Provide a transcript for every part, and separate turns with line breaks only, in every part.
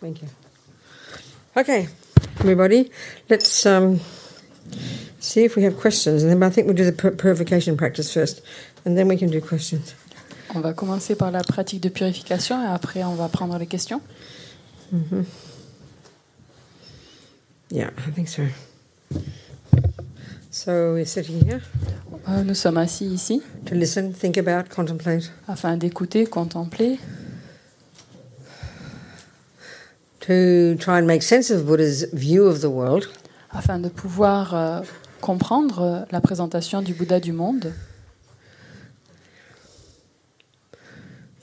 Thank you. Okay, everybody, let's um, see if we have questions. And then I think we'll do the pu- purification practice first, and then we can do questions.
On va commencer par la pratique de purification et après on va prendre les questions.
Mm-hmm. Yeah, I think so. So we're sitting here
Euh, Nous sommes assis ici
to listen, think about, contemplate,
afin d'écouter, contempler,
to try and make sense of Buddha's view of the world,
afin de pouvoir euh, comprendre euh, la présentation du Bouddha du monde,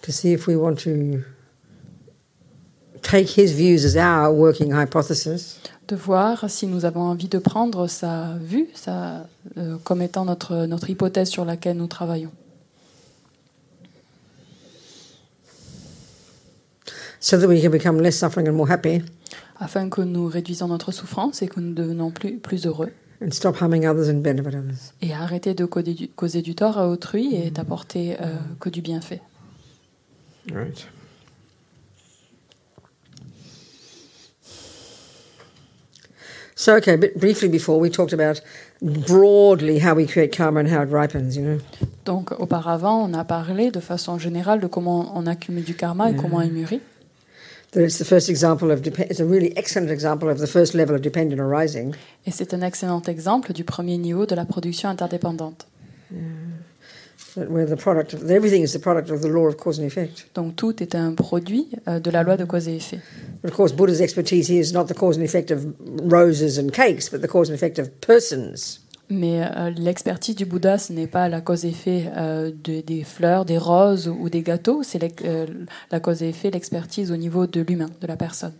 to see if we want to take his views as our working hypothesis,
de voir si nous avons envie de prendre sa vue sa, euh, comme étant notre, notre hypothèse sur laquelle nous travaillons.
so that we can become less suffering and more happy,
afin que nous réduisions notre souffrance et que nous devenions plus, plus heureux
and stop harming others and benefit others.
et arrêter de causer du, causer du tort à autrui et d'apporter euh, que du bienfait.
Right. So, okay, but briefly before we talked about broadly how we create karma and how it ripens, you know.
Donc auparavant, on a parlé de façon générale de comment on accumule du karma et comment il mûrit.
That it's the first example of, depe- it's a really excellent example of the first level of dependent arising.
Et c'est un excellent exemple du premier niveau de la production interdépendante.
that where the product of, everything is the product of the law of cause and effect.
Donc tout est un produit euh, de la loi de cause et effet.
But of course, Buddha's expertise here is not the cause and effect of roses and cakes, but the cause and effect of persons.
Mais euh, l'expertise du Bouddha, ce n'est pas la cause-effet euh, de- des fleurs, des roses ou des gâteaux, c'est l'ex- euh, la cause-effet, l'expertise au niveau de l'humain, de la personne.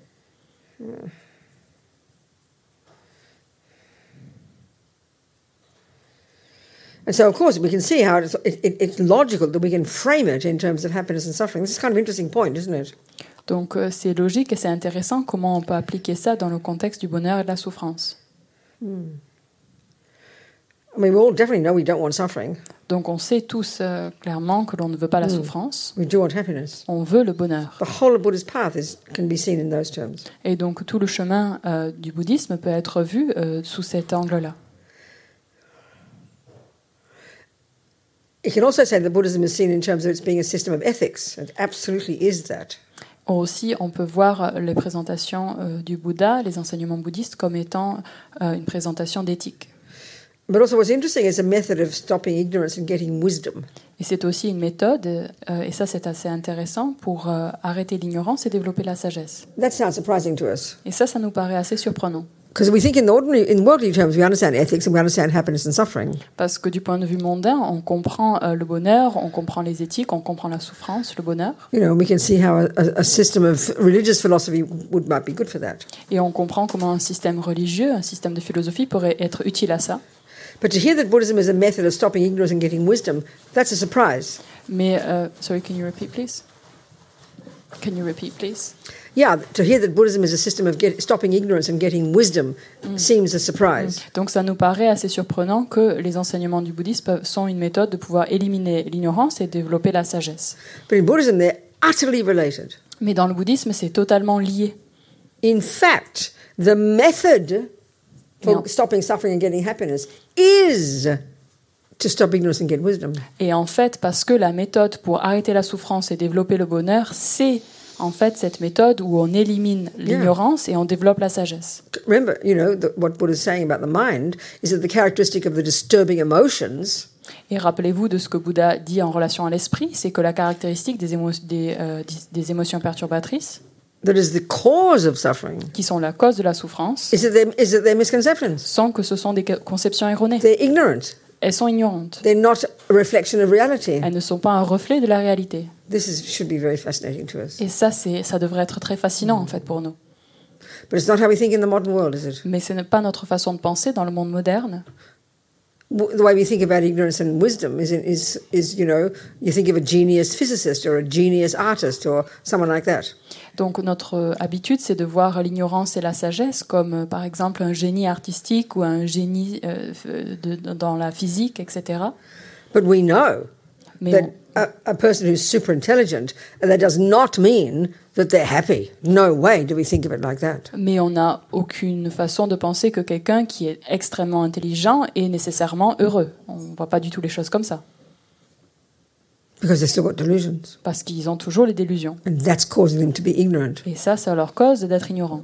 And so, of course, we can see how it's, it, it, it's logical that we can frame it in terms of happiness and suffering. This is kind of an interesting point, isn't it?
Donc euh, c'est logique et c'est intéressant comment on peut appliquer ça dans le contexte du bonheur et de la souffrance.
I mean, we all definitely know we don't want suffering. Hmm.
Donc on sait tous euh, clairement que l'on ne veut pas la souffrance,
We do want happiness.
on veut le bonheur.
The whole of Buddha's path is, can be seen in those terms.
Et donc tout le chemin euh, du bouddhisme peut être vu euh, sous cet angle-là.
You can also say that Buddhism is seen in terms of its being a system of ethics. It absolutely is that.
Aussi, on peut voir les présentations euh, du Bouddha, les enseignements bouddhistes, comme étant euh, une présentation d'éthique.
But also, what's interesting is a method of stopping ignorance and getting wisdom.
Et c'est aussi une méthode, euh, et ça c'est assez intéressant, pour euh, arrêter l'ignorance et développer la sagesse.
That sounds surprising to us.
Et ça, ça nous paraît assez surprenant.
Because we think in ordinary, in worldly terms, we understand ethics and we understand happiness and suffering.
Parce que du point de vue mondain, on comprend euh, le bonheur, on comprend les éthiques, on comprend la souffrance, le bonheur,
You know, we can see how a, a a system of religious philosophy would might be good for that.
et on comprend comment un système religieux, un système de philosophie pourrait être utile à ça.
But to hear that Buddhism is a method of stopping ignorance and getting wisdom, that's a surprise.
Mais, euh, sorry, can you repeat please? Can you repeat please?
Yeah, to hear that Buddhism is a system of get, stopping ignorance and getting wisdom seems a surprise.
Mm. Donc ça nous paraît assez surprenant que les enseignements du bouddhisme peuvent- sont une méthode de pouvoir éliminer l'ignorance et développer la sagesse.
But in Buddhism, they're utterly related.
Mais dans le bouddhisme, c'est totalement lié.
In fact, the method for
No.
stopping suffering and getting happiness is to stop ignorance and get wisdom.
Et en fait, parce que la méthode pour arrêter la souffrance et développer le bonheur, c'est en fait cette méthode où on élimine l'ignorance et on développe la sagesse.
remember, you know, the, what Buddha's saying about the mind is that the characteristic of the disturbing emotions
Et rappelez-vous de ce que Bouddha dit en relation à l'esprit, c'est que la caractéristique des, émo- des, euh, dis- des émotions perturbatrices,
that is the cause of suffering
qui sont la cause de la souffrance,
is that they're, is that they're misconceptions.
sont hein, que ce sont des conceptions erronées.
They're ignorant.
Elles sont ignorantes.
They're not a reflection of reality.
Elles ne sont pas un reflet de la réalité.
This is, should be very fascinating to us.
Et ça, c'est, ça devrait être très fascinant en fait pour nous.
But it's not how we think in the modern world, is it?
Mais ce n'est pas notre façon de penser dans le monde moderne.
W- The way we think about ignorance and wisdom is, in, is, is, you know, you think of a genius physicist or a genius artist or someone like that.
Donc notre euh, habitude, c'est de voir l'ignorance et la sagesse comme euh, par exemple un génie artistique ou un génie euh, f- de- dans la physique, etc.
But we know
Mais
that
on-
a, a person who's super intelligent, and that does not mean that they're happy. No way do we think of it like that.
Mais on n'a aucune façon de penser que quelqu'un qui est extrêmement intelligent est nécessairement heureux. On ne voit pas du tout les choses comme ça,
Because they've still got delusions.
parce qu'ils ont toujours les délusions.
And that's causing them to be ignorant
Et ça, ça leur cause d'être ignorants.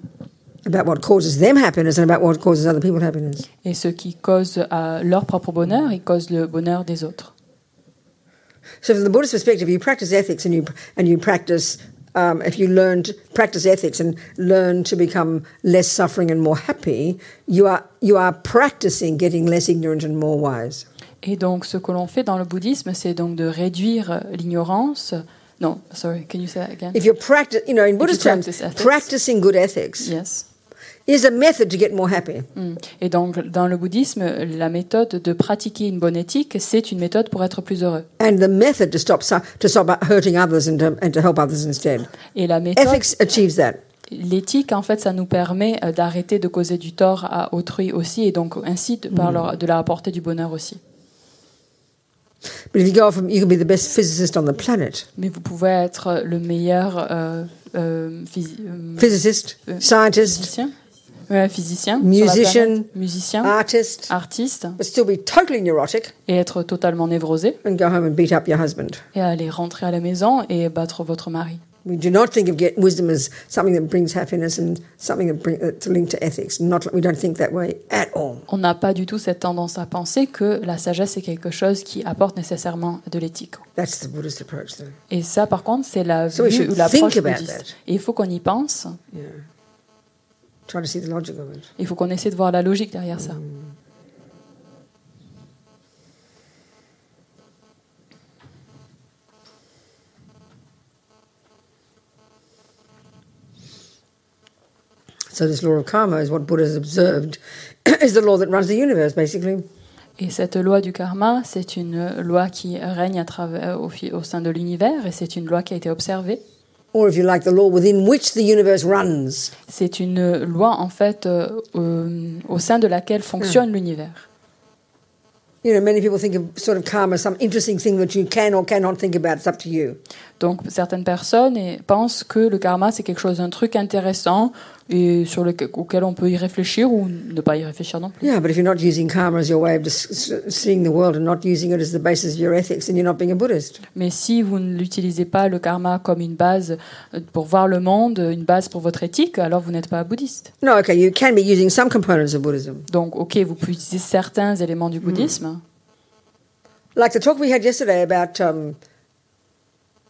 about what causes them happiness and about what causes other people happiness.
Et ce qui cause à leur propre bonheur, il cause le bonheur des autres.
So, from the Buddhist perspective, you practice ethics and you and you practice. Um, if you learn to practice ethics and learn to become less suffering and more happy, you are you are practicing getting less ignorant and more wise.
Et donc, ce que l'on fait dans le bouddhisme, c'est donc de réduire euh, l'ignorance. Non, sorry, can you say that again?
If you're practice, you know, in Buddhist terms,
practice ethics.
practicing good ethics
Yes.
is a method to get more happy.
Mm. Et donc, dans le bouddhisme, la méthode de pratiquer une bonne éthique, c'est une méthode pour être plus heureux.
and the method to stop su- to stop hurting others and to, and to help others instead.
Et la méthode,
Ethics achieves that.
l'éthique, en fait, ça nous permet euh, d'arrêter de causer du tort à autrui aussi, et donc ainsi de,
Mm.
par leur- de leur apporter du bonheur aussi.
But if you go off, and- you can be the best physicist on the planet.
Mais vous pouvez être le meilleur euh, euh, physi- euh,
Physicist, scientist,
physicien, Ouais, physicien, sur la
Musician.
planète. musicien,
artist,
artiste,
but still be totally neurotic
et être totalement névrosé,
and go home and beat up your husband.
et aller rentrer à la maison et battre votre mari.
We do not think of get wisdom as something that brings happiness and something that bring, that's linked to ethics. Not we don't think that way at all.
On n'a pas du tout cette tendance à penser que la sagesse est quelque chose qui apporte nécessairement de l'éthique.
That's the Buddhist approach, though.
Et ça, par contre, c'est la
So we
vue
should
ou l'approche
think about
bouddhiste. Et il faut qu'on y pense,
Yeah. Try to see the logic of it.
il faut qu'on essaie de voir la logique derrière ça.
So this law of karma is what Buddha has observed is the law that runs the universe, basically.
Et cette loi du karma, c'est une loi qui règne à travers, au, fi- au sein de l'univers, et c'est une loi qui a été observée.
or if you like, the law within which the universe runs.
C'est une loi, en fait, euh, euh, au sein de laquelle
Hmm.
fonctionne l'univers.
You know, many people think of sort of karma, some interesting thing that you can or cannot think about. It's up to you.
Donc certaines personnes eh, pensent que le karma c'est quelque chose, un truc intéressant et sur lequel auquel on peut y réfléchir ou ne pas y réfléchir non plus.
Yeah, but if you're not using karma as your way of dis- s- seeing the world and not using it as the basis of your ethics, then you're not being a Buddhist.
Mais si vous ne l'utilisez pas le karma comme une base euh, pour voir le monde, une base pour votre éthique, alors vous n'êtes pas bouddhiste.
No, okay, you can be using some components of Buddhism.
Donc ok, vous pouvez utiliser certains éléments du bouddhisme.
Like the talk we had yesterday about um,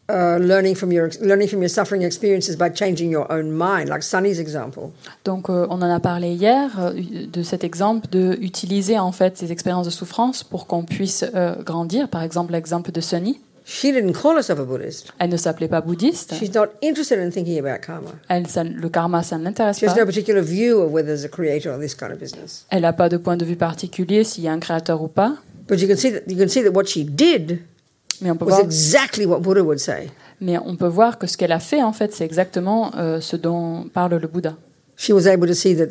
uh, learning from your learning from your suffering experiences by changing your own mind, like Sunny's example.
Donc euh, on en a parlé hier euh, de cet exemple de utiliser en fait ces expériences de souffrance pour qu'on puisse euh, grandir. Par exemple l'exemple de Sunny,
She didn't call herself a Buddhist.
elle ne s'appelait pas bouddhiste.
She's not interested in thinking about karma.
Elle, ça- le karma, ça ne l'intéresse
She
pas.
has no particular view of whether there's a creator or this kind of business.
Elle n'a pas de point de vue particulier s'il y a un créateur ou pas.
But you can see that you can see that what she did
Mais on peut,
was
voir,
exactly what Buddha would say.
mais on peut voir que ce qu'elle a fait, en fait, c'est exactement euh, ce dont parle le Bouddha.
She was able to see that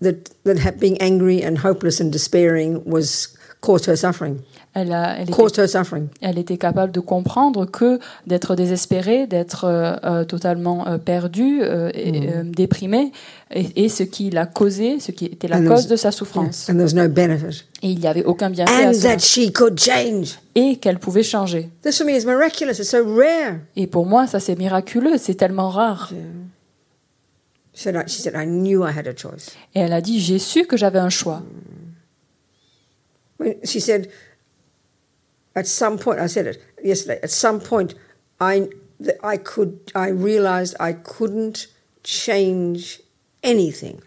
that that ha- being angry and hopeless and despairing was caused her suffering.
Elle, a, elle, était,
Caused her suffering.
elle était capable de comprendre que d'être désespérée, d'être euh, euh, totalement euh, perdue, euh, et, euh, déprimée, et, et ce qui l'a causé, ce qui était la
And there
cause
was-
de sa souffrance.
And there was no benefit.
Et il n'y avait aucun bienfait à
And
cela.
that she could change.
Et qu'elle pouvait changer.
This for me is miraculous. It's so rare.
Et pour moi, ça c'est miraculeux, c'est tellement rare.
She said, I, she said, I knew I had a choice.
Et elle a dit, j'ai su que j'avais un choix.
When she said, at some point, I said it yesterday, at some point, I, that I, could, I realized I couldn't change anything.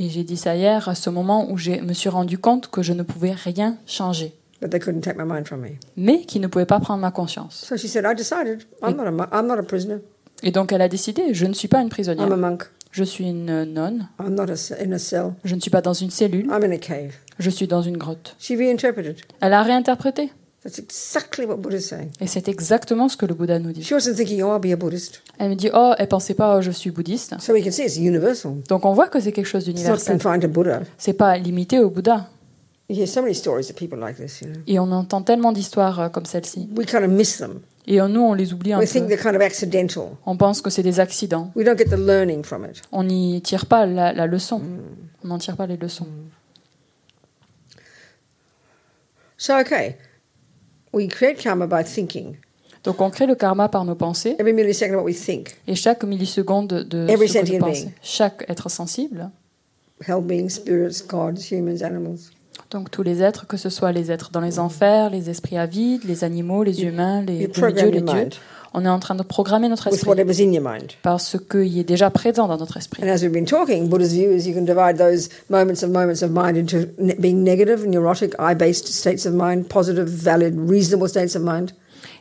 Et j'ai dit ça hier, à ce moment où je me suis rendu compte que je ne pouvais rien changer,
but they couldn't take my mind from me.
mais qui ne pouvait pas prendre ma conscience.
So she said, "I decided. I'm not a mon- I'm not a prisoner.
Et donc elle a décidé, je ne suis pas une
I'm a
prisonnière,
monk.
je suis une euh, nonne,
I'm not a ce- in a cell.
je ne suis pas dans une cellule,
I'm in a cave."
je suis dans une grotte.
She reinterpreted.
Elle a réinterprété,
That's exactly what Buddha's saying.
et c'est exactement ce que le Bouddha nous dit.
She wasn't thinking, "Oh, I'll be a Buddhist."
Elle me dit, oh, elle pensait pas, oh, je suis bouddhiste.
So we can see it's universal.
Donc on voit que c'est quelque chose
It's not
d'universel.
confined to Buddha.
C'est pas limité au Bouddha.
You hear so many stories of people like this, you know.
Et on entend tellement d'histoires euh, comme celle-ci.
We kind of miss them.
Et euh, nous, on les oublie un
We think
peu.
they're kind of accidental.
On pense que c'est des accidents.
We don't get the learning from it.
On n'y tire pas la, la leçon.
Mm.
On n'en tire pas les leçons.
So, okay, we create karma by thinking.
Donc on crée le karma par nos pensées.
Every millisecond, what we think.
Et chaque milliseconde de
Every
ce que nous
sentient
pensons,
being.
chaque être sensible,
Hell beings, spirits, gods, humans, animals.
donc tous les êtres, que ce soit les êtres dans les enfers, les esprits avides, les animaux, les humains, les,
You
les dieux,
program
les
your
dieux,
mind
on est en train de programmer notre
with
esprit
whatever's in your mind.
par ce qu'il est déjà présent dans notre esprit.
And as we've been talking, Buddha's view is you can divide those moments of moments of mind into ne- being negative, neurotic, I-based states of mind, positive, valid, reasonable states of mind.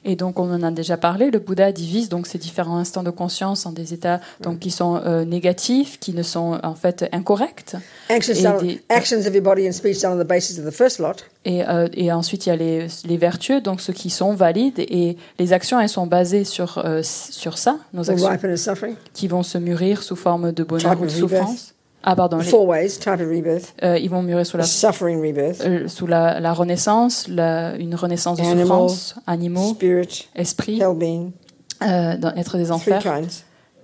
Et donc on en a déjà parlé, le Bouddha divise donc ces différents instants de conscience en des états donc, qui sont euh, négatifs, qui ne sont en fait incorrects.
Actions,
Et
done,
des-
actions of your body and speech done on the basis of the first lot,
Et, euh, et ensuite, il y a les, les vertueux, donc ceux qui sont valides. Et les actions, elles sont basées sur, euh, sur ça, nos
will
actions,
ripen as suffering.
qui vont se mûrir sous forme de bonheur
Type
ou de
of rebirth.
souffrance. Ah, pardon, les-
Four ways, type of rebirth,
euh, ils vont mûrir sous la,
suffering rebirth,
euh, sous la, la renaissance, la- une renaissance de
Animal.
souffrance, animaux,
spirit,
esprit,
hell being,
euh, dans- être des
three
enfers.
kinds.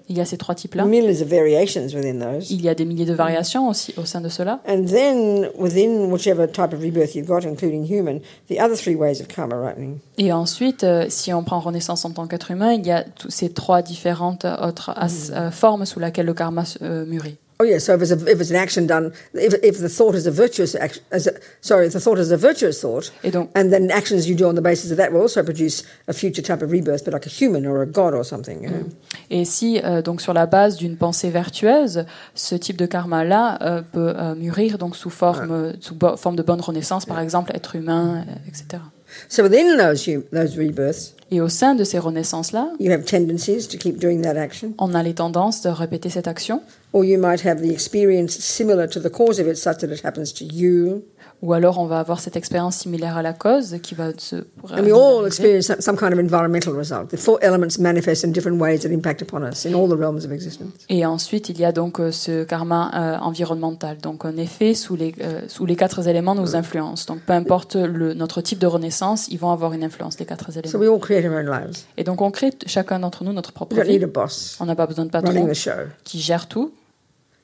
Il y a ces trois types-là.
Millions of variations within those.
Il y a des milliers de variations aussi au sein de cela.
And then within whichever type of rebirth you've got, including human, the other three ways of karma ripening.
Et ensuite, euh, si on prend renaissance en tant qu'être humain, il y a tous ces trois différentes autres as- euh, formes sous laquelle le karma se- euh, mûrit.
Oh yeah, so if it's, a, if it's an action done, if, if the thought is a virtuous action, as a, sorry, if the thought is a virtuous thought,
Et donc,
and then actions you do on the basis of that will also produce a future type of rebirth, but like a human or a god or something. You know?
et si euh, donc sur la base d'une pensée vertueuse, ce type de karma là peut euh, mûrir donc sous forme euh, sous bo- forme de bonne renaissance, par exemple être humain, euh, etc.
So within those hu- those rebirths,
Et au sein de ces renaissances là,
you have tendencies to keep doing that action,
on a les tendances de répéter cette action,
or you might have the experience similar to the cause of it, such that it happens to you.
ou alors on va avoir cette expérience similaire à la cause qui va se
And we all experience some, some kind of environmental result. The four elements manifest in different ways that impact upon us in all the realms of existence.
Et ensuite, il y a donc euh, ce karma euh, environnemental. Donc, en effet, sous les, euh, sous les quatre éléments
Euh.
nous influencent. Donc, peu importe le, notre type de renaissance, ils vont avoir une influence, les quatre
So
éléments.
we all create our own lives.
Et donc, on crée t- chacun d'entre nous notre
We
propre
don't
vie.
need a boss
On n'a pas besoin de
running
patron
the show.
qui gère tout.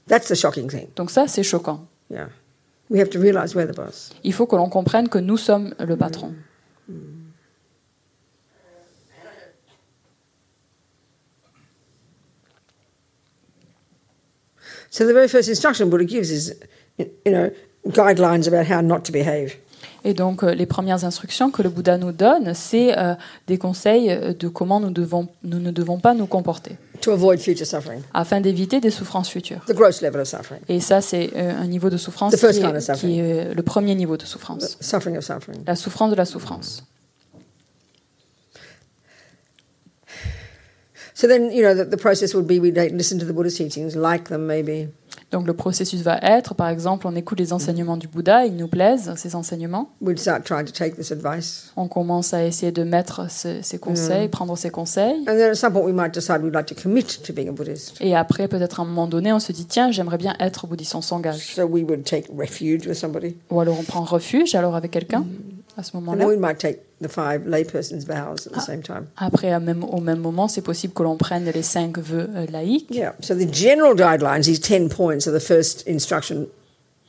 That's the shocking thing.
Donc, ça, c'est choquant.
Yeah. We have to realize we're the boss.
Il faut que l'on comprenne que nous sommes le patron.
Mm. So the very first instruction Buddha gives is, you know, guidelines about how not to behave.
Et donc, euh, les premières instructions que le Bouddha nous donne, c'est euh, des conseils euh, de comment nous, devons, nous ne devons pas nous comporter
to avoid future suffering,
afin d'éviter des souffrances futures.
the gross level of suffering,
Et ça, c'est euh, un niveau de souffrance
The
qui
first kind of
est,
suffering.
qui est euh, le premier niveau de
the
souffrance.
suffering of suffering.
La souffrance de la souffrance.
So then, you know, the, the process would be we listen to the Buddha's teachings, like them maybe,
Donc le processus va être, par exemple, on écoute les enseignements du Bouddha, ils nous plaisent, ces enseignements.
we'd start trying to take this advice.
On commence à essayer de mettre ces ces conseils, prendre ces conseils.
And then at some point we might decide we'd like to commit to being a Buddhist.
Et après, peut-être à un moment donné, on se dit, tiens, j'aimerais bien être bouddhiste, on s'engage.
So we would take refuge with somebody. Mm.
Ou alors on prend refuge, alors avec quelqu'un, à ce
And
moment-là.
then we might take the five layperson's vows at the same time.
Après, à même- au même moment, c'est possible que l'on prenne les cinq vœux euh, laïques.
Yeah. So the general guidelines, these 10 points, are the first instruction,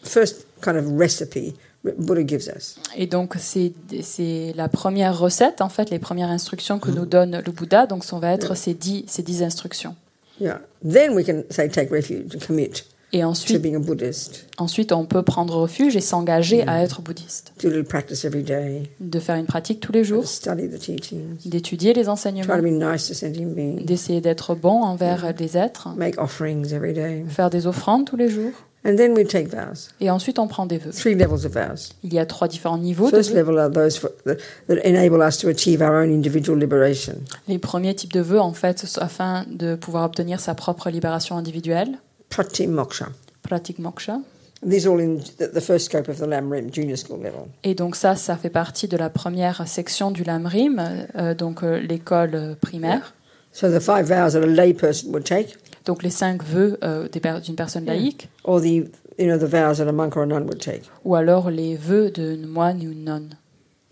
first kind of recipe Buddha gives us.
Et donc, c'est c'est la première recette, en fait, les premières instructions
Mm.
que nous donne le Bouddha. Donc, ça va être ces dix, ces dix instructions.
Yeah. Then we can say take refuge and commit
Et
to
ensuite,
being a Buddhist.
ensuite, on peut prendre refuge et s'engager à être bouddhiste,
Do a little practice every day.
de faire une pratique tous les jours,
Study the teachings.
d'étudier les
Try to
enseignements,
be nice to sentient beings.
d'essayer d'être bon envers les êtres,
Make offerings every day.
faire des offrandes tous les jours.
And then we take vows.
Et ensuite, on prend des vœux.
Three levels of vows.
Il y a trois différents niveaux. de
First
vœux.
level are those for, that, that enable us to achieve our own individual liberation.
Les premiers types de vœux, en fait, sont afin de pouvoir obtenir sa propre libération individuelle,
Pratim moksha.
pratique moksha.
These are all in the, the first scope of the Lam Rim junior school level.
Et donc ça, ça fait partie de la première section du LAMRIM, euh, donc euh, l'école euh, primaire.
So the five vows that a layperson would take,
Donc les cinq vœux euh, des per- d'une personne laïque,
or the you know, the vows that a monk or a nun would take.
ou alors les vœux d'une moine ou une nonne.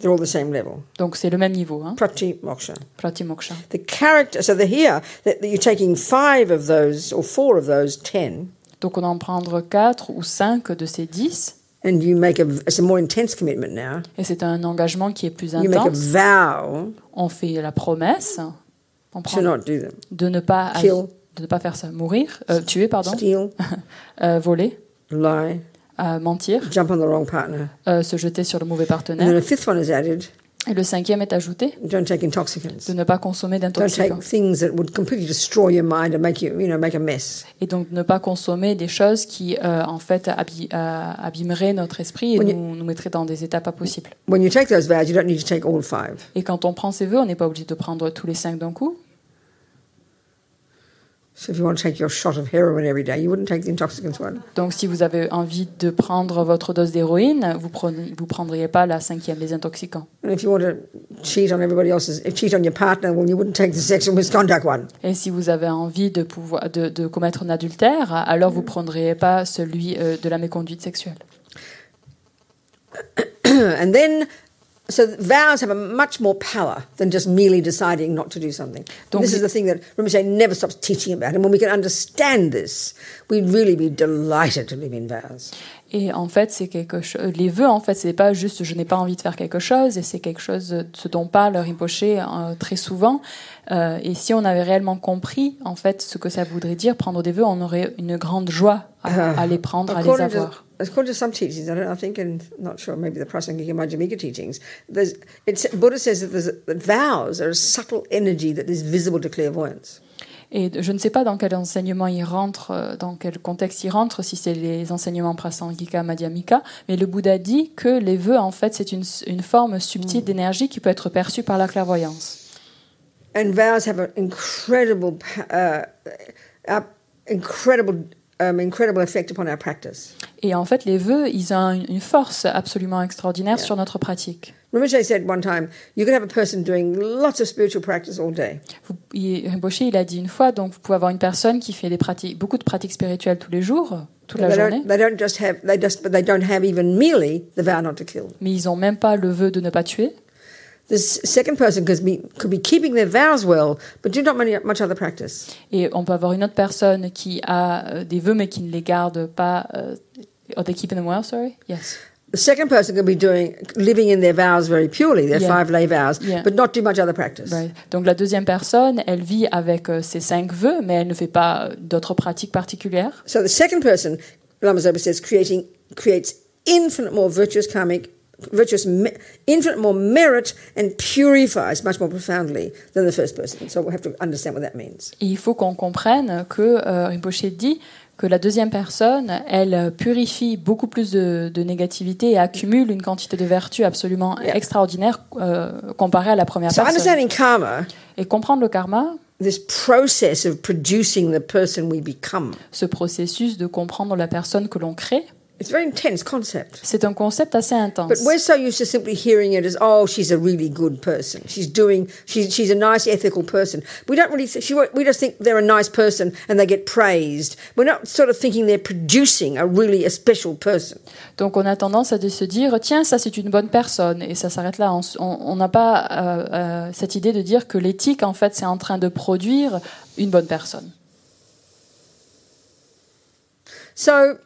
They're all the same level.
Donc c'est le même niveau, hein,
Prati moksha.
pratimoksha.
The character. So the here that, that you're taking five of those or four of those ten,
Donc on en prendre 4 ou 5 de ces 10,
and you make a. It's a more intense commitment now.
et c'est un engagement qui est plus
You make a
intense.
vow
On fait la promesse on prend
to not do them.
de, ne pas ag-
Kill.
de ne pas faire ça, mourir, euh, tuer, pardon,
Steal,
euh, voler,
lie,
euh, mentir,
jump on the wrong partner.
euh, se jeter sur le mauvais
And then
partenaire.
a fifth one is added.
Et le cinquième est ajouté,
Don't take intoxicants.
de ne pas consommer
Don't take
d'intoxicants.
things that would completely destroy your mind and make you, you know, make a mess.
Et donc ne pas consommer des choses qui, euh, en fait, abî- euh, abîmeraient notre esprit et
Oui.
nous, nous mettraient dans des états pas possibles.
When you take those vows, you don't need to take all five.
Et quand on prend ses vœux, on n'est pas obligé de prendre tous les cinq d'un coup.
So if you want to take your shot of heroin every day, you wouldn't take the intoxicants one.
Donc si vous avez envie de prendre votre dose d'héroïne, vous ne vous prendriez pas la cinquième des intoxicants.
And if you want to cheat on everybody else's, cheat on your partner, well, you wouldn't take the sexual misconduct one.
Et si vous avez envie de, pouvoir, de, de commettre un adultère, alors vous ne prendriez pas celui euh, de la méconduite sexuelle.
and then, so vows have a much more power than just merely deciding not to do something.
Don't
this
we-
is the thing that Rinpoche never stops teaching about. And when we can understand this, we'd really be delighted to live in vows.
Et en fait, c'est quelque chose. Les vœux, en fait, c'est pas juste je n'ai pas envie de faire quelque chose, et c'est quelque chose de ce dont parle Rinpoche euh, très souvent. Euh, et si on avait réellement compris, en fait, ce que ça voudrait dire prendre des vœux, on aurait une grande joie
Ah.
à, à les prendre, à les
to,
avoir.
according to some teachings, I, don't, I think, and I'm not sure, maybe the Prasangika Majjhimika teachings, there's, it's, Buddha says that, there's, that vows are a subtle energy that is visible to clairvoyance.
Et je ne sais pas dans quel enseignement il rentre, euh, dans quel contexte il rentre, si c'est les enseignements prasangika, madhyamika, mais le Bouddha dit que les vœux, en fait, c'est une, une forme subtile d'énergie qui peut être perçue par la clairvoyance.
And vows have an incredible, p- uh, uh, incredible, um, incredible effect upon our practice.
Et en fait, les vœux, ils ont une une force absolument extraordinaire sur notre pratique.
Rinpoche said one time, you could have a person doing lots of spiritual practice all day,
Vous, il, Rinpoche, il a dit une fois, donc vous pouvez avoir une personne qui fait des pratiques, beaucoup de pratiques spirituelles tous les jours, toute
but
la
they
journée,
don't, they don't just have, they just, but they don't have even merely the vow not to kill.
mais ils n'ont même pas le vœu de ne pas tuer.
This second person could be, could be keeping their vows well, but do not many, much other practice.
Et on peut avoir une autre personne qui a euh, des vœux mais qui ne les garde pas. euh, oh, they keep them well, sorry? Yes.
The second person could be doing, living in their vows very purely, their
Yeah.
five lay vows,
Yeah.
but not do much other practice.
Right. Donc la deuxième personne, elle vit avec euh, ses cinq vœux, mais elle ne fait pas euh, d'autres pratiques particulières.
So the second person, Lama Zopa says, creating creates infinite more virtuous karmic, virtuous, me, infinite more merit, and purifies much more profoundly than the first person. So we have to understand what that means.
Et il faut qu'on comprenne que euh, Rinpoche dit que la deuxième personne, elle euh, purifie beaucoup plus de, de négativité et accumule une quantité de vertus absolument
Yeah.
extraordinaire euh, comparée à la première
So
personne.
understanding karma,
Et comprendre le karma,
this process of producing the person we become,
ce processus de comprendre la personne que l'on crée,
it's a very intense concept.
C'est un concept assez intense.
But we're so used to simply hearing it as, oh, she's a really good person. She's doing, she's, she's a nice, ethical person. We don't really, th- she, we just think they're a nice person and they get praised. We're not sort of thinking they're producing a really a special person.
Donc on a tendance à de se dire tiens ça c'est une bonne personne et ça s'arrête là. On s- on- on n'a pas euh, euh, cette idée de dire que l'éthique en fait c'est en train de produire une bonne personne.
So,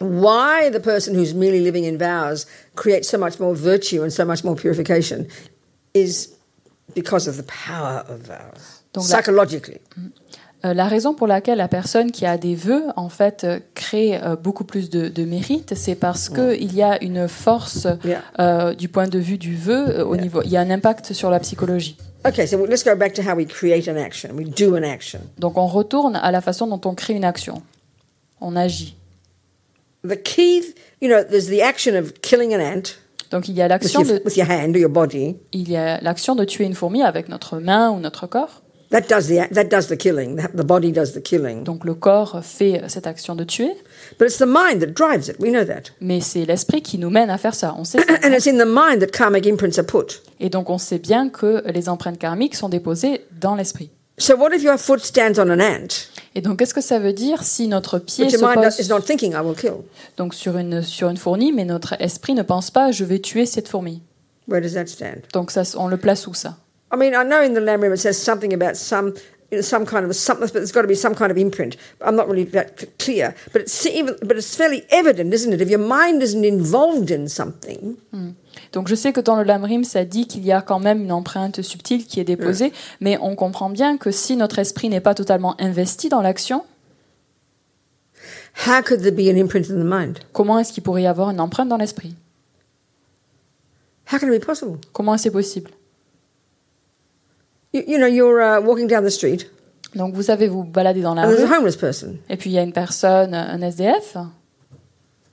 why the person who's merely living in vows creates so much more virtue and so much more purification is because of the power of vows,
Don't let-
psychologically.
Euh, la raison pour laquelle la personne qui a des vœux en fait euh, crée euh, beaucoup plus de, de mérite, c'est parce que il y a une force
Yeah.
euh, du point de vue du vœu euh, au niveau. Il y a un impact sur la psychologie.
Okay, so let's go back to how we create an action, we do an action.
Donc on retourne à la façon dont on crée une action. On agit.
the key, you know, there's the action of killing an ant
Donc il y a
with
l'action
your,
de
with your hand or your body.
il y a l'action de tuer une fourmi avec notre main ou notre corps.
That does the that does the killing. The the body does the killing.
Donc le corps fait cette action de tuer,
But it's the mind that drives it. We know that,
mais c'est l'esprit qui nous mène à faire ça. On sait ça.
and it's in the mind that karmic imprints are put.
Et donc on sait bien que les empreintes karmiques sont déposées dans l'esprit.
So what if your foot stands on an ant,
Et donc, qu'est-ce que ça veut dire si notre pied
which
se
your mind
pose
is not thinking, I will kill?
donc sur une sur une fourmi, mais notre esprit ne pense pas je vais tuer cette fourmi.
Where does that stand?
Donc ça, on le place où ça
I mean, I know in the Lamb River it says something about some you know, some kind of something, but there's got to be some kind of imprint. I'm not really that c- clear, but it's even but it's fairly evident, isn't it? If your mind isn't involved in something,
Donc je sais que dans le Lamrim, ça dit qu'il y a quand même une empreinte subtile qui est déposée, mais on comprend bien que si notre esprit n'est pas totalement investi dans l'action,
how could there be an imprint in the mind?
comment est-ce qu'il pourrait y avoir une empreinte dans l'esprit
How can it be possible?
Comment c'est possible
You, you know, you're uh, walking down the street Uh-huh.
Donc vous savez, vous baladez dans la
and there's a
rue,
homeless person,
et puis il y a une personne, un SDF,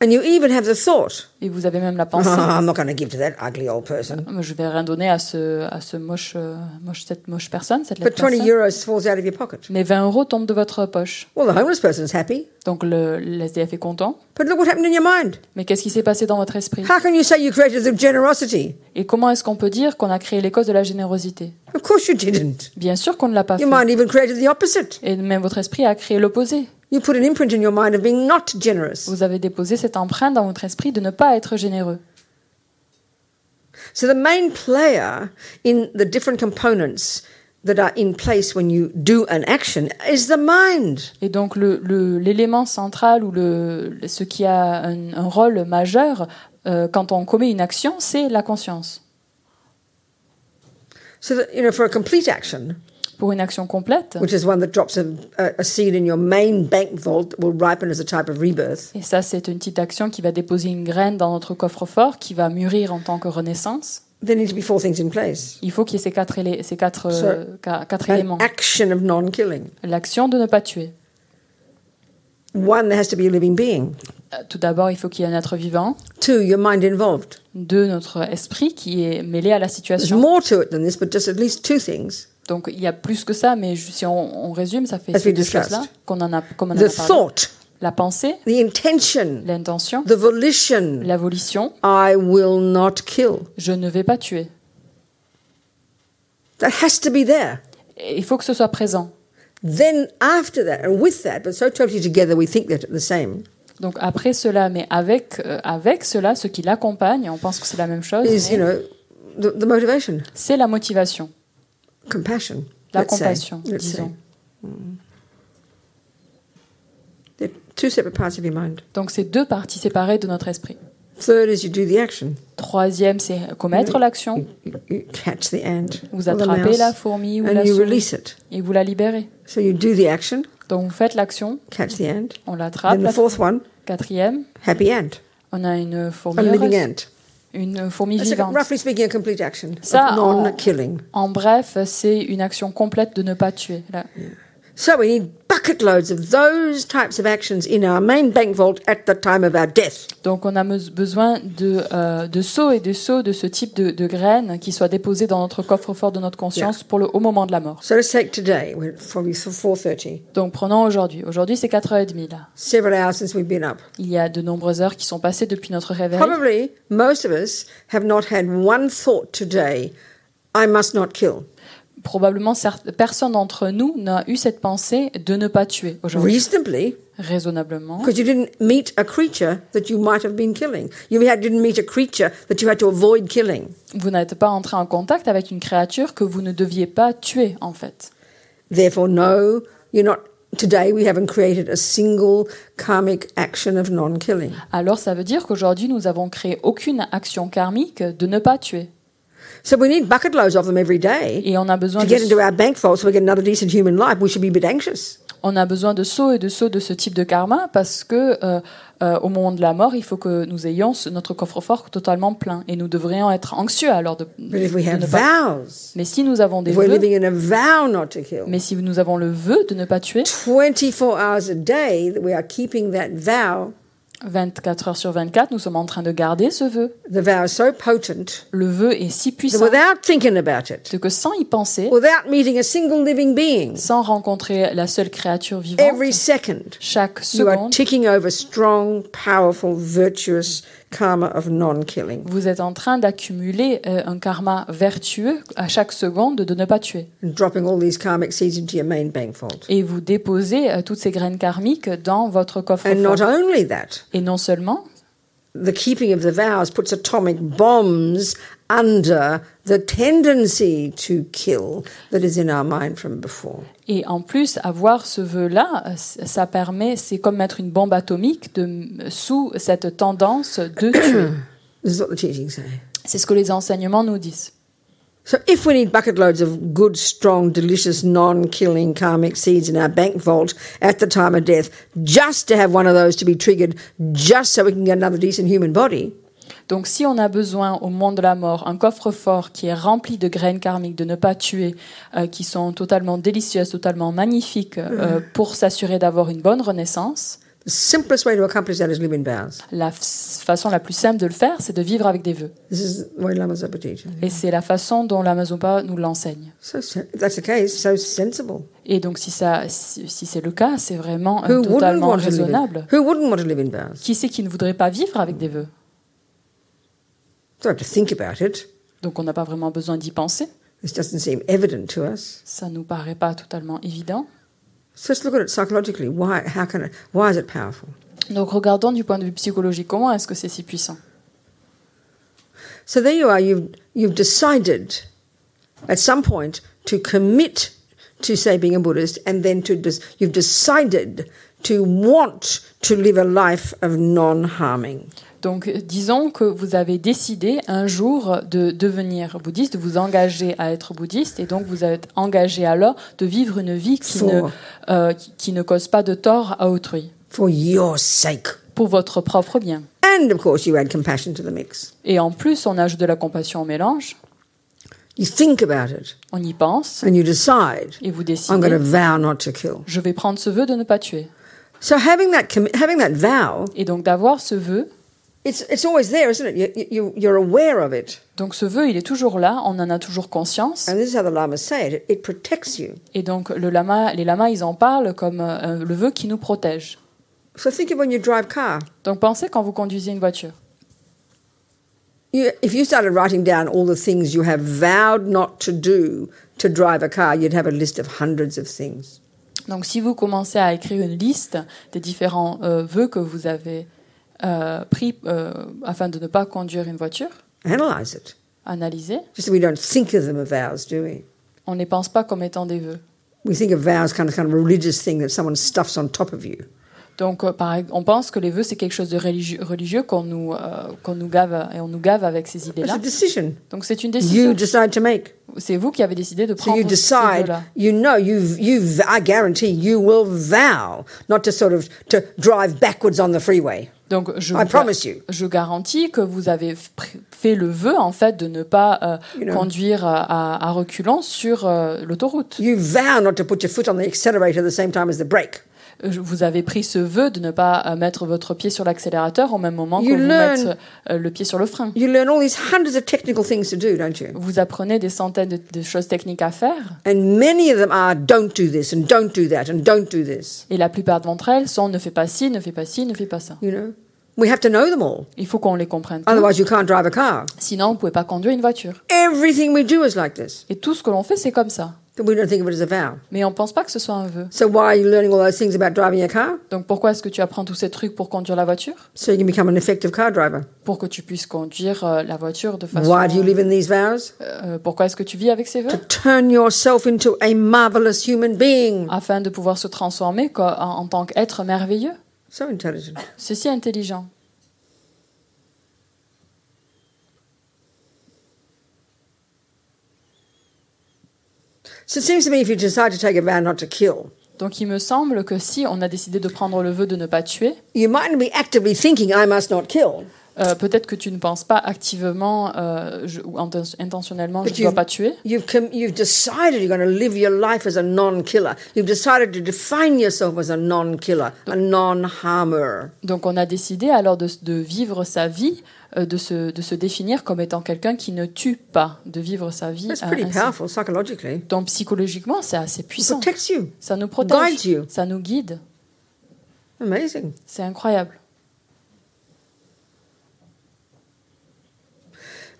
and you even have the thought,
et vous avez même la
oh,
pensée.
"I'm not going to give to that ugly old person."
Mais Je vais rien donner à ce, à ce moche, euh, moche, cette moche personne, cette laide
But 20
personne.
euros falls out of your pocket.
Mais 20 euros tombent de votre poche.
Well, the homeless person's happy,
Donc le, le SDF est content.
but look what happened in your mind.
Mais qu'est-ce qui s'est passé dans votre esprit
How can you say you created the generosity?
Et comment est-ce qu'on peut dire qu'on a créé les causes de la générosité
Of course you didn't.
Bien sûr qu'on ne l'a pas fait.
Your mind even created the opposite.
Et même votre esprit a créé l'opposé.
You put an imprint in your mind of being not generous.
Vous avez déposé cette empreinte dans votre esprit de ne pas être généreux.
So the main player in the different components that are in place when you do an action is the mind.
Et donc le- le- l'élément central ou le, le- ce qui a un, un rôle majeur euh, quand on commet une action, c'est la conscience.
So that, you know, for a complete action,
Pour une action complète,
which is one that drops a, a a seed in your main bank vault that will ripen as a type of rebirth,
et ça c'est une petite action qui va déposer une graine dans notre coffre-fort, qui va mûrir en tant que renaissance,
there need to be four things in place.
il faut qu'il y ait ces quatre, élé- ces quatre, euh, qua- quatre éléments.
An action of non-killing.
L'action de ne pas tuer.
One, there has to be a living being.
Euh, Tout d'abord, il faut qu'il y ait un être vivant.
Two, your mind involved.
Deux, notre esprit qui est mêlé à la
There's
situation.
more to it than this, but just at least two things.
Donc il y a plus que ça, mais ju- si on, on résume, ça fait
As we
ces deux
discussed.
choses-là qu'on en a, comme on en a
The
parlé.
thought,
La pensée,
the intention,
l'intention,
the volition.
la volition.
I will not kill.
Je ne vais pas tuer.
That has to be there.
Et il faut que ce soit présent.
Then after that, and with that, but so totally together, we think they're the same.
Donc après cela, mais avec euh, avec cela, ce qui l'accompagne, on pense que c'est la même chose.
Is
mais
you know, the, the motivation,
C'est la motivation,
compassion.
la
let's say.
compassion,
Let's say. Mm.
disons.
They're two separate parts of your mind.
Donc c'est deux parties séparées de notre esprit.
Third is you do the action.
Troisième, c'est commettre l'action.
Mm. You, you- you catch the ant
Vous
or the
attrapez la
mouse,
fourmi ou la
and you
souris
release it.
et vous la libérez.
So you do the action,
Donc vous faites l'action,
catch the ant.
on l'attrape.
Then the
La
fourth one,
quatrième,
happy ant,
on a une
a
fourmi
living
heureuse,
ant.
une fourmi
That's like,
vivante.
roughly speaking, a complete action of
Ça, en-
non-killing.
En bref, c'est une action complète de ne pas tuer. Là.
So we need bucket loads of those types of actions in our main bank vault at the time of our death.
Donc on a mes- besoin de, euh, de seaux et de seaux de ce type de, de graines qui soient déposées dans notre coffre-fort de notre conscience pour le, au moment de la mort.
So let's take today. We're at probably four thirty.
Donc prenons aujourd'hui. Aujourd'hui c'est 4h30 là.
Several hours since we've been up.
Il y a de nombreuses heures qui sont passées depuis notre réveil.
Probably most of us have not had one thought today. I must not kill.
Probablement certes- personne d'entre nous n'a eu cette pensée de ne pas tuer aujourd'hui.
Reasonably,
Raisonnablement.
because you didn't meet a creature that you might have been killing. You had, didn't meet a creature that you had to avoid killing.
Vous n'êtes pas entré en contact avec une créature que vous ne deviez pas tuer en fait.
Therefore, no, you're not. Today, we haven't created a single karmic action of non-killing.
Alors ça veut dire qu'aujourd'hui nous avons créé aucune action karmique de ne pas tuer.
So we need bucket loads of them every day.
Et on a besoin
to
de,
get into our bank vault so we get another decent human life, we should be a bit anxious.
on a besoin de sauts et de sauts de ce type de karma parce que euh, euh, au moment de la mort, il faut que nous ayons ce- notre coffre-fort totalement plein et nous devrions être anxieux alors de,
But if we
de
have
ne pas.
vows,
Mais si nous avons des
if we're
vœux,
living in a vow not to kill,
mais si nous avons le vœu de ne pas tuer
24 hours a day that we are keeping that vow,
24 heures sur 24, nous sommes en train de garder ce vœu.
the vow is so potent
Le vœu est si
that
puissant
without thinking about it,
que sans y penser,
without meeting a single living being,
sans rencontrer la seule créature vivante,
every second
chaque
you are
seconde
ticking over strong, powerful, virtuous
karma of non killing.
Vous êtes en train d'accumuler euh, un karma vertueux à chaque seconde de ne pas tuer.
And dropping all these karmic seeds into your main bankfold.
Et vous déposez euh, toutes ces graines karmiques dans votre
And not
coffre-fort.
only that,
Et non seulement,
the keeping of the vows puts atomic bombs under the tendency to kill that is in our mind from before.
et en plus, avoir ce vœu-là, euh, c- ça permet, c'est comme mettre une bombe atomique de, sous cette tendance de tuer.
This is what the teachings say.
C'est ce que les enseignements nous disent.
So, if we need bucket loads of good, strong, delicious, non killing karmic seeds in our bank vault at the time of death, just to have one of those to be triggered, just so we can get another decent human body,
Donc si on a besoin au monde de la mort un coffre-fort qui est rempli de graines karmiques de ne pas tuer, euh, qui sont totalement délicieuses, totalement magnifiques,
Mm.
euh, pour s'assurer d'avoir une bonne renaissance,
the simplest way to accomplish that is live in vows.
la f- façon la plus simple de le faire, c'est de vivre avec des vœux.
This is the way Lamas are teaching.
Et c'est la façon dont l'Amazonpa nous l'enseigne.
So, sen- if that's the case, so sensible.
Et donc si, ça, si, si c'est le cas, c'est vraiment euh,
Who wouldn't,
totalement
want to live in,
raisonnable.
who wouldn't want to live in vows?
Qui c'est qui ne voudrait pas vivre avec des vœux
Don't have to think about it.
Donc on n'a pas vraiment besoin d'y penser.
This doesn't seem evident to us.
Ça nous paraît pas totalement évident.
So let's look at it psychologically. Why, how can it, why is it powerful?
Donc regardons du point de vue psychologique, comment est-ce que c'est si puissant
So there you are. You've you've decided at some point to commit to say being a Buddhist, and then to des- you've decided to want to live a life of non-harming.
Donc, euh, disons que vous avez décidé un jour de devenir bouddhiste, de vous engager à être bouddhiste, et donc vous êtes engagé alors de vivre une vie qui, ne,
For
euh, qui, qui ne cause pas de tort à autrui,
for your sake.
pour votre propre bien.
And of course, you add compassion to the mix.
Et en plus, on ajoute de la compassion au mélange,
You think about it,
on y pense,
and you decide.
et vous
I'm going
décidez,
to vow not to kill.
je vais prendre ce vœu de ne pas tuer.
So having that commi- having that vow,
Et donc d'avoir ce vœu,
it's it's always there, isn't it? You, you you're aware of it,
donc ce vœu, il est toujours là, on en a toujours conscience,
and this is how the lamas say it. It, it protects you.
et donc le lama, les lamas, ils en parlent comme euh, le vœu qui nous protège.
So think of when you drive car.
Donc pensez quand vous conduisez une voiture.
You, if you started writing down all the things you have vowed not to do to drive a car, you'd have a list of hundreds of things.
Donc, si vous commencez à écrire une liste des différents euh, vœux que vous avez euh, pris euh, afin de ne pas conduire une voiture,
Analyze it.
analysez,
Just that we don't think of them as vows, do we?
on ne les pense pas comme étant des vœux.
We think of vows kind of kind of religious thing that someone stuffs on top of you.
Donc, euh, par ex- on pense que les vœux, c'est quelque chose de religieux, religieux qu'on nous, euh, qu'on nous gave et on nous gave avec ces
It's a
idées-là.
decision
Donc, c'est une
you
décision.
decide to make.
C'est vous qui avez décidé de
So you
prendre ces vœux-là.
decide. You know. You you. I guarantee you will vow not to sort of to drive backwards on the freeway.
Donc, je,
I
vous-
promise you.
je garantis que vous avez f- pr- fait le vœu, en fait, de ne pas euh,
You know.
conduire euh, à, à reculons sur euh, l'autoroute.
You vow not to put your foot on the accelerator at the same time as the brake.
Euh, Je- vous avez pris ce vœu de ne pas euh, mettre votre pied sur l'accélérateur au même moment
You
que vous
learn.
mettez euh, le pied sur le frein.
You learn all these hundreds of technical things to do, don't you?
Vous apprenez des centaines de, de choses techniques à faire,
And many of them are don't do this and don't do that and don't do this.
et la plupart d'entre elles sont ne fais pas ci, ne fais pas ci, ne fais pas ça.
You know, we have to know them all.
Il faut qu'on les comprenne. tous.
Otherwise, you can't drive a car.
Sinon, vous pouvez pas conduire une voiture.
Everything we do is like this,
Et tout ce que l'on fait, c'est comme ça.
but we don't think of it as a vow.
Mais on pense pas que ce soit un vœu.
So why are you learning all those things about driving a car?
Donc pourquoi est-ce que tu apprends tous ces trucs pour conduire la voiture
So you can become an effective car driver.
Pour que tu puisses conduire euh, la voiture de façon.
Why do you live in these vows?
Euh, pourquoi est-ce que tu vis avec ces
To
vœux
turn yourself into a marvelous human being.
Afin de pouvoir se transformer co- en- en tant qu'être merveilleux.
So intelligent.
Ceci est intelligent.
So it seems to me if you decide to take a vow not to kill,
Donc il me semble que si on a décidé de prendre le vœu de ne pas tuer,
you mightn't be actively thinking, I must not kill.
euh, peut-être que tu ne penses pas activement euh, je- ou inten- intentionnellement je
But
ne dois
you-
pas tuer,
You've, com- you've decided you're going to live your life as a non killer. You've decided to define yourself as a non killer, a non harmer.
donc on a décidé alors de, de vivre sa vie, euh, de, se, de se définir comme étant quelqu'un qui ne tue pas, de vivre sa vie.
That's
euh,
pretty
ainsi.
powerful psychologically.
Donc psychologiquement c'est assez
It
puissant,
protects you.
ça nous
guides you.
protège, ça nous guide,
Amazing.
c'est incroyable.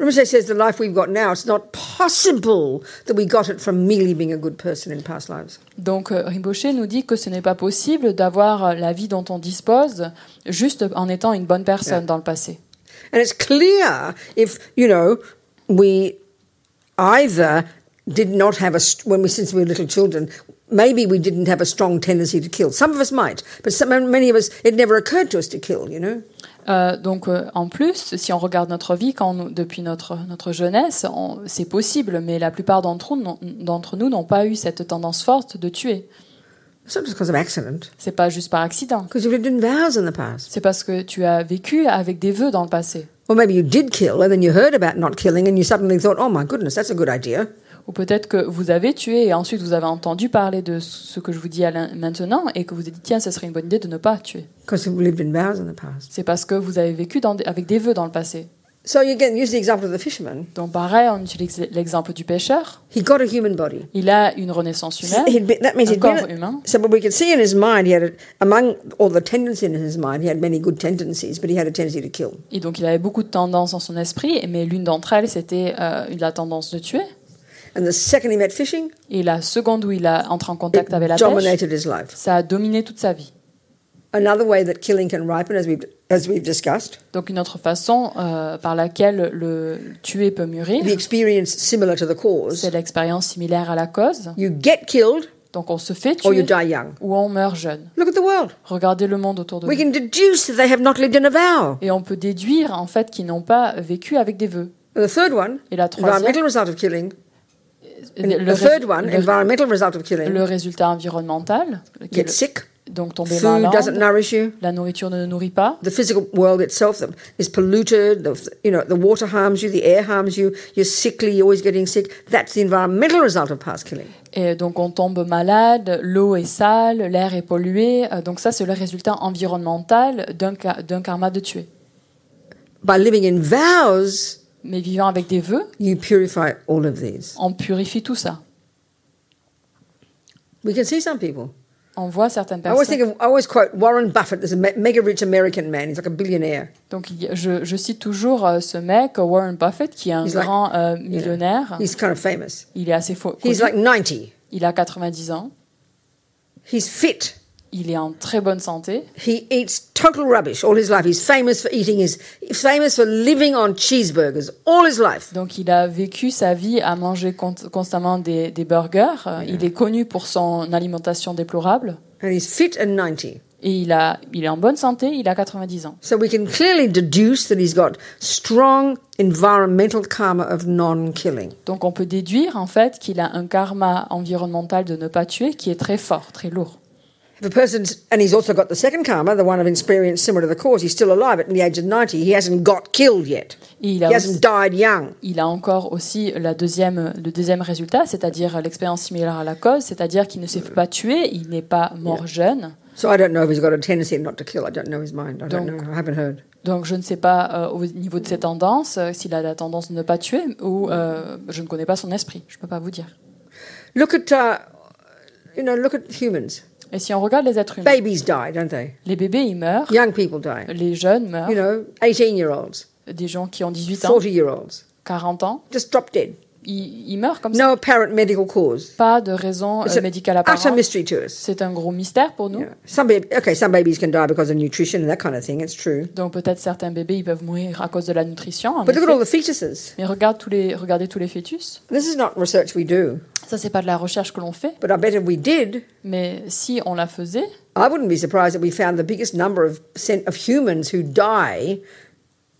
Rinpoche says the life we've got now, it's not possible that we got it from merely being a good person in past lives.
Donc euh, Rinpoche nous dit que ce n'est pas possible d'avoir euh, la vie dont on dispose juste en étant une bonne personne dans le passé.
And it's clear if, you know, we either did not have a, st- when we, since we were little children, maybe we didn't have a strong tendency to kill. Some of us might, but some, many of us, it never occurred to us to kill, you know.
Euh, donc euh, en plus, si on regarde notre vie quand nous- depuis notre, notre jeunesse, on- c'est possible, mais la plupart d'entre nous n'ont- d'entre nous n'ont pas eu cette tendance forte de tuer.
It's not just because of accident,
C'est pas juste par accident.
because you've lived in vows in the past.
C'est parce que tu as vécu avec des vœux dans le passé.
Or maybe you did kill and then you heard about not killing and you suddenly thought, oh my goodness, that's a good idea.
Ou peut-être que vous avez tué et ensuite vous avez entendu parler de ce que je vous dis à l'in- maintenant et que vous vous dites tiens, ce serait une bonne idée de ne pas tuer.
Because we've lived in vows in the past.
C'est parce que vous avez vécu dans des- avec des vœux dans le passé.
So you again use the example of the fisherman.
Donc pareil, on utilise l'exemple du pêcheur.
He got a human body.
Il a une renaissance humaine,
He'd been, that means
un
he'd
corps
been.
humain.
So, but we could see in his mind, he had a, among all the tendencies in his mind, he had many good tendencies, but he had a tendency to kill.
Et donc il avait beaucoup de tendances dans son esprit, mais l'une d'entre elles, c'était euh, la tendance de tuer.
And the second he met fishing,
Et la seconde où il a entré en contact avec la pêche,
dominated his life.
ça a dominé toute sa vie.
Another way that killing can ripen, as we've as we've discussed,
Donc une autre façon euh, par laquelle le tuer peut mûrir,
the experience similar to the cause.
c'est l'expérience similaire à la cause.
You get killed
Donc on se fait
or you
tuer
die young.
ou on meurt jeune.
Look at the world.
Regardez le monde autour de
We
nous.
can deduce that they have not lived in a vow.
Et on peut déduire en fait qu'ils n'ont pas vécu avec des vœux.
And the third one,
Et la troisième,
environmental result of killing. And
le,
the third
résu-
one,
le-
environmental result of
le
killing.
résultat environnemental, qui
Get
est
sick.
le- donc tomber
Food
malade,
doesn't nourish you.
la nourriture ne nourrit pas,
the physical world itself that is polluted. The, you know, the water harms you, the air harms you. You're sickly. You're always getting sick. That's the environmental result of past killing.
Et donc on tombe malade, l'eau est sale, l'air est pollué. Euh, Donc ça, c'est le résultat environnemental d'un ka- d'un karma de tuer.
By living in vows,
Mais vivant avec des vœux,
you purify all of these.
on purifie tout ça.
We can see some people.
On voit certaines
I always think
personnes.
of, I always quote Warren Buffett. There's a me- mega rich American man. He's like a billionaire.
Donc il y a- je, je cite toujours euh, ce mec, Warren Buffett, qui est un
He's like-
grand euh, millionnaire.
He's kind of famous.
Il est assez faux.
He's like 90.
Il a 90 ans.
He's fit.
Il est en très bonne santé.
He eats total rubbish all his life. He's famous for eating his, he's famous for living on cheeseburgers all his life.
Donc il a vécu sa vie à manger con- constamment des, des burgers. Euh, Il est connu pour son alimentation déplorable.
And he's fit and 90.
Et il, a, il est en bonne santé, il a 90 ans.
So we can clearly deduce that he's got strong environmental karma of non killing.
Donc on peut déduire en fait qu'il a un karma environnemental de ne pas tuer qui est très fort, très lourd.
If a person's, and he's also got the second karma, the one of experience similar to the cause, he's still alive at the age of 90. He hasn't got killed yet.
Et il
He
a, aussi-
hasn't died young.
il a encore aussi la deuxième, le deuxième résultat, c'est-à-dire l'expérience similaire à la cause, c'est-à-dire qu'il ne s'est pas tué, il n'est pas mort jeune.
So I don't know if he's got a tendency not to kill. I don't know his mind. I don't
Don't.
know. I haven't heard.
Donc je ne sais pas euh, au niveau de ses tendances, euh, s'il a la tendance de ne pas tuer ou euh, je ne connais pas son esprit, je ne peux pas vous dire.
Look at, uh, you know, look at humans.
Et si on regarde les êtres humains,
Babies die, don't they?
les bébés ils meurent,
Young people die.
les jeunes meurent,
You know, 18 year olds,
des gens qui ont 18 ans,
40 year olds,
40 ans,
just drop dead.
ils, ils meurent comme ça.
No apparent medical cause.
Pas de raison
It's
euh,
an
médicale
Utter
apparente.
mystery to us.
C'est un gros mystère pour nous.
Yeah. Some baby, okay, some babies can die because of nutrition and that kind of thing. It's true.
Donc peut-être certains bébés ils peuvent mourir à cause de la nutrition. en
But look
effet.
at all the fetuses.
Mais regarde tous les, regardez tous les fœtus.
This is not research we do,
Ça c'est pas de la recherche que l'on fait,
but I bet if we did,
mais si on la faisait,
I wouldn't be surprised if we found the biggest number of percent of humans who die,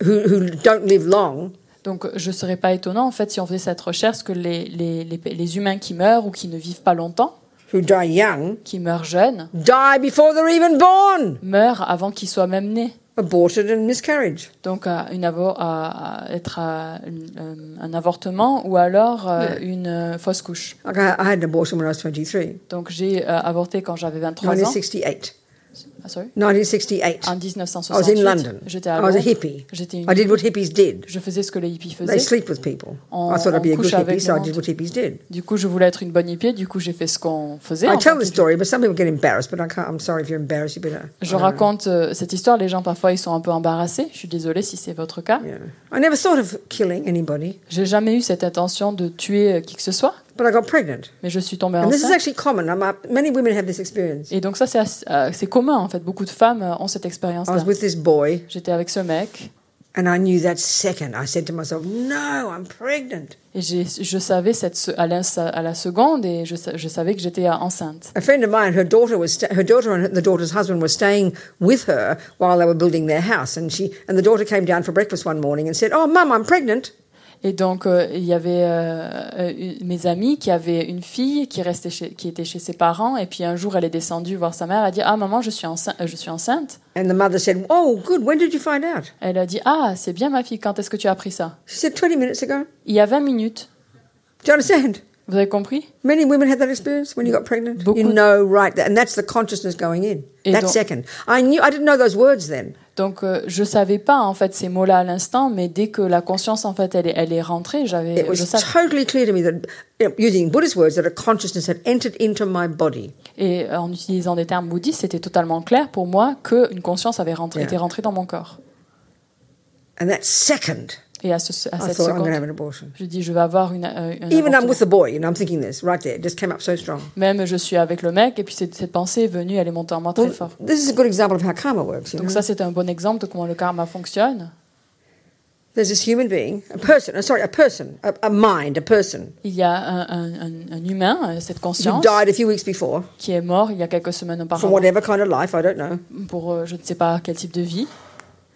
who who don't live long,
donc je serais pas étonnant en fait si on faisait cette recherche que les, les, les, les humains qui meurent ou qui ne vivent pas longtemps,
who die young,
qui meurent jeunes,
die before they're even born,
meurent avant qu'ils soient même nés.
aborted and miscarriage.
Donc à une avo- à, à être à une- euh, un avortement ou alors euh, une euh, fausse couche.
Like I, I had an abortion when I was 23,
Donc j'ai euh, avorté quand j'avais 23 ans.
1968.
Ah, sorry.
1968.
En
I was
1968,
in London.
j'étais à
I was a
Londres.
hippie.
J'étais une
I did what hippies did.
Je faisais ce que les hippies
They
faisaient.
sleep with people.
On-
I thought I'd be a
on
good
couche avec
hippie, so I
les
did what hippies did.
Du coup, je voulais être une bonne hippie. Du coup, j'ai fait ce qu'on faisait.
I
en tant
tell
que
the
hippie.
story, but some people get embarrassed. But I can't. I'm sorry if you're embarrassed. You better.
Je raconte euh, cette histoire. Les gens, parfois, ils sont un peu embarrassés. Je suis désolée si c'est votre cas.
Yeah. I never thought of killing anybody,
J'ai jamais eu cette intention de tuer euh, qui que ce soit,
but I got pregnant.
mais je suis tombée
And this is
enceinte.
actually common. I'm up, many women have this experience.
Et donc ça, c'est assez- euh, c'est commun en fait. Beaucoup de femmes euh, ont cette
I was
expérience-là.
with this boy,
J'étais avec ce mec
and I knew that second. I said to myself, "No, I'm pregnant."
et j'ai- je savais cette, se- à, la, à la seconde et je, sa- je savais que j'étais euh, enceinte.
A friend of mine, her daughter was sta- her daughter and the daughter's husband were staying with her while they were building their house, and she and the daughter came down for breakfast one morning and said, "Oh, mum, I'm pregnant."
Et donc euh, il y avait euh, euh, une- mes amis qui avaient une fille qui restait chez, qui était chez ses parents et puis un jour elle est descendue voir sa mère. Elle a dit ah maman je suis enceinte je suis enceinte.
And the mother said, "Oh, good. When did you find out?"
Elle a dit ah c'est bien ma fille quand est-ce que tu as appris ça?
She said, "20 minutes ago."
Il y a 20 minutes.
Do you understand?
Vous avez compris?
Many women had that experience when you got pregnant.
Beaucoup-
You know, right? That, and that's the consciousness going in.
Et
that
donc-
second, I knew. I didn't know those words then.
Donc euh, je savais pas en fait ces mots-là à l'instant, mais dès que la conscience en fait elle est, elle est rentrée, j'avais
It
je
was
savais.
totally clear to me that, you know, using Buddhist words, that a consciousness had entered into my body.
et euh, en utilisant des termes bouddhistes, c'était totalement clair pour moi que une conscience avait rentré,
Yeah.
était rentrée dans mon corps.
And that second,
Et à, ce- à
I
cette
thought Oh, I'm going to have
seconde,
an abortion.
je dis je vais avoir une. euh, un
Even I'm
avortement.
with the boy, you know, I'm thinking this right there. It just came up so strong.
Même je suis avec le mec et puis cette, cette pensée est venue, elle est montée en moi très
Well,
fort.
this is a good example of how karma works. You
Donc
know?
ça c'est un bon exemple de comment le karma fonctionne.
There's this human being, a person, uh, sorry, a person, a, a mind, a person,
Il y a un, un- un- un humain, euh, cette
who
conscience,
died a few weeks before
qui est mort il y a quelques semaines
from
auparavant
whatever kind of life, I don't know.
pour euh, je ne sais pas quel type de vie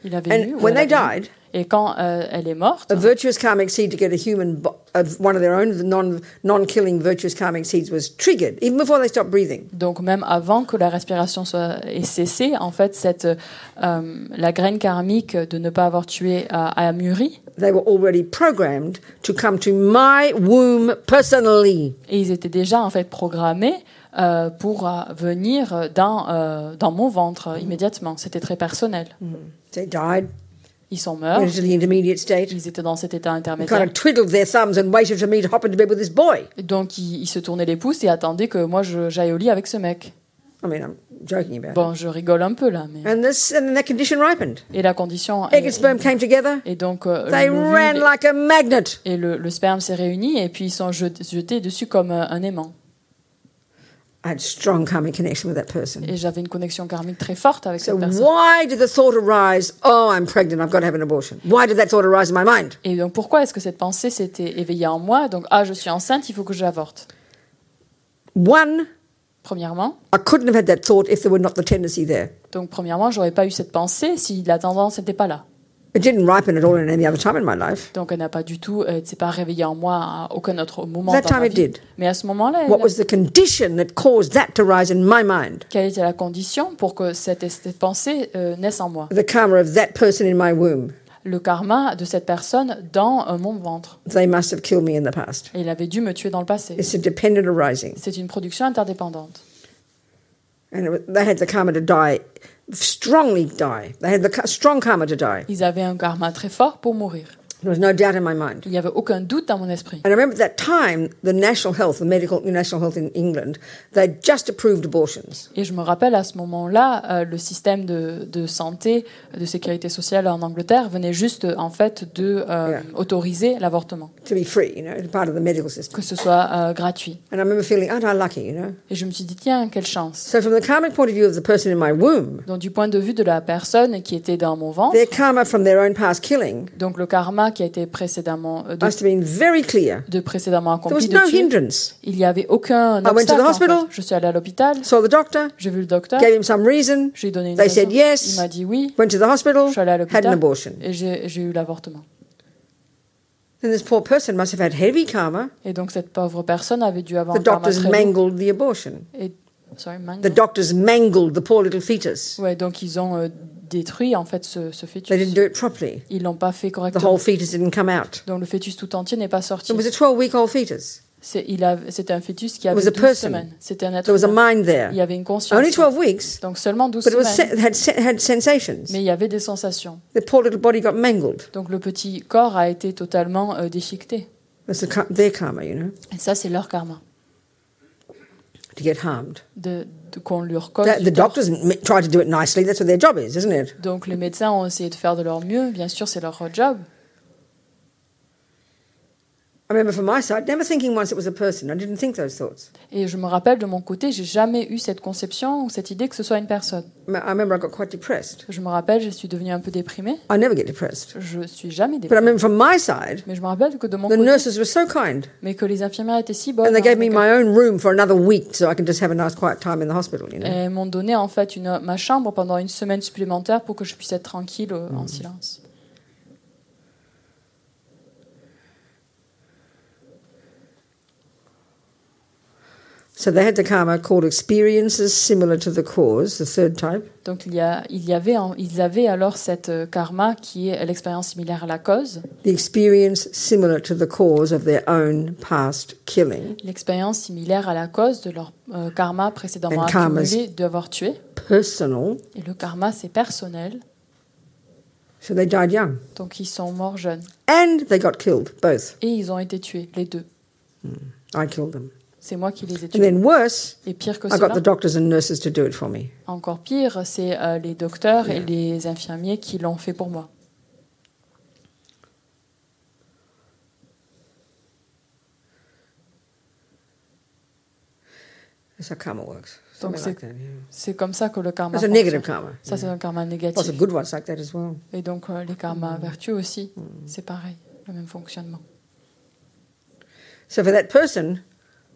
il avait
And
eu. ou
when
elle
they
avait eu.
died,
Et quand euh, elle est morte,
A virtuous karmic seed to get a human, bo- of one of their own the non non killing virtuous karmic seeds was triggered even before they stopped breathing.
donc même avant que la respiration soit ait cessé, en fait, cette euh, la graine karmique de ne pas avoir tué a, a mûri
They were already programmed to come to my womb personally.
et ils étaient déjà en fait programmés euh, pour euh, venir dans euh, dans mon ventre euh, immédiatement. C'était très personnel.
Mhm. They died,
Ils sont
went
morts.
into the intermediate state,
Ils étaient dans cet état
kind
intermédiaire.
of twiddled their thumbs and waited for me to hop into bed with this boy.
Donc ils, ils se tournaient les pouces et attendaient que moi je- j'aille au lit avec ce mec.
I mean, I'm joking about
Bon, je rigole un peu là, mais
it. And this, and then that condition ripened.
et la condition
Egg and sperm came together.
et donc euh,
They
l'ovule
ran like a magnet.
et le, le sperme s'est réuni et puis ils sont jet- jetés dessus comme euh, un aimant.
I had strong karmic connection with that person.
Et j'avais une connexion karmique très forte avec
So
cette personne.
why did the thought arise? Oh, I'm pregnant. I've got to have an abortion. Why did that thought arise in my mind?
Et donc pourquoi est-ce que cette pensée s'était éveillée en moi Donc ah, je suis enceinte, il faut que j'avorte.
One,
Premièrement,
I couldn't have had that thought if there were not the tendency there.
donc premièrement, j'aurais pas eu cette pensée si la tendance n'était pas là.
It didn't ripen at all in any other time in my life.
Donc elle n'a pas du tout, euh, c'est pas réveillée en moi à aucun autre moment
That
dans
time
ma
it
vie.
did.
Mais à ce moment-là, elle-
What was the condition that caused that to rise in my mind?
quelle était la condition pour que cette, cette pensée euh, naisse en moi
The karma of that person in my womb.
Le karma de cette personne dans euh, mon ventre.
They must have killed me in the past.
Et il avait dû me tuer dans le passé.
It's a dependent arising.
C'est une production interdépendante.
And it was, they had the karma to die, strongly die. They had the ka- strong karma to die.
Ils avaient un karma très fort pour mourir.
There was no doubt in my mind.
Il n'y avait aucun doute dans mon esprit.
And I remember at that time, the National Health, the Medical National Health in England, they'd just approved abortions.
Et je me rappelle à ce moment-là, euh, le système de, de santé, de sécurité sociale en Angleterre venait juste en fait de euh,
Yeah.
autoriser l'avortement,
to be free, you know, part of the medical system.
que ce soit euh, gratuit.
And I remember feeling, aren't I lucky, you know?
Et je me suis dit tiens quelle chance.
So, from the karmic point of view of the person in my womb,
Donc du point de vue de la personne qui était dans mon ventre,
their karma from their own past killing
donc le karma qui a été précédemment euh, de,
must have been Ah, very clear.
de précédemment
There was
accompli, de
no
tuer,
hindrance.
il n'y avait aucun
to the
obstacle. en
hospital.
fait. Je suis allée à l'hôpital,
Saw the doctor,
j'ai vu le docteur,
gave him some reason,
j'ai donné une
They said
raison.
yes.
il m'a dit oui,
went to the hospital,
je suis allée à
had an
l'hôpital
abortion.
et j'ai j'ai eu l'avortement.
Then this poor person must have had heavy karma.
Et donc cette pauvre personne avait dû avoir
The
un karma
doctors
très lourd.
mangled the abortion.
Et... Sorry, mangle.
The doctors mangled the poor little fetus.
Ouais, donc ils ont euh, détruit en fait ce, ce
They didn't
fœtus.
do it properly.
Ils l'ont pas fait
The
correctement.
whole fetus didn't come out.
Donc le fœtus tout entier n'est pas sorti.
It was a 12 week old fetus.
C'est il a- c'est un fœtus qui avait
was a
12
person.
semaines. C'était un être
There was a
humain.
mind there.
Il y avait une conscience.
Only 12 weeks,
Donc seulement 12
but it was
semaines.
se- had, se- had sensations.
Mais il y avait des sensations.
The poor little body got mangled.
Donc le petit corps a été totalement euh, déchiqueté.
That's the, ka- their karma, you know,
Et ça, c'est leur karma,
to get harmed.
de, de- qu'on leur cause.
That-
du
the
tort.
doctors m- try to do it nicely. That's what their job is, isn't it?
Donc les médecins ont essayé de faire de leur mieux. Bien sûr, c'est leur job.
I remember from my side, never thinking once it was a person. I didn't think those thoughts.
Et je me rappelle de mon côté, j'ai jamais eu cette conception ou cette idée que ce soit une personne.
M- I remember I got quite depressed.
Je me rappelle, je suis devenue un peu déprimée.
I never get depressed.
Je suis jamais
But I
déprimée.
remember from my side,
Mais je me rappelle que de mon
the
côté,
nurses were so kind.
mais que les infirmières étaient si bonnes.
And they
hein,
gave
mais
me
que-
my own room for another week so I could just have a nice quiet time in the hospital, you
Et
know.
elles Euh, m'ont donné en fait une, ma chambre pendant une semaine supplémentaire pour que je puisse être tranquille euh,
Mmh.
en silence.
So they had the karma called experiences similar to the cause, the third type.
Donc il y, a, il y avait, en- ils avaient alors cette euh, karma qui est l'expérience similaire à la cause,
The experience similar to the cause of their own past killing.
l'expérience similaire à la cause de leur euh, karma précédemment
And karmas.
accumulé d'avoir tué.
Personal.
Et le karma c'est personnel,
So they died young.
donc ils sont morts jeunes
And they got killed, both. Hmm.
et ils ont été tués les deux.
I killed them.
C'est moi qui les ai
And
tués.
then worse,
Et pire que
I got
cela,
the doctors and nurses to do it for me.
encore pire, c'est euh, les docteurs et les infirmiers qui l'ont fait pour moi.
That's how karma works.
Donc
Something
c'est-
like that, yeah.
C'est comme ça que le karma.
That's a
fonctionne.
negative karma.
Ça c'est un karma
Lots
négatif.
of good ones like that as well.
Et donc euh, les karmas vertueux aussi, c'est pareil, le même fonctionnement.
So for that person,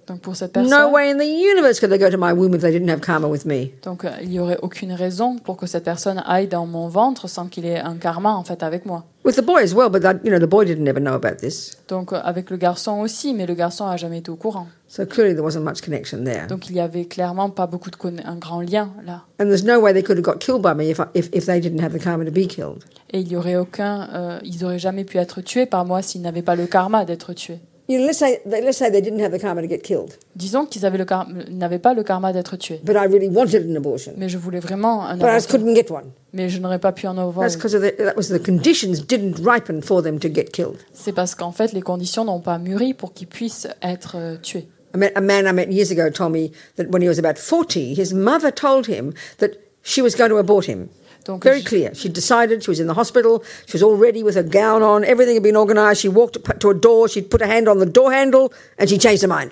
Donc pour cette
no
personne,
way in the universe could they go to my womb if they didn't have karma with me.
donc euh, il n'y aurait aucune raison pour que cette personne aille dans mon ventre sans qu'il ait un karma en fait avec moi.
With the boy as well, but that, you know the boy didn't ever know about this,
Donc euh, avec le garçon aussi, mais le garçon a jamais été au courant.
so clearly there wasn't much connection there.
Donc il y avait clairement pas beaucoup de conna- un grand lien là.
And there's no way they could have got killed by me if, I, if if they didn't have the karma to be killed.
Et il y aurait aucun, euh, ils auraient jamais pu être tués par moi s'ils n'avaient pas le karma d'être tués.
You know, let's say they, let's say they didn't have the karma to get killed,
Disons qu'ils avaient le kar- n'avaient pas le karma d'être tués.
but I really wanted an abortion,
Mais je voulais vraiment un
but I
avorton.
just couldn't get one.
Mais je n'aurais pas pu en avoir.
That's
une.
because the, that was the conditions didn't ripen for them to get killed.
C'est parce qu'en fait, les conditions n'ont pas mûri pour qu'ils puissent être euh, tués.
I met a man I met years ago told me that when he was about forty, his mother told him that she was going to abort him.
Donc,
Very
je-
clear. She decided she was in the hospital. She was all ready with her gown on. Everything had been organised. She walked up to a door. She'd put her hand on the door handle, and she changed her mind.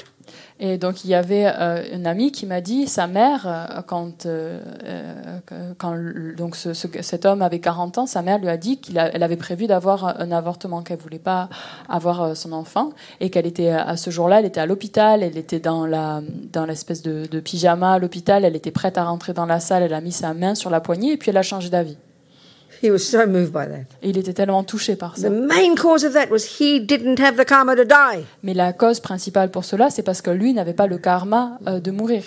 Et donc, il y avait euh, une amie qui m'a dit, sa mère, euh, quand, euh, euh, que- quand le- donc ce- ce- cet homme avait 40 ans, sa mère lui a dit qu'elle avait prévu d'avoir un- un avortement, qu'elle voulait pas avoir euh, son enfant, et qu'elle était euh, à ce jour-là, elle était à l'hôpital, elle était dans la dans l'espèce de, de pyjama à l'hôpital, elle était prête à rentrer dans la salle, elle a mis sa main sur la poignée, et puis elle a changé d'avis.
He was so moved by that.
Et il était tellement touché par ça.
The main cause of that was he didn't have the karma to die.
Mais la cause principale pour cela, c'est parce que lui n'avait pas le karma euh, de mourir.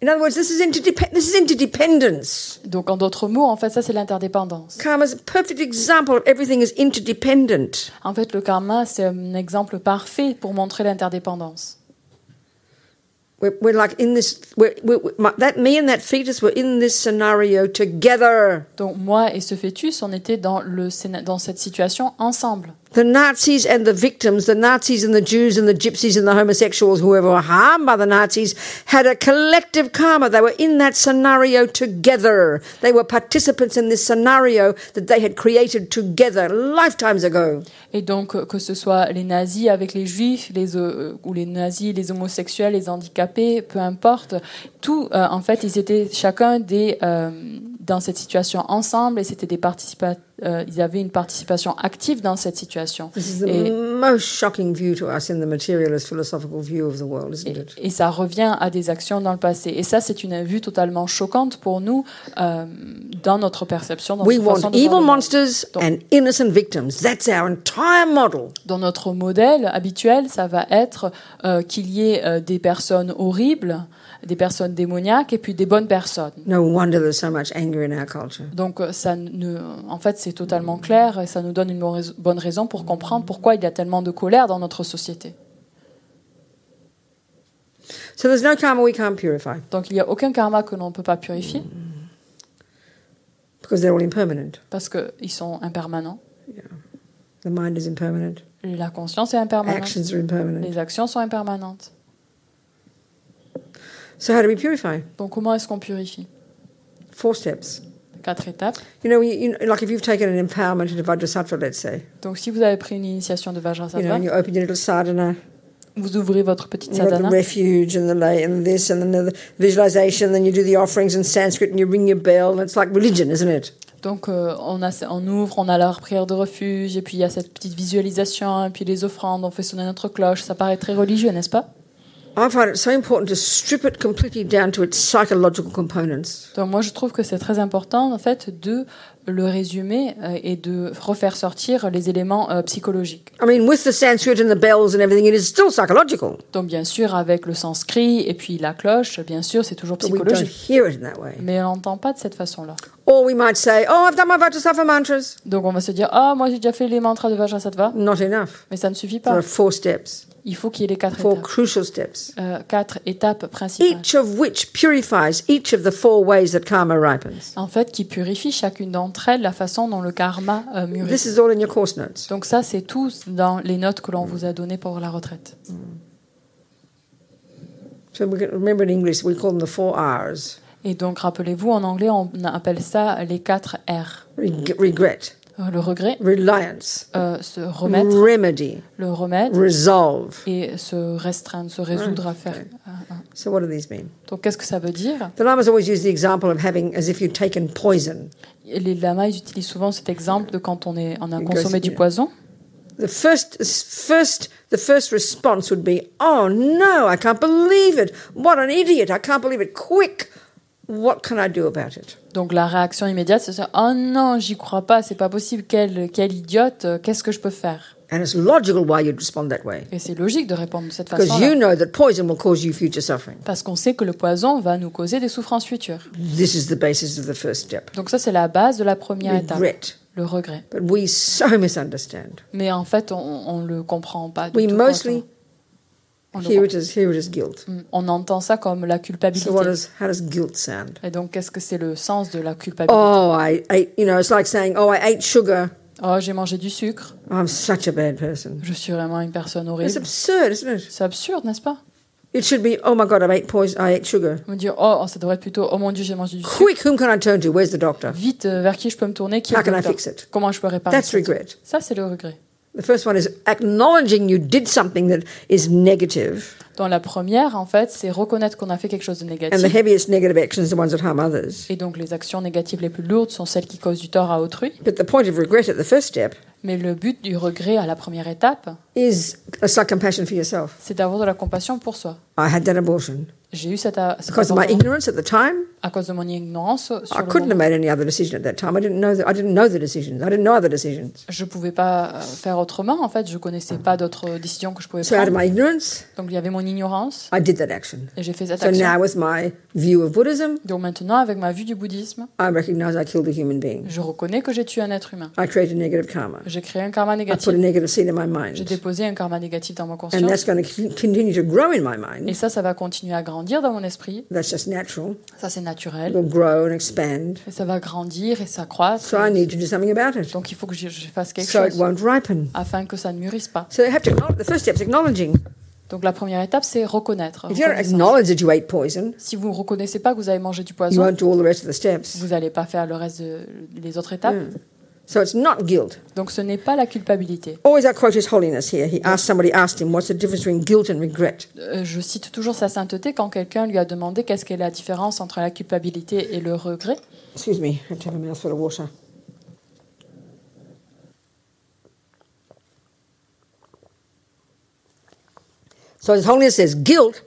In other words, this is, interdep- this is interdependence.
Donc en d'autres mots, en fait, ça c'est l'interdépendance.
Karma's a perfect example of everything is interdependent.
En fait, le karma, c'est un exemple parfait pour montrer l'interdépendance.
We're, we're like in this, we're, we're, we're- my, that me and that fetus were in this scenario together.
Donc moi et ce fœtus, on était dans, le, scéna- dans cette situation ensemble.
The Nazis and the victims, the Nazis and the Jews and the gypsies and the homosexuals, whoever were harmed by the Nazis, had a collective karma. They were in that scenario together. They were participants in this scenario that they had created together lifetimes ago.
Et donc euh, que ce soit les nazis avec les juifs, les, euh, ou les nazis, les homosexuels, les handicapés, peu importe, tout, euh, en fait, ils étaient chacun des, euh, dans cette situation ensemble et c'était des participa- euh, ils avaient une participation active dans cette situation.
This is the
Et-
most shocking view to us in the materialist philosophical view of the world, isn't
Et,
it?
et ça revient à des actions dans le passé. Et ça, c'est une vue totalement choquante pour nous euh, dans notre perception, dans,
We
notre façon
want
de voir
evil
le monde.
monsters and innocent victims. That's our entire model.
Dans notre modèle habituel. Ça va être euh, qu'il y ait euh, des personnes horribles, des personnes démoniaques et puis des bonnes personnes.
No wonder there's so much anger in our culture.
Donc euh, ça ne, en fait, c'est c'est totalement clair et ça nous donne une bonne rais- bonne raison pour comprendre pourquoi il y a tellement de colère dans notre société.
So there's no karma we can't purify
Donc il n'y a aucun karma que l'on ne peut pas purifier
because they're all impermanent.
parce qu'ils sont impermanents.
The mind is impermanent.
La conscience est impermanente.
Actions are impermanent.
Les actions sont impermanentes.
So how do we purify?
Donc comment est-ce qu'on purifie
Four steps.
Quatre étapes.
You know, you, you know, like if you've taken an empowerment into Vajrasattva, let's say,
Donc si vous avez pris une initiation de
you know,
Vajrasattva,
and you open your little sadhana,
vous ouvrez votre petite
you got the
sadhana.
refuge and the lay and this and then the visualization, then you do the offerings in Sanskrit and you ring your bell. and It's like religion, isn't it?
Donc euh, on, a, on ouvre, on a la prière de refuge, et puis il y a cette petite visualisation, et puis les offrandes, on fait sonner notre cloche. Ça paraît très religieux, n'est-ce pas
I find it so important to strip it completely down to its psychological components.
Donc moi je trouve que c'est très important en fait de le résumer euh, et de refaire sortir les éléments euh, psychologiques.
I mean, with the Sanskrit and the bells and everything, it is still psychological,
Donc bien sûr avec le sanskrit et puis la cloche, bien sûr c'est toujours
but we don't
psychologique.
hear it in that way.
Mais on l'entend pas de cette façon-là.
Or we might say, "Oh, I've done my Vajrasattva mantras."
Donc on va se dire ah moi j'ai déjà fait les mantras de Vajrasattva,
Not enough.
mais ça ne suffit
There
pas.
are four steps,
Il faut qu'il y ait les quatre
four
étapes,
crucial steps.
Euh, quatre étapes principales.
each of which purifies each of the four ways that karma ripens.
en fait, qui purifie chacune d'entre elles la façon dont le karma euh, mûrit.
This is all in your course notes.
Donc ça, c'est tout dans les notes que l'on vous a données pour la retraite.
Mm. So we can remember in English we call them the four R's:
Et donc, rappelez-vous, en anglais, on appelle ça les quatre R.
Reg- regret,
Euh, Le regret,
reliance,
euh, se remettre,
remedy,
le remettre
resolve.
et se restreindre, se résoudre à faire. un, un.
So what do these mean?
Donc, qu'est-ce que ça veut dire
The lamas always use the example of having as if you'd taken poison.
Les lamas, ils utilisent souvent cet exemple de quand on, est, on a
Une
consommé
grosse
du
idée.
poison.
The first, first, the first response would be, "Oh no, I can't believe it! What an idiot! I can't believe it! Quick, what can I do about it?"
Donc, la réaction immédiate, c'est ça. Oh non, j'y crois pas, c'est pas possible, quelle quel idiote, euh, qu'est-ce que je peux faire
And it's logical why you'd respond that way
Et c'est logique de répondre de cette façon
because you know that poison will cause you future suffering.
parce qu'on sait que le poison va nous causer des souffrances futures.
This is the basis of the first step
Donc ça, c'est la base de la première étape,
regret.
le regret.
But we so misunderstand.
Mais en fait, on ne le comprend pas du
We
tout.
mostly
quand on- on, le
hear
comprend.
it, as, hear it as guilt.
Mm. On entend ça comme la culpabilité.
So, what is, how does guilt sound?
Et donc, qu'est-ce que c'est le sens de la culpabilité
Oh, I ate, you know, it's like saying, oh, I ate sugar.
Oh, j'ai mangé du sucre,
I'm such a bad person.
je suis vraiment une personne
It's
horrible.
absurd, isn't it?
C'est absurde, n'est-ce pas
It should be, oh my God, I ate poison, I ate sugar.
Me dire, oh, ça devrait être plutôt, oh mon Dieu, j'ai mangé du sucre.
Quick, whom can I turn to? Where's the doctor?
Vite, euh, vers qui je peux me tourner qui est
How
le
can I
docteur
fix it?
Comment je peux réparer
That's
ça
regret.
Ça, c'est le regret.
The first one is acknowledging you did something that is negative,
Dans la première, en fait, c'est reconnaître qu'on a fait quelque chose de
and
négatif.
the heaviest negative actions are the ones that harm others.
Et donc les actions négatives les plus lourdes sont celles qui causent du tort à autrui.
But the point of regret at the first step
Mais le but du regret à la première étape,
is it's like compassion for yourself.
c'est d'avoir de la compassion pour soi.
I had that abortion.
J'ai eu cette, a- cet
Because of my
abandon
ignorance at the time,
à cause de mon ignorance sur
I
le
couldn't
moment.
have made any other decision at that time. I didn't know the, I didn't know the decisions. I didn't know other decisions.
Je pouvais pas euh, faire autrement en fait. Je connaissais pas d'autres euh, décisions que je pouvais
So out of
prendre.
my ignorance,
Donc il y avait mon ignorance
I did that action.
et j'ai fait cette
So
action.
now with my view of Buddhism,
Donc maintenant, avec ma vue du bouddhisme,
I recognize I killed a human being.
je reconnais que j'ai tué un être humain.
I created negative karma.
J'ai créé un karma
I put
négatif.
a negative seed in my
J'ai
mind.
déposé un karma négatif dans ma
And
conscience.
that's going to continue to grow in my
Et
mind.
ça, ça va continuer à grandir dans mon esprit.
That's just natural.
Ça, c'est
It
naturel.
will grow and expand.
Et ça va grandir et s'accroître.
So I need to do something about it.
Donc il faut que je, je fasse quelque
So it
chose
won't ripen.
afin que ça ne mûrisse pas.
So you have to acknowledge, the first step is acknowledging.
Donc la première étape, c'est reconnaître.
If you don't
reconnaissance.
acknowledge that you ate poison,
Si vous ne reconnaissez pas que vous avez mangé du
you
poison,
won't do all the rest of the steps. Mm.
vous n'allez pas faire le reste des autres étapes.
So it's not guilt.
Donc ce n'est pas la culpabilité.
Always I quote His Holiness here. He asked somebody asked him, "What's the difference between guilt and regret?"
Euh, je cite toujours sa sainteté quand quelqu'un lui a demandé qu'est-ce qu'est la différence entre la culpabilité et le regret.
Excuse me, I have to have a mouthful of water. So His Holiness says, "Guilt.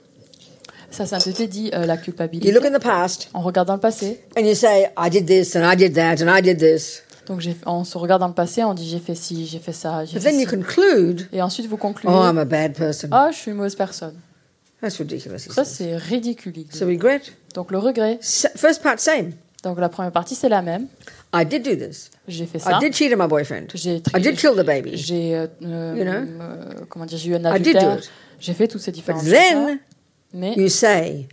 Sa sainteté dit euh, la culpabilité
You look in the past
en regardant le passé.
and you say, "I did this and I did that and I did this,"
Donc j'ai- on se regarde dans le passé, on dit j'ai fait ci, j'ai fait ça, j'ai
but
fait
then you
ci.
conclude,
Et ensuite vous concluez
"Oh, I'm a bad person."
ah je suis une mauvaise personne.
That's ridiculous. he
Ça
says.
c'est ridicule. il dit.
So regret.
Donc le regret,
S- First part same.
Donc la première partie, c'est la même.
I did do this.
J'ai fait ça.
I did cheat on my boyfriend.
J'ai
I did kill the baby.
J'ai euh, euh,
You know?
euh, comment dire, j'ai eu un
I did do
adultère.
it.
J'ai fait toutes ces
But
différentes choses.
then
Mais,
you say,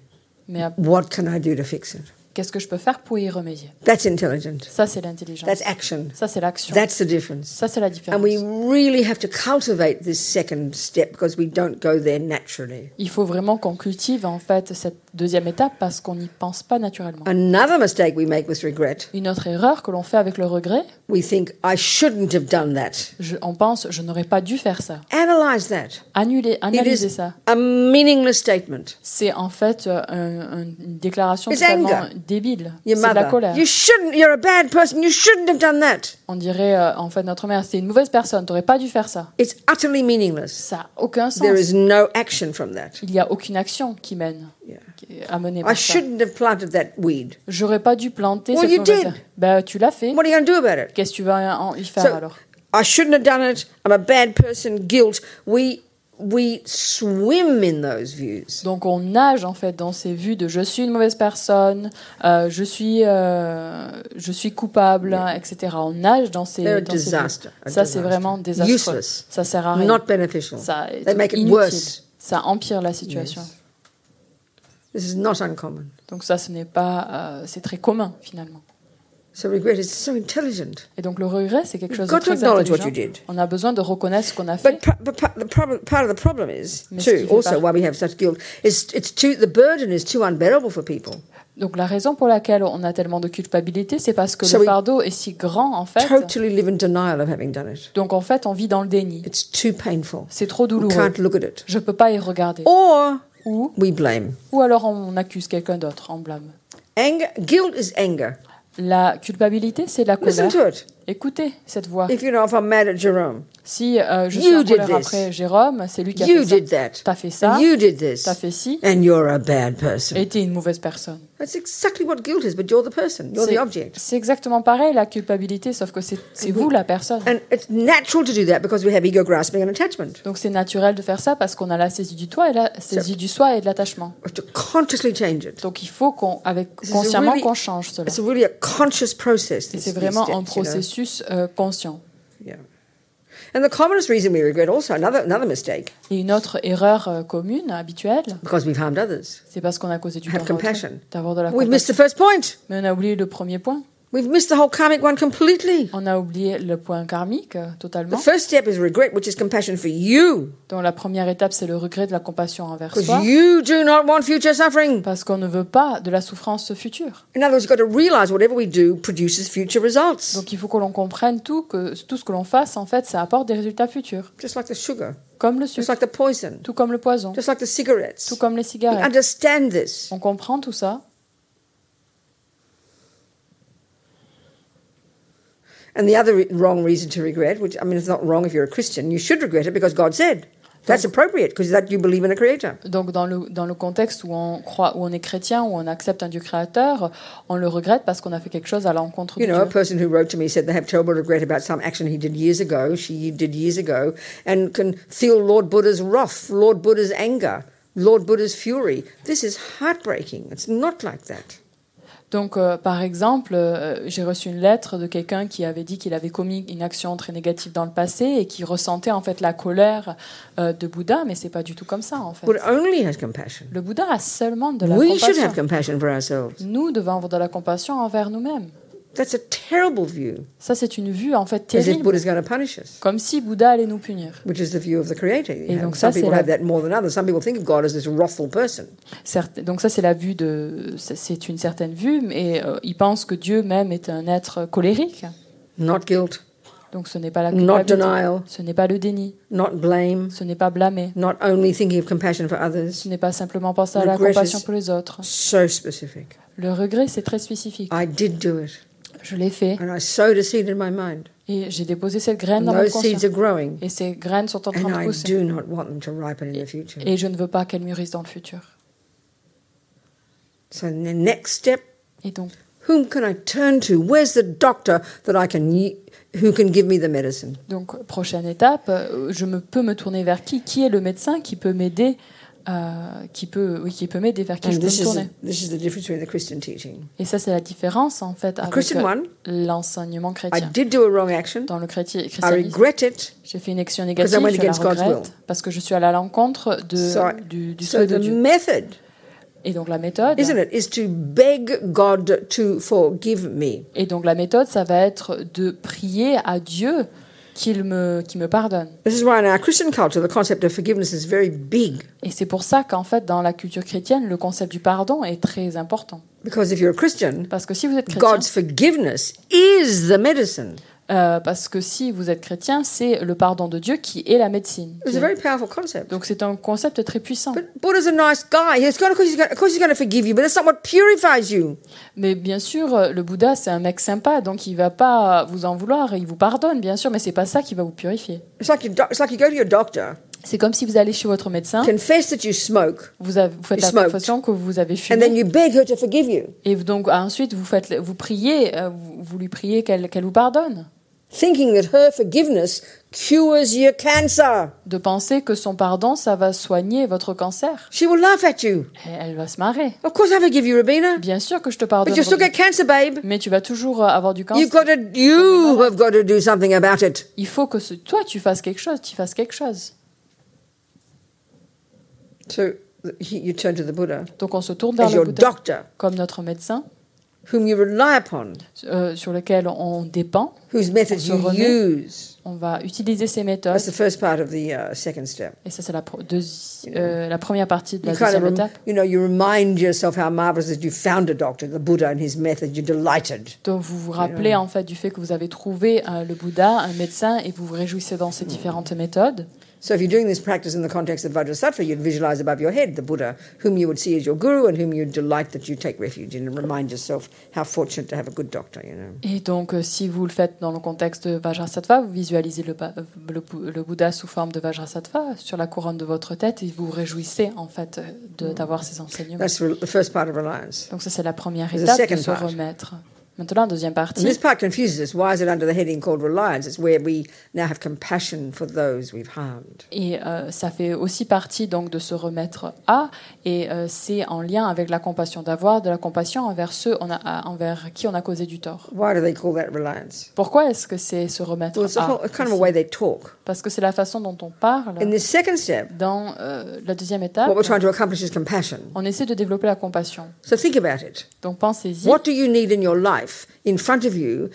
mais euh,
What can I do to fix it?
qu'est-ce que je peux faire pour y remédier
That's intelligent.
Ça, c'est l'intelligence.
That's action.
Ça, c'est l'action.
That's the difference.
Ça, c'est la
And
différence.
we really have to cultivate this second step because we don't go there naturally.
Il faut vraiment qu'on cultive en fait cette deuxième étape parce qu'on n'y pense pas naturellement.
Another mistake we make with regret,
Une autre erreur que l'on fait avec le regret,
we think, I shouldn't have done that.
je- on pense je n'aurais pas dû faire ça.
Analyze that.
Annuler,
It
analyser
is
ça.
a meaningless statement.
C'est en fait euh, un- un- une déclaration
It's
totalement
anger.
débile. C'est
Your
de la
mother.
colère.
You shouldn't, you're a bad person. You shouldn't have done that.
On dirait euh, en fait notre mère, c'est une mauvaise personne, t'aurais pas dû faire ça.
It's utterly meaningless.
Ça a aucun sens.
There is no action from that.
Il n'y a aucune action qui mène,
Yeah.
qui est amenée
I
par ça.
shouldn't have planted that weed.
J'aurais pas dû planter
Well,
cette
you
mauvaise.
did.
Ben, tu l'as fait.
What are you going to do about it?
Qu'est-ce que tu vas en- y faire
So,
alors
I shouldn't have done it. I'm a bad person. Guilt. We we swim in those views.
Donc on nage en fait dans ces vues de je suis une mauvaise personne, euh, je suis euh, je suis coupable, etc. On nage dans ces,
They're a
dans ces vues.
disaster, a
Ça c'est
disaster.
vraiment désastreux.
Useless.
Ça sert à rien.
Not beneficial.
ça est
They make it
inutile.
worse.
Ça empire la situation.
Yes. This is not uncommon.
Donc ça ce n'est pas euh, c'est très commun finalement.
So regret is so intelligent.
Et donc le regret c'est quelque
You've
chose de
got to
très
acknowledge what
intelligent.
you did.
On a besoin de reconnaître ce qu'on a fait.
But, pa- but pa- the problem, part of the problem is
Mais ce qui
too.
fait
Also,
par-
why we have such guilt is it's too. The burden is too unbearable for people.
Donc la raison pour laquelle on a tellement de culpabilité, c'est parce que
So
le
we-
fardeau est si grand en fait.
Totally live in denial of having done it.
Donc en fait on vit dans le déni.
It's too painful.
C'est trop
We
douloureux.
can't look at it.
Je peux pas y regarder.
Or
Ou,
we blame.
ou alors on accuse quelqu'un d'autre, on blâme.
Anger, guilt is anger.
La culpabilité, c'est la
Listen
colère.
to it.
Écoutez cette voix.
If you know, if I'm mad at Jerome,
Si euh, je
You
suis en
did
colère
this.
après Jérôme, c'est lui qui a
you
fait
did
ça.
that.
T'as fait ça,
And you did this.
t'as fait ci,
And you're a bad person.
et t'es une mauvaise personne.
That's exactly what guilt is, but you're the person. You're
C'est
the object.
c'est exactement pareil, la culpabilité, sauf que c'est c'est vous la personne.
And it's natural to do that because we have ego grasping and attachment.
Donc c'est naturel de faire ça parce qu'on a la saisie du toit et la saisie du soi et de l'attachement.
We have to consciously change it.
Donc il faut qu'on, avec
This is
consciemment,
really-
qu'on change cela.
It's really a conscious process.
Et
these-
c'est
these
vraiment un
steps, you know.
processus euh, conscient.
Yeah. And the commonest reason we regret also another another mistake
Et une autre erreur euh, commune, habituelle,
because we've harmed others.
C'est parce qu'on a causé du
Have
tort à autrui,
compassion.
d'avoir de la
We've missed
compassion.
the first point.
Mais on a oublié le premier point.
We've missed the whole karmic one completely.
On a oublié le point karmique euh,
The
totalement.
first step is regret, which is compassion for you,
Donc la première étape, c'est le regret de la compassion envers
because
soi,
you do not want future suffering.
parce qu'on ne veut pas de la souffrance future.
In other words, you've got to realize whatever we do produces future results,
Donc il faut que l'on comprenne tout, que tout ce que l'on fasse, en fait, ça apporte des résultats futurs,
just like the sugar,
comme le
just
sucre,
like the poison,
tout comme le poison,
just like the cigarettes.
tout comme les
We
cigarettes.
understand this.
On comprend tout ça,
And the other re- wrong reason to regret, which I mean, it's not wrong if you're a Christian, you should regret it because God said that's appropriate because that you believe in a creator.
Donc dans le, dans le contexte où on croit où on est chrétien où on accepte un Dieu créateur, on le regrette parce qu'on a fait quelque chose à l'encontre de
You know, a
Dieu.
person who wrote to me said they have terrible regret about some action he did years ago, she did years ago, and can feel Lord Buddha's wrath, Lord Buddha's anger, Lord Buddha's fury. This is heartbreaking. It's not like that.
Donc euh, par exemple, euh, j'ai reçu une lettre de quelqu'un qui avait dit qu'il avait commis une action très négative dans le passé et qui ressentait en fait la colère euh, de Bouddha, mais c'est pas du tout comme ça en fait.
Buddha only has compassion.
Le Bouddha a seulement de la
We should have
compassion.
compassion for ourselves.
Nous devons avoir de la compassion envers nous-mêmes.
That's a terrible view,
Ça c'est une vue en fait
as if
terrible,
Buddha's going to punish us,
comme si Bouddha allait nous punir.
which is the view of the creator. you
Et
have.
donc ça,
Some
c'est
people
la-
have that more than others. Some people think of God as this wrathful person.
Certes- donc ça, c'est la vue de, c'est- c'est une certaine vue, mais euh, ils pensent que Dieu même est un être colérique.
Not guilt,
Donc ce n'est pas la
not
culpabilité.
denial,
ce n'est pas le déni,
not blame,
ce n'est pas blâmer,
not only thinking of compassion for
ce
others.
n'est pas simplement penser à la
Regret is-
compassion pour les autres.
So specific.
Le regret, c'est très spécifique.
I did do it.
Je l'ai fait
And I sowed a seed in my mind.
et j'ai déposé cette graine
And
dans mon
those seeds
conscience.
are growing.
Et ces graines sont en
And
train de
I
pousser.
do not want them to ripen in the future.
Et je ne veux pas qu'elles mûrissent dans le futur.
So the next step,
Et donc,
whom can I turn to? Where's the doctor that I can y- who can give me the medicine?
donc prochaine étape, euh, je me, peux me tourner vers qui Qui est le médecin qui peut m'aider euh, qui peut, oui, qui peut m'aider, vers qui
And
je peux
this
me
is,
tourner.
this is the difference between the Christian teaching.
Et ça, c'est la différence en fait avec
Christian
euh,
one.
l'enseignement
I
chrétien.
did do a wrong action.
Dans le chréti-
I
christianisme,
regret it.
j'ai fait une action
Because I
négative,
went
je la
against God's
regrette,
will.
parce que je suis allé à l'encontre de,
So-
du, du
So
souhait de
the
Dieu.
method,
Et donc la méthode,
isn't it, is to beg God to forgive me.
et donc la méthode, ça va être de prier à Dieu qu'il me, qu'il me pardonne.
This is why in our Christian culture, the concept of forgiveness is very big.
Et c'est pour ça qu'en fait, dans la culture chrétienne, le concept du pardon est très important.
Because if you're a Christian,
Parce que si vous êtes chrétien,
God's forgiveness is the medicine.
euh, parce que si vous êtes chrétien, c'est le pardon de Dieu qui est la médecine.
It's a very powerful concept.
Donc c'est un concept très puissant.
But Buddha's a nice guy. He's going to, he's going to, of course, he's going to forgive you, but it's not what purifies you.
Mais bien sûr, euh, le Bouddha, c'est un mec sympa, donc il va pas vous en vouloir, il vous pardonne, bien sûr, mais c'est pas ça qui va vous purifier.
It's like you, do- it's like you go to your doctor,
C'est comme si vous allez chez votre médecin,
confess that you smoke,
vous, avez- vous faites
You
la
smoked.
confession que vous avez
and then
fumé,
you beg her to forgive you,
et donc ensuite vous faites, vous priez, euh, vous vous lui priez qu'elle qu'elle vous pardonne,
thinking that her forgiveness cures your cancer.
de penser que son pardon, ça va soigner votre cancer.
She will laugh at you.
Et elle va se marrer.
Of course, I forgive you, Rabina,
Bien sûr que je te
but
pardonne,
you still
Robin,
get cancer, babe.
mais tu vas toujours euh, avoir du
You've
cancer.
got to, you have got to do something about it.
Il faut que ce- toi tu fasses quelque chose, tu fasses quelque chose.
So th- he- you turn to the Buddha
Donc on se tourne vers
as
le
your
Bouddha
doctor,
comme notre médecin.
whom you rely upon,
euh, sur lequel on dépend.
whose methods
On se
you
remet.
use.
On va utiliser ces méthodes.
That's the first part of the uh, second step.
Et ça, c'est la, pro- deuxi- euh, la première partie de
You
la
kind of,
deuxième
rem-
étape.
you know, you remind yourself how marvelous that you found a doctor, the Buddha, and his method. You're delighted.
Donc, vous vous rappelez en fait du fait que vous avez trouvé euh, le Bouddha, un médecin, et vous vous réjouissez dans ces différentes méthodes.
So if you're doing this practice in the context of Vajrasattva, you'd visualize above your head the Buddha, whom you would see as your guru and whom you delight that you take refuge in, and remind yourself how fortunate to have a good doctor. You know,
Et donc, euh, si vous le faites dans le contexte de Vajrasattva, vous visualisez le, ba- le Bou- le Bouddha sous forme de Vajrasattva sur la couronne de votre tête et vous vous réjouissez en fait euh, de- d'avoir ces enseignements.
that's re- the first part of reliance.
Donc, ça, c'est la première
The
étape de
second
se
part.
remettre. Maintenant, la deuxième
And
partie.
this part confuses us. Why is it under the heading called reliance? It's where we now have compassion for those we've harmed.
Et euh, ça fait aussi partie donc de se remettre à, et euh, c'est en lien avec la compassion, d'avoir de la compassion envers ceux on a- à- envers qui on a causé du tort.
Why do they call that reliance?
Pourquoi est-ce que c'est se remettre
Well, it's a whole,
à
it's kind of a way they talk.
Parce que c'est la façon dont on parle.
In this second step,
Dans euh, la deuxième étape,
what we're trying to accomplish is compassion.
on essaie de développer la compassion.
So think about it.
Donc pensez-y.
What do you need in your life in front of you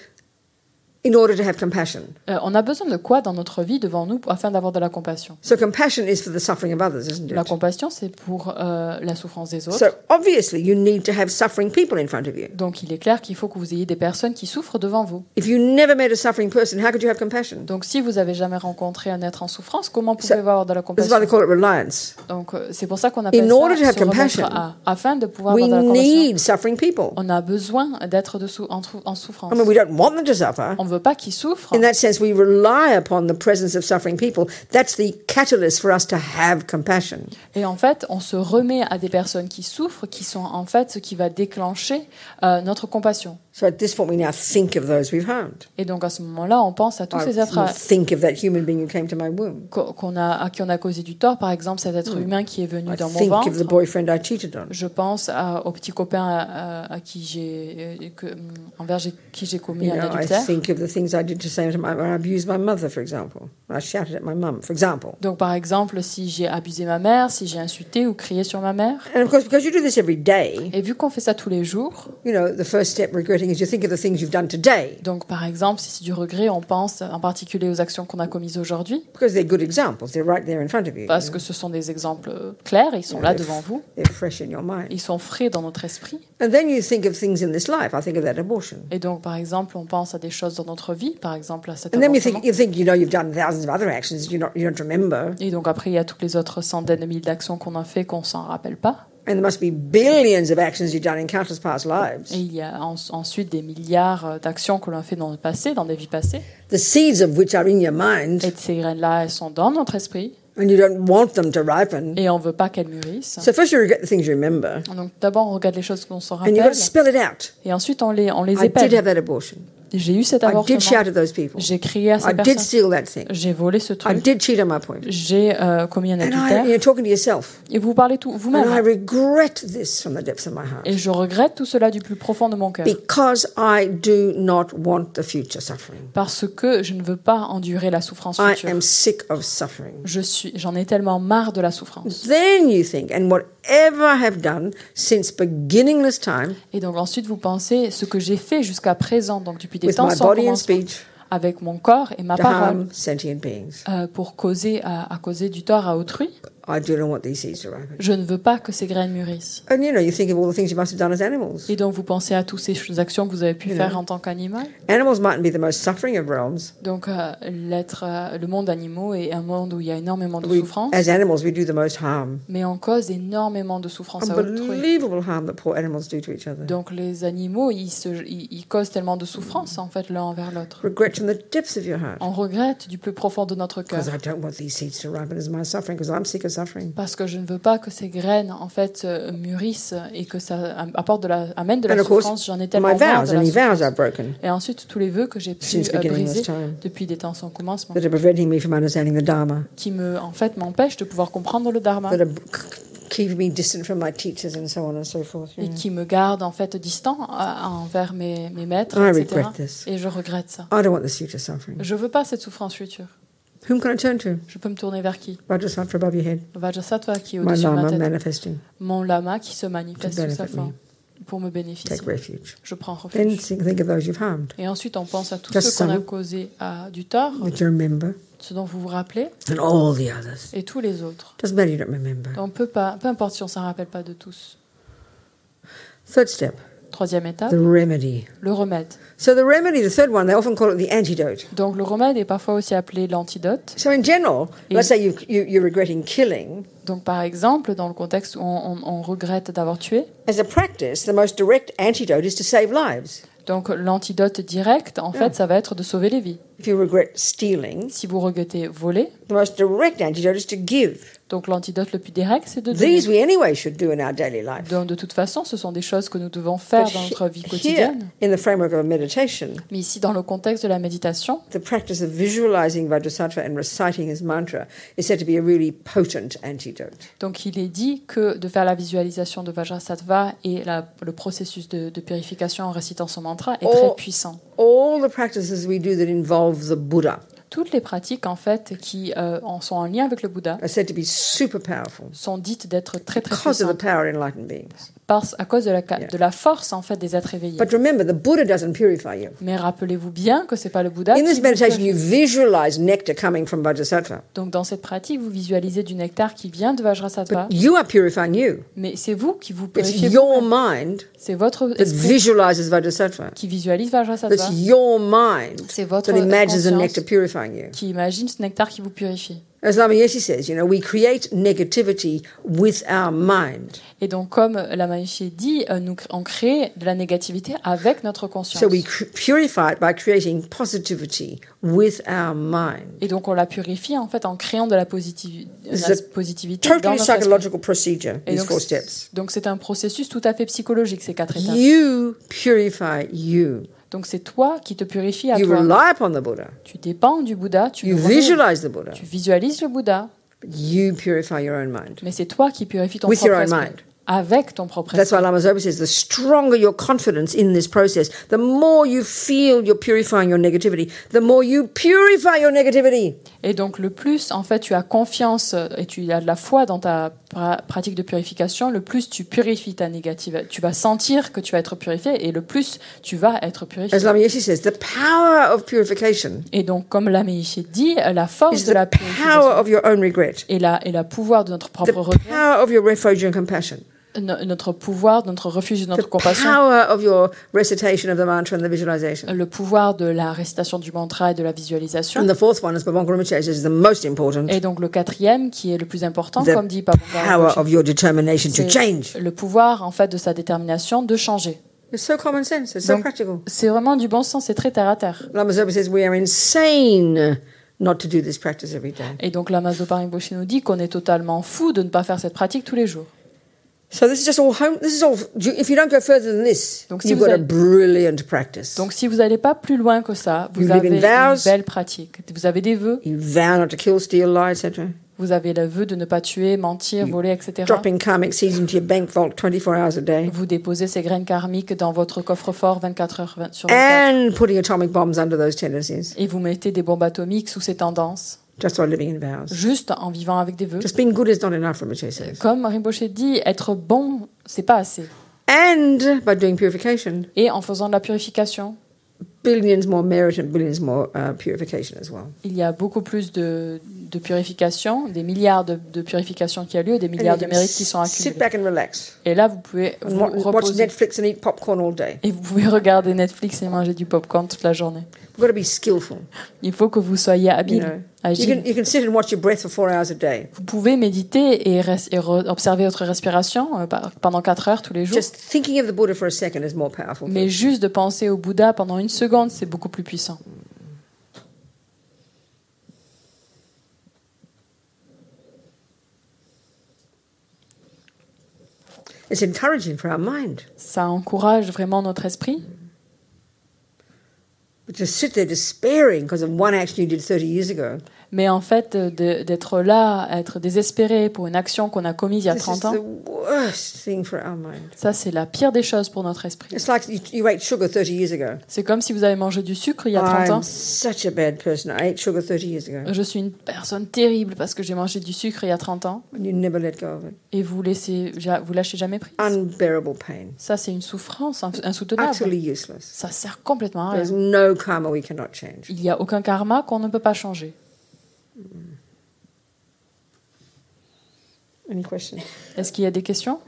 in order to have compassion?
Euh, on a besoin de quoi dans notre vie devant nous afin d'avoir de la compassion
So compassion is for the suffering of others, isn't
La
it?
compassion, c'est pour euh, la souffrance des autres.
So obviously you need to have suffering people in front of you.
Donc il est clair qu'il faut que vous ayez des personnes qui souffrent devant vous.
If you never met a suffering person, how could you have compassion?
Donc, si vous avez jamais rencontré un être en souffrance, comment
Ça-
pouvez-vous avoir de la
This is why they
compassion
call it reliance.
Donc, euh, c'est pour ça qu'on appelle
In order to
ça
have
se remettre
compassion,
à, afin de pouvoir
We
avoir de la compassion.
need suffering people.
On a besoin d'être de sou- en, trou- en souffrance.
I mean, we don't want them to suffer.
On ne veut pas qu'ils souffrent.
In that sense, we rely upon the presence of suffering people. That's the catalyst for us to have compassion.
Et en fait, on se remet à des personnes qui souffrent, qui sont en fait ce qui va déclencher euh, notre compassion.
So at this point, we now think of those we've harmed.
Et donc, à ce moment-là, on pense à tous
I
ces êtres à-
Ah, think of that human being who came to my womb.
qu'on- qu'on a, à qui on a causé du tort. Par exemple, cet être humain qui est venu
Mm. I
dans mon
think of the
ventre.
boyfriend I cheated on.
Je pense à- au petit copain à, à- à qui j'ai, euh, que- envers j'ai- qui j'ai commis
You
un
know, I
adultère.
think of the things I did to say to my, when I abused my mother, for example. When I shouted at my mum, for example.
Donc, par exemple, si j'ai abusé ma mère, si j'ai insulté ou crié sur ma mère.
And of course, because you do this every day,
Et vu qu'on fait ça tous les jours,
you know, the first step regretting is you think of the things you've done today
donc par exemple, si c'est du regret, on pense en particulier aux actions qu'on a commises aujourd'hui,
because they're good examples. They're right there in front of you.
parce que ce sont des exemples euh, clairs, ils sont là devant vous,
They're fresh in your mind.
ils sont frais dans notre esprit.
And then you think of things in this life. I think of that abortion.
Et donc, par exemple, on pense à des choses dans notre vie, par exemple à cet
And then you
avortement.
think, you think, you know, you've done thousands of other actions you not you don't remember.
Et donc après, il y a toutes les autres centaines de milliers d'actions qu'on a fait qu'on s'en rappelle pas.
And there must be billions of actions you've done in countless past
Et
lives.
il y a en- ensuite des milliards euh, d'actions qu'on a fait dans le passé, dans des vies passées.
The seeds of which are in your mind
Et ces graines-là, elles sont dans notre esprit.
and you don't want them to ripen.
Et on veut pas qu'elles mûrissent.
So first you regret the things you remember.
Donc d'abord on regarde les choses qu'on s'en
And you've got
rappelle
to spell it out.
et ensuite on les on les
I did
épelle.
have that abortion.
j'ai eu cet
I did shout
avortement,
at those people.
j'ai crié à
I
ces
did
personnes,
steal that thing.
j'ai volé ce
I
truc,
did cheat on my point.
j'ai euh, commis un
And I,
adultère.
you're talking to yourself.
Et vous parlez tout
And I
vous-même.
regret this from the depths of my heart
Et je regrette tout cela du plus profond de mon cœur.
because I do not want the future suffering.
Parce que je ne veux pas endurer la souffrance
I
future.
am sick of suffering.
Je suis, j'en ai tellement marre de la souffrance.
Then you think, and whatever I have done since beginningless time
Et donc ensuite, vous pensez ce que j'ai fait jusqu'à présent, donc depuis des
with
temps
my
sans
body and
commencement,
speech
avec mon corps et ma
to
parole,
harm sentient beings,
euh, pour causer à, à causer du tort à autrui.
I do not want these seeds to ripen.
Je ne veux pas que ces graines mûrissent.
And you know, you think of all the things you must have done as animals.
Et donc vous pensez à toutes ces choses- actions que vous avez pu
You
faire
know.
en tant qu'animal.
Animals mightn't be the most suffering of realms.
Donc euh, l'être, euh, le monde animaux est un monde où il y a énormément de
We-
souffrance,
as animals, we do the most harm.
mais on cause énormément de souffrance à autrui.
Unbelievable harm that poor animals do to each other.
Donc les animaux, ils, se, ils, ils causent tellement de souffrance en fait l'un envers l'autre.
Regret from the depths of your heart.
On regrette du plus profond de notre cœur
Because I don't want these seeds to ripen as my suffering, because I'm sick of suffering.
parce que je ne veux pas que ces graines en fait euh, mûrissent et que ça am- apporte de la, amène de
And
la
of course,
souffrance. J'en ai
My
tellement marre
vows,
de la
any vows I've
souffrance.
broken
Et ensuite tous les vœux que j'ai pu
since
euh,
beginning
briser
this time
depuis des temps sans commencement,
that are preventing me from understanding the Dharma,
qui me en fait m'empêchent de pouvoir comprendre le dharma
that are keeping me distant from my teachers and so on and so forth. you
et
know.
qui me gardent en fait distant euh, envers mes, mes maîtres,
I
etc.
regret this.
Et je regrette ça.
I don't want this future suffering.
Je veux pas cette souffrance future.
Whom can I turn to?
Je peux me tourner vers qui
Vajrasattva above your head.
Vajrasattva qui est
My
au-dessus de ma
Lama
tête.
manifesting.
mon lama qui se
To
manifeste sous sa
benefit
forme pour me
Take
bénéficier.
refuge.
Je prends
Then
refuge.
think, think of those you've harmed.
Et ensuite, on pense à tout
Just
ce qu'on a
some.
causé à du tort,
That you remember.
ce dont vous vous rappelez,
And all the others.
et tous les autres.
Doesn't matter you don't remember.
Donc, peu, pas, peu importe si on ne s'en rappelle pas de tous.
Third step,
Troisième étape,
the remedy.
le remède.
So the remedy, the third one, they often call it the antidote.
Donc, le remède est parfois aussi appelé l'antidote.
So in general,
Et-
let's say you, you, you're regretting killing.
Donc, par exemple, dans le contexte où on, on- on regrette d'avoir tué,
As a practice, the most direct antidote is to save lives.
donc l'antidote direct, en
Yeah.
fait, ça va être de sauver les vies.
If you regret stealing,
Si vous regrettez voler,
the most direct antidote is to give.
donc l'antidote le plus direct, c'est de donner.
These we anyway should do in our daily life.
Donc, de toute façon, ce sont des choses que nous devons
But
faire dans notre vie
he- here,
quotidienne.
in the framework of a meditation,
Mais ici, dans le contexte de la méditation,
the practice of visualizing Vajrasattva and reciting his mantra is said to be a really potent antidote.
donc il est dit que de faire la visualisation de Vajrasattva et la- le processus de, de purification en récitant son mantra est
Oh.
très puissant.
All the practices we do that involve the Buddha
Toutes les pratiques en fait qui euh, en sont en lien avec le Bouddha
are said to be super powerful
sont dites d'être très très
because of the
puissantes
power of enlightened beings.
parce, à cause de la, ca-
Yeah.
de la force en fait des êtres éveillés.
But remember, the Buddha doesn't purify you.
Mais rappelez-vous bien que c'est pas le Bouddha.
In
qui
this
vous
meditation,
purifie.
you visualize nectar coming from Vajrasattva,
Donc dans cette pratique, vous visualisez du nectar qui vient de Vajrasattva,
but you are purifying you.
mais c'est vous qui vous
It's
purifiez.
your
vous-même.
mind
C'est votre
that
esprit
visualizes Vajrasattva.
qui visualise
It's
Vajrasattva.
your mind
C'est votre
that imagines the
conscience
nectar purifying you.
qui imagine ce nectar qui vous purifie.
As Lama Yeshe says, you know, we create negativity with our mind.
Et donc, comme la Maïché dit, euh, nous cr- on crée de la négativité avec notre conscience.
So we cr- purify it by creating positivity with our mind.
Et donc, on la purifie en fait en créant de la, positivi- de la
It's a
positivité dans
Totally
notre esprit.
psychological procedure,
Et
these
donc,
four
c'est-
steps.
donc, c'est un processus tout à fait psychologique, ces quatre étapes.
You purify you.
Donc, c'est toi qui te purifies à
You
toi.
rely upon the Buddha.
Tu dépends du Bouddha, tu,
You
le remets-
visualize the Buddha.
tu visualises le Bouddha,
But you purify your own mind.
mais c'est toi qui purifies ton
With your
propre
own
esprit.
mind.
Avec ton propre
That's
esprit.
why Lama Zopa says the stronger your confidence in this process, the more you feel you're purifying your negativity, the more you purify your negativity.
Et donc le plus, en fait, tu as confiance euh, et tu as de la foi dans ta pra- pratique de purification, le plus tu purifies ta négative. Tu vas sentir que tu vas être purifié et le plus tu vas être purifié.
As Lama Yeshe says, the power of purification
Et donc, comme l'a Meïché dit, euh, la force
is
de la
the power
purification
of your own regret,
et la, et la pouvoir de notre
the
propre regret,
power of your refuge and compassion,
no- notre pouvoir, de notre refuge et de
the
notre compassion,
power of your recitation of the mantra and the visualization.
le pouvoir de la récitation du mantra et de la visualisation.
And the fourth one, as Bhavanga Rinpoche says, is the most important,
Et donc le quatrième, qui est le plus important,
The
comme dit Pabanga
power
Rinpoche,
of your determination to
c'est
change.
le pouvoir, en fait, de sa détermination de changer.
It's so common sense, it's so
Donc,
practical.
C'est vraiment du bon sens, c'est très terre à terre.
Lama Zopa says we are insane not to do this practice every day.
Et donc l'Amazo Rinpoche nous dit qu'on est totalement fou de ne pas faire cette pratique tous les jours.
So this is just all home. This is all. If you don't go further than this,
Donc, si
you've
vous
got a
allez-
brilliant practice.
Donc si vous n'allez pas plus loin que ça, vous
You live
avez
in
une
vows.
belle pratique. Vous avez des vœux,
you vow not to kill, steal, lie, etc.
vous avez le vœu de ne pas tuer, mentir, voler, etc.
Dropping karmic seeds into your bank vault 24 hours a day,
Vous déposez ces graines karmiques dans votre coffre-fort 24 heures 20 sur 24.
and putting atomic bombs under those tendencies.
euh, Et vous mettez des bombes atomiques sous ces tendances,
Just by living in vows.
juste en vivant avec des vœux.
Just being good is not enough, Rinpoche says.
Comme Rinpoche dit, être bon, c'est pas assez.
And by doing purification,
Et en faisant de la purification,
billions more merit and billions more uh, purification as well.
il y a beaucoup plus de, de purification, des milliards de, de purifications qui a lieu, des
And you
milliards de
can
mérites qui sont
s- sit
accumulés.
back and relax.
Et là, vous pouvez
And
vous
wa- watch
reposer.
Netflix and eat popcorn all day.
Et vous pouvez regarder Netflix et manger du popcorn toute la journée.
We've got to be skillful.
Il faut que vous soyez
You
habile,
know, you
agile.
can, you can sit and watch your breath for four hours a day.
Vous pouvez méditer et, res- et re- observer votre respiration euh, par- pendant 4 heures tous les jours.
Just thinking of the Buddha for a second is more powerful.
Mais juste de penser au Bouddha pendant une seconde, c'est beaucoup plus puissant.
It's encouraging for our mind.
Ça encourage vraiment notre esprit.
But to sit there despairing because of one action you did 30 years ago,
Mais en fait, euh, de- d'être là, être désespéré pour une action qu'on a commise il y a
this is
30 ans,
the worst thing for our mind.
ça c'est la pire des choses pour notre esprit.
It's like you, you ate sugar 30 years ago.
C'est comme si vous avez mangé du sucre il y a 30 ans.
I'm such a bad person. I ate sugar 30 years ago.
Je suis une personne terrible parce que j'ai mangé du sucre il y a 30 ans
And you never let go of it.
et vous laissez, ja- vous lâchez jamais prise.
Unbearable pain.
Ça c'est une souffrance inf- insoutenable.
Utterly useless.
Ça sert complètement à rien.
There's no karma we cannot change.
Il n'y a aucun karma qu'on ne peut pas changer.
Any questions?
Est-ce qu'il y a des questions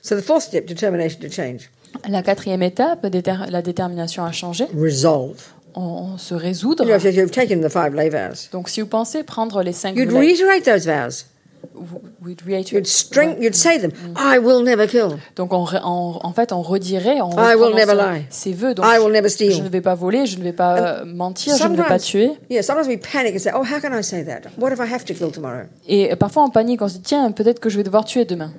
So the fourth step, determination to change.
La quatrième étape, déter- la détermination à changer,
Resolve.
on, on se
You
résoudre.
know, if you've taken the five lay vows,
Donc si vous pensez prendre les cinq
you'd
volets-
reiterate those vows.
vous- we'd reiterate- Mm.
You'd strength, you'd say them. I will never kill.
Donc on ré- on- en fait, on redirait, on
I will never
reprononcerait
lie.
ses vœux. Donc,
I will never
je, je ne
steal.
vais pas voler, je ne vais pas euh, mentir, je ne vais pas
Sometimes-
tuer.
Yeah, sometimes we panic and say, "Oh, how can I say that? What if I have to kill tomorrow?"
Et euh, parfois on panique, on se dit tiens, peut-être que je vais devoir tuer demain.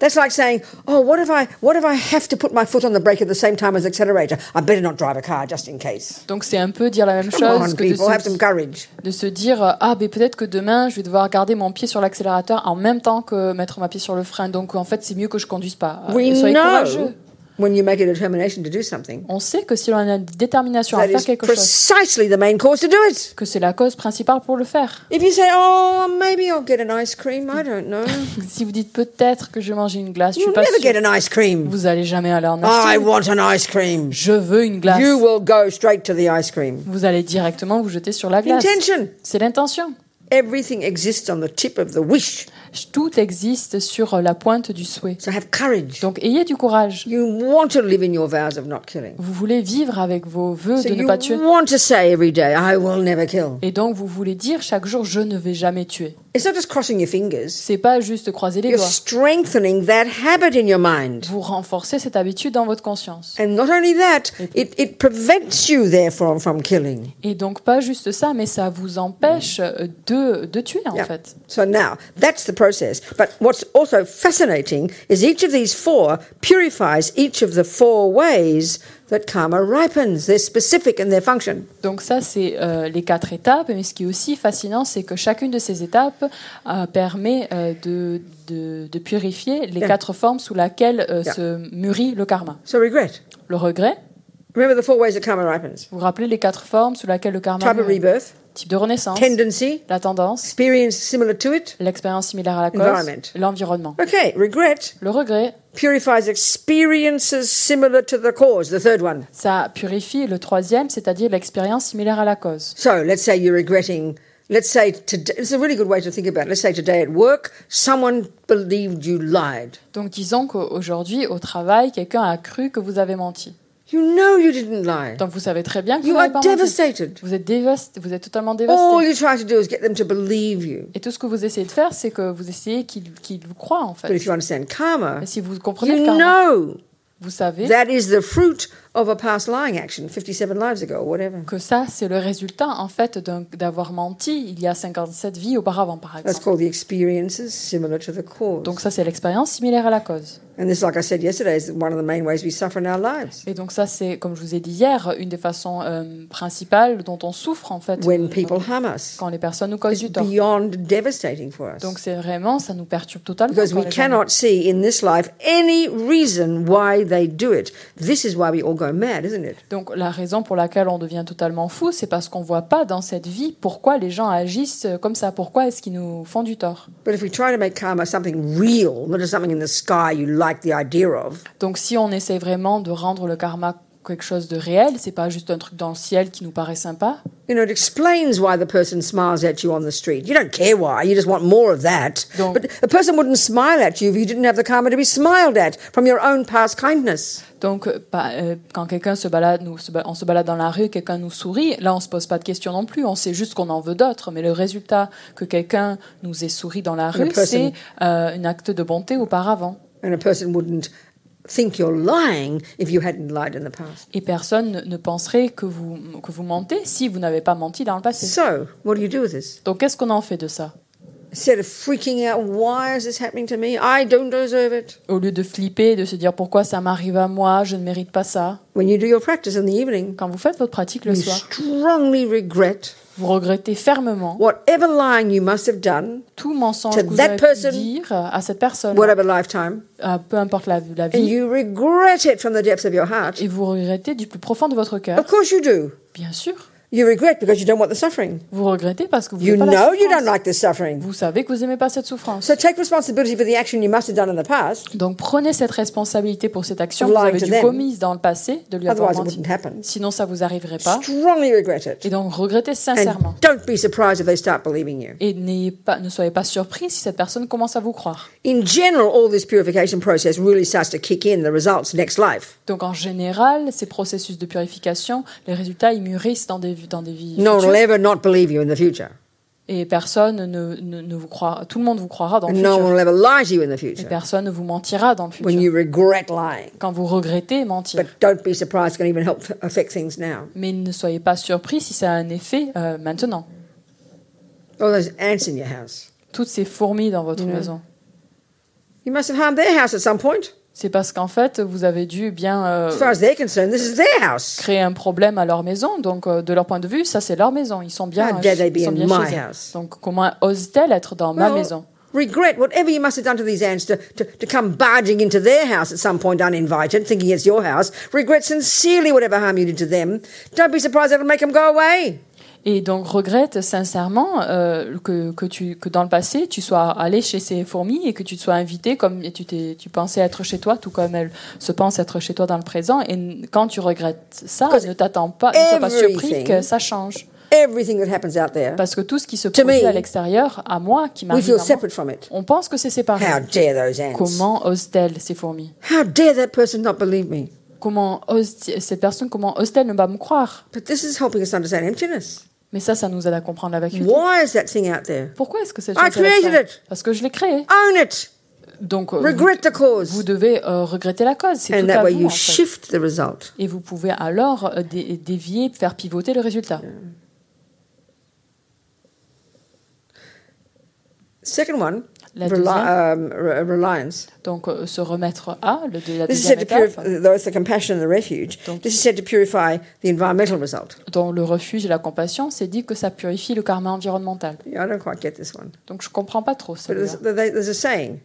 That's like saying, "Oh, what if I what if I have to put my foot on the brake at the same time as the accelerator? I better not drive a car just in case."
Donc c'est un peu dire la même
Come
chose
on,
que de
people, have
se,
some courage.
de se dire euh, ah mais peut-être que demain je vais devoir garder mon pied sur l'accélérateur en même temps que mettre ma pied sur le frein. Donc en fait c'est mieux que je conduise pas. Euh,
We
Soyez
know
courageux.
when you make a determination to do something,
On sait que si l'on a une détermination à
that
faire
is
quelque chose,
precisely the main cause to do it.
que c'est la cause principale pour le faire.
If you say, "Oh, maybe I'll get an ice cream," I don't know.
Si vous dites peut-être que je vais manger une glace, je suis
You'll
pas
never
sûre.
get an ice cream.
Vous allez jamais aller en
I
acheter.
want an ice cream.
Je veux une glace.
You will go straight to the ice cream.
Vous allez directement vous jeter sur la glace.
Intention.
C'est l'intention.
Everything exists on the tip of the wish.
Tout existe sur la pointe du souhait.
So have courage.
Donc ayez du courage.
You want to live in your vows of not killing.
Vous voulez vivre avec vos voeux
So
de ne
you
pas tuer.
want to say every day, I will never kill.
Et donc vous voulez dire chaque jour je ne vais jamais tuer.
It's not just crossing your fingers.
C'est pas juste croiser les
You're
doigts.
strengthening that habit in your mind.
Vous renforcez cette habitude dans votre conscience.
And not only that, it, it prevents you therefore from killing.
Et donc pas juste ça, mais ça vous empêche euh, de, de tuer en
Yeah.
fait.
So now that's the process. But what's also fascinating is each of these four purifies each of the four ways that karma ripens. They're specific in their function.
Donc ça c'est euh, les quatre étapes. Mais ce qui est aussi fascinant, c'est que chacune de ces étapes euh, permet euh, de, de, de purifier les
Yeah.
quatre formes sous laquelle euh,
Yeah.
se mûrit le karma.
So regret.
Le regret.
Remember the four ways that karma ripens.
Vous vous rappelez les quatre formes sous laquelle le karma
Type of
mûrit.
rebirth,
type de renaissance,
tendency,
la tendance,
experience similar to it.
l'expérience similaire à la
Environment.
cause, l'environnement.
Okay, regret
Le regret,
purifies experiences similar to the cause, the third one.
ça purifie le troisième, c'est-à-dire l'expérience similaire à la cause.
So let's say you're regretting, let's say today, it's a really good way to think about it. Let's say today at work, someone believed you lied.
Donc disons qu'aujourd'hui, au travail, quelqu'un a cru que vous avez menti.
You know you didn't lie.
Donc vous savez très bien que vous
You are
n'avez pas menti.
devastated.
Vous êtes, dévast- vous êtes totalement
All
dévasté.
you try to do is get them to believe you.
Et tout ce que vous essayez de faire, c'est que vous essayez qu'il qu'il vous croie, en
But if
fait.
you understand
Mais
karma,
si vous comprenez le
you
karma,
know
vous savez,
that is the fruit of a past lying action 57 lives ago or whatever.
que ça, c'est le résultat en fait d'un- d'avoir menti il y a 57 vies auparavant, par
That's
exemple.
called the experiences similar to the cause.
Donc ça, c'est l'expérience similaire à la cause.
and this, like I said yesterday, is one of the main ways we suffer in our lives.
Et donc ça, c'est, comme je vous ai dit hier, une des façons euh, principales dont on souffre en fait euh,
When people harm us,
quand les personnes nous causent
it's
du tort.
beyond devastating for us.
Donc c'est vraiment, ça nous perturbe totalement.
Because
quand
we
les gens-
cannot see in this life any reason why they do it. This is why we all go mad, isn't it?
Donc la raison pour laquelle on devient totalement fou, c'est parce qu'on voit pas dans cette vie pourquoi les gens agissent euh, comme ça, pourquoi est-ce qu'ils nous font du tort.
But if we try to make karma something real, not just something in the sky you like the idea of,
Donc si on essaie vraiment de rendre le karma quelque chose de réel, c'est pas juste un truc dans le ciel qui nous paraît sympa.
you know, it explains why the person smiles at you on the street. You don't care why, you just want more of that.
Don't.
But a person wouldn't smile at you if you didn't have the karma to be smiled at from your own past kindness.
Donc euh, pas- euh, quand quelqu'un se balade, nous, se ba- on se balade dans la rue, quelqu'un nous sourit, là on se pose pas de questions non plus, on sait juste qu'on en veut d'autres, mais le résultat que quelqu'un nous ait souri dans la rue,
person-
c'est euh, un acte de bonté auparavant.
And a person wouldn't think you're lying if you hadn't lied in the past.
Et personne ne- ne penserait que vous, que vous mentez si vous n'avez pas menti dans le passé.
So, what do you do with this?
Donc qu'est-ce qu'on en fait de ça
Instead of freaking out, why is this happening to me? I don't deserve it.
Au lieu de flipper, de se dire pourquoi ça m'arrive à moi, je ne mérite pas ça.
When you do your practice in the evening,
Quand vous faites votre pratique le
you
soir,
strongly regret
vous regrettez fermement
whatever lying you must have done,
tout mensonge
To
que vous
that
avez pu
person-
dire à cette personne,
whatever lifetime,
à peu importe la, la
and
vie,
you regret it from the depths of your heart.
et vous regrettez du plus profond de votre cœur.
Of course you do.
Bien sûr,
You regret because you don't want the suffering.
vous regrettez parce que vous
You
n'aimez pas la
know you don't
souffrance.
like this suffering.
Vous savez que vous n'aimez pas cette souffrance.
So take responsibility for the action you must have done in the past,
Donc prenez cette responsabilité pour cette action que vous
Lying
avez
to
dû
them.
commise dans le passé, de lui avoir
otherwise it
menti.
wouldn't happen.
Sinon, ça vous arriverait pas.
Strongly regret it.
Et donc, regrettez sincèrement.
And don't be surprised if they start believing you.
Et n'ayez pas, ne soyez pas surpris si cette personne commence à vous croire.
In general, all this purification process really starts to kick in the results next life.
Donc, en général, ces processus de purification, les résultats, ils mûrissent dans des, dans des vies.
No one
futures.
will ever not believe you in the future.
et personne ne, ne, ne vous croira. Tout le monde vous croira dans le
And no one
futur. Eh
will ever lie to you in the
Et
future
personne ne vous mentira dans le futur.
when you regret lying.
Quand vous regrettez, mentir.
But don't be surprised, it can even help affect things now.
Mais ne soyez pas surpris si ça a un effet euh, maintenant.
All those ants in your house.
Toutes ces fourmis dans votre
Mhm.
maison.
You must have harmed their house at some point.
C'est parce qu'en fait, vous avez dû bien euh,
As far as they're concerned, this is their house.
créer un problème à leur maison. Donc, euh, de leur point de vue, ça, c'est leur maison. Ils sont bien,
How dare they be
ils sont
in
bien
my
chez eux.
house?
Donc, comment osent-elles être dans ma
Well,
maison
Regret whatever you must have done to these ants to, to, to come barging into their house at some point uninvited, thinking it's your house. Regret sincerely whatever harm you did to them. Don't be surprised that'll make them go away.
Et donc, regrette sincèrement euh, que, que, tu, que dans le passé, tu sois allé chez ces fourmis et que tu te sois invité comme et tu, t'es- tu pensais être chez toi, tout comme elles se pensent être chez toi dans le présent. Et n- quand tu regrettes ça,
Because
ne t'attends pas, ne sois pas surpris
everything-
que ça change.
Everything that happens out there,
Parce que tout ce qui se
To
produit
me,
à l'extérieur, à moi, qui
we
m'arrive,
feel
à moi,
separate from it.
on pense que c'est séparé.
How dare those ants?
Comment osent-elles, ces fourmis
How dare that person not believe me?
comment ose- cette personne, comment ose-t-elle ne pas me croire
But this is helping us understand emptiness.
Mais ça, ça nous aide à comprendre la vacuité.
Why is that thing out there?
Pourquoi est-ce que cette
I
chose est là
created it.
Parce que je l'ai créée.
Own it.
Donc, euh, vous,
Regret
vous
the cause.
devez euh, regretter la cause. C'est
And
tout
that
à
way
vous, en
you
fait.
shift the result.
Et vous pouvez alors euh, dé- dévier, faire pivoter le résultat.
Second one,
La
reli-
deuxième.
um, re- reliance.
Donc, euh, se remettre à, le, de- la
This is
deuxième
said to
étape,
purify, though it's the compassion and the refuge,
Don't-
this is said to purify the environmental result.
dont le refuge et la compassion, c'est dit que ça purifie le karma environnemental.
Yeah, I don't quite get this one.
Donc, je comprends pas trop
But
celui-là.
there's, there- there's a saying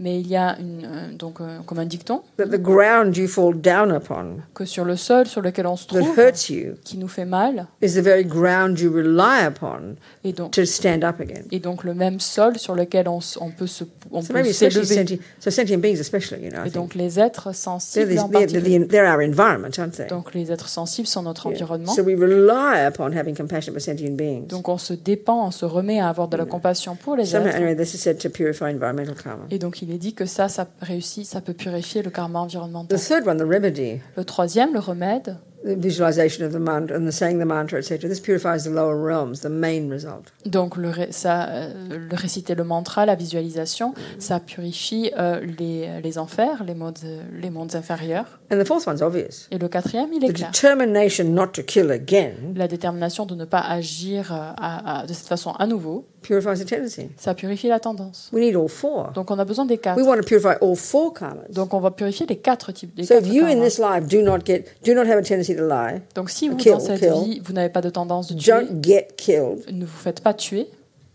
Mais il y a une, euh, donc, euh, comme un dicton
that the ground you fall down upon
que sur le sol sur lequel on se
that
trouve,
hurts you
qui nous fait mal,
is the very ground you rely upon
et donc
to stand up again.
et donc le même sol sur lequel on, s- on peut se on
So
peut
maybe especially
s'élever.
sentient, so sentient beings especially, you know, I
Et
think.
donc les êtres
They're,
sensibles
these,
en
they're,
particulier.
they're, the- they're our environment, aren't they?
Donc les êtres sensibles sont notre
Yeah.
environnement.
So we rely upon having compassion for sentient beings.
Donc on se dépend, on se remet à avoir de la compassion pour les
Somehow,
êtres.
anyway, this is said to purify environmental karma.
Et donc il est dit que ça, ça réussit, ça peut purifier le karma environnemental.
The third one, the remedy,
Le troisième, le remède,
the visualization of the mantra and the saying the mantra, etc. This purifies the lower realms, the main result.
Donc le, ré- ça, euh, le réciter le mantra, la visualisation, ça purifie euh, les, les enfers, les mondes, les mondes inférieurs.
And the fourth one's obvious.
Et le quatrième, il est
The
clair.
determination not to kill again
La détermination de ne pas agir euh, à- à- de cette façon à nouveau,
purifies the tendency.
ça purifie la tendance.
We need all four.
Donc on a besoin des quatre.
We want to purify all four karmas.
Donc on va purifier les quatre types. les
So if
quatre
you in
karmas.
this life do not get, do not have a tendency to lie,
Donc si vous,
Kill,
dans cette
kill.
vie, vous n'avez pas de tendance de tuer,
don't get killed,
ne vous faites pas tuer,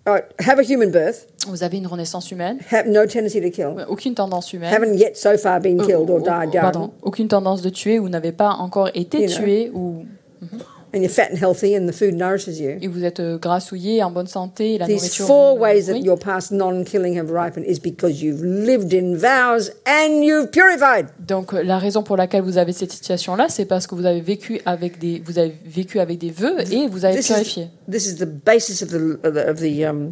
uh, have a human birth,
vous avez une renaissance humaine,
have no tendency to kill,
aucune tendance humaine,
haven't yet so far been killed or
Ou-
died
Euh, oh, pardon,
down,
aucune tendance de tuer ou n'avez pas encore été
You know.
tué ou
and you're fat and healthy and the food nourishes you.
et vous êtes euh, grassouillé, en bonne santé, la
These
nourriture.
four
vous
ways that
nourrit.
your past non killing have ripened is because you've lived in vows and you've purified.
Donc euh, la raison pour laquelle vous avez cette situation là, c'est parce que vous avez vécu avec des vous avez vécu avec des vœux et vous avez
This
purifié.
is, this is the basis of the of the of the um,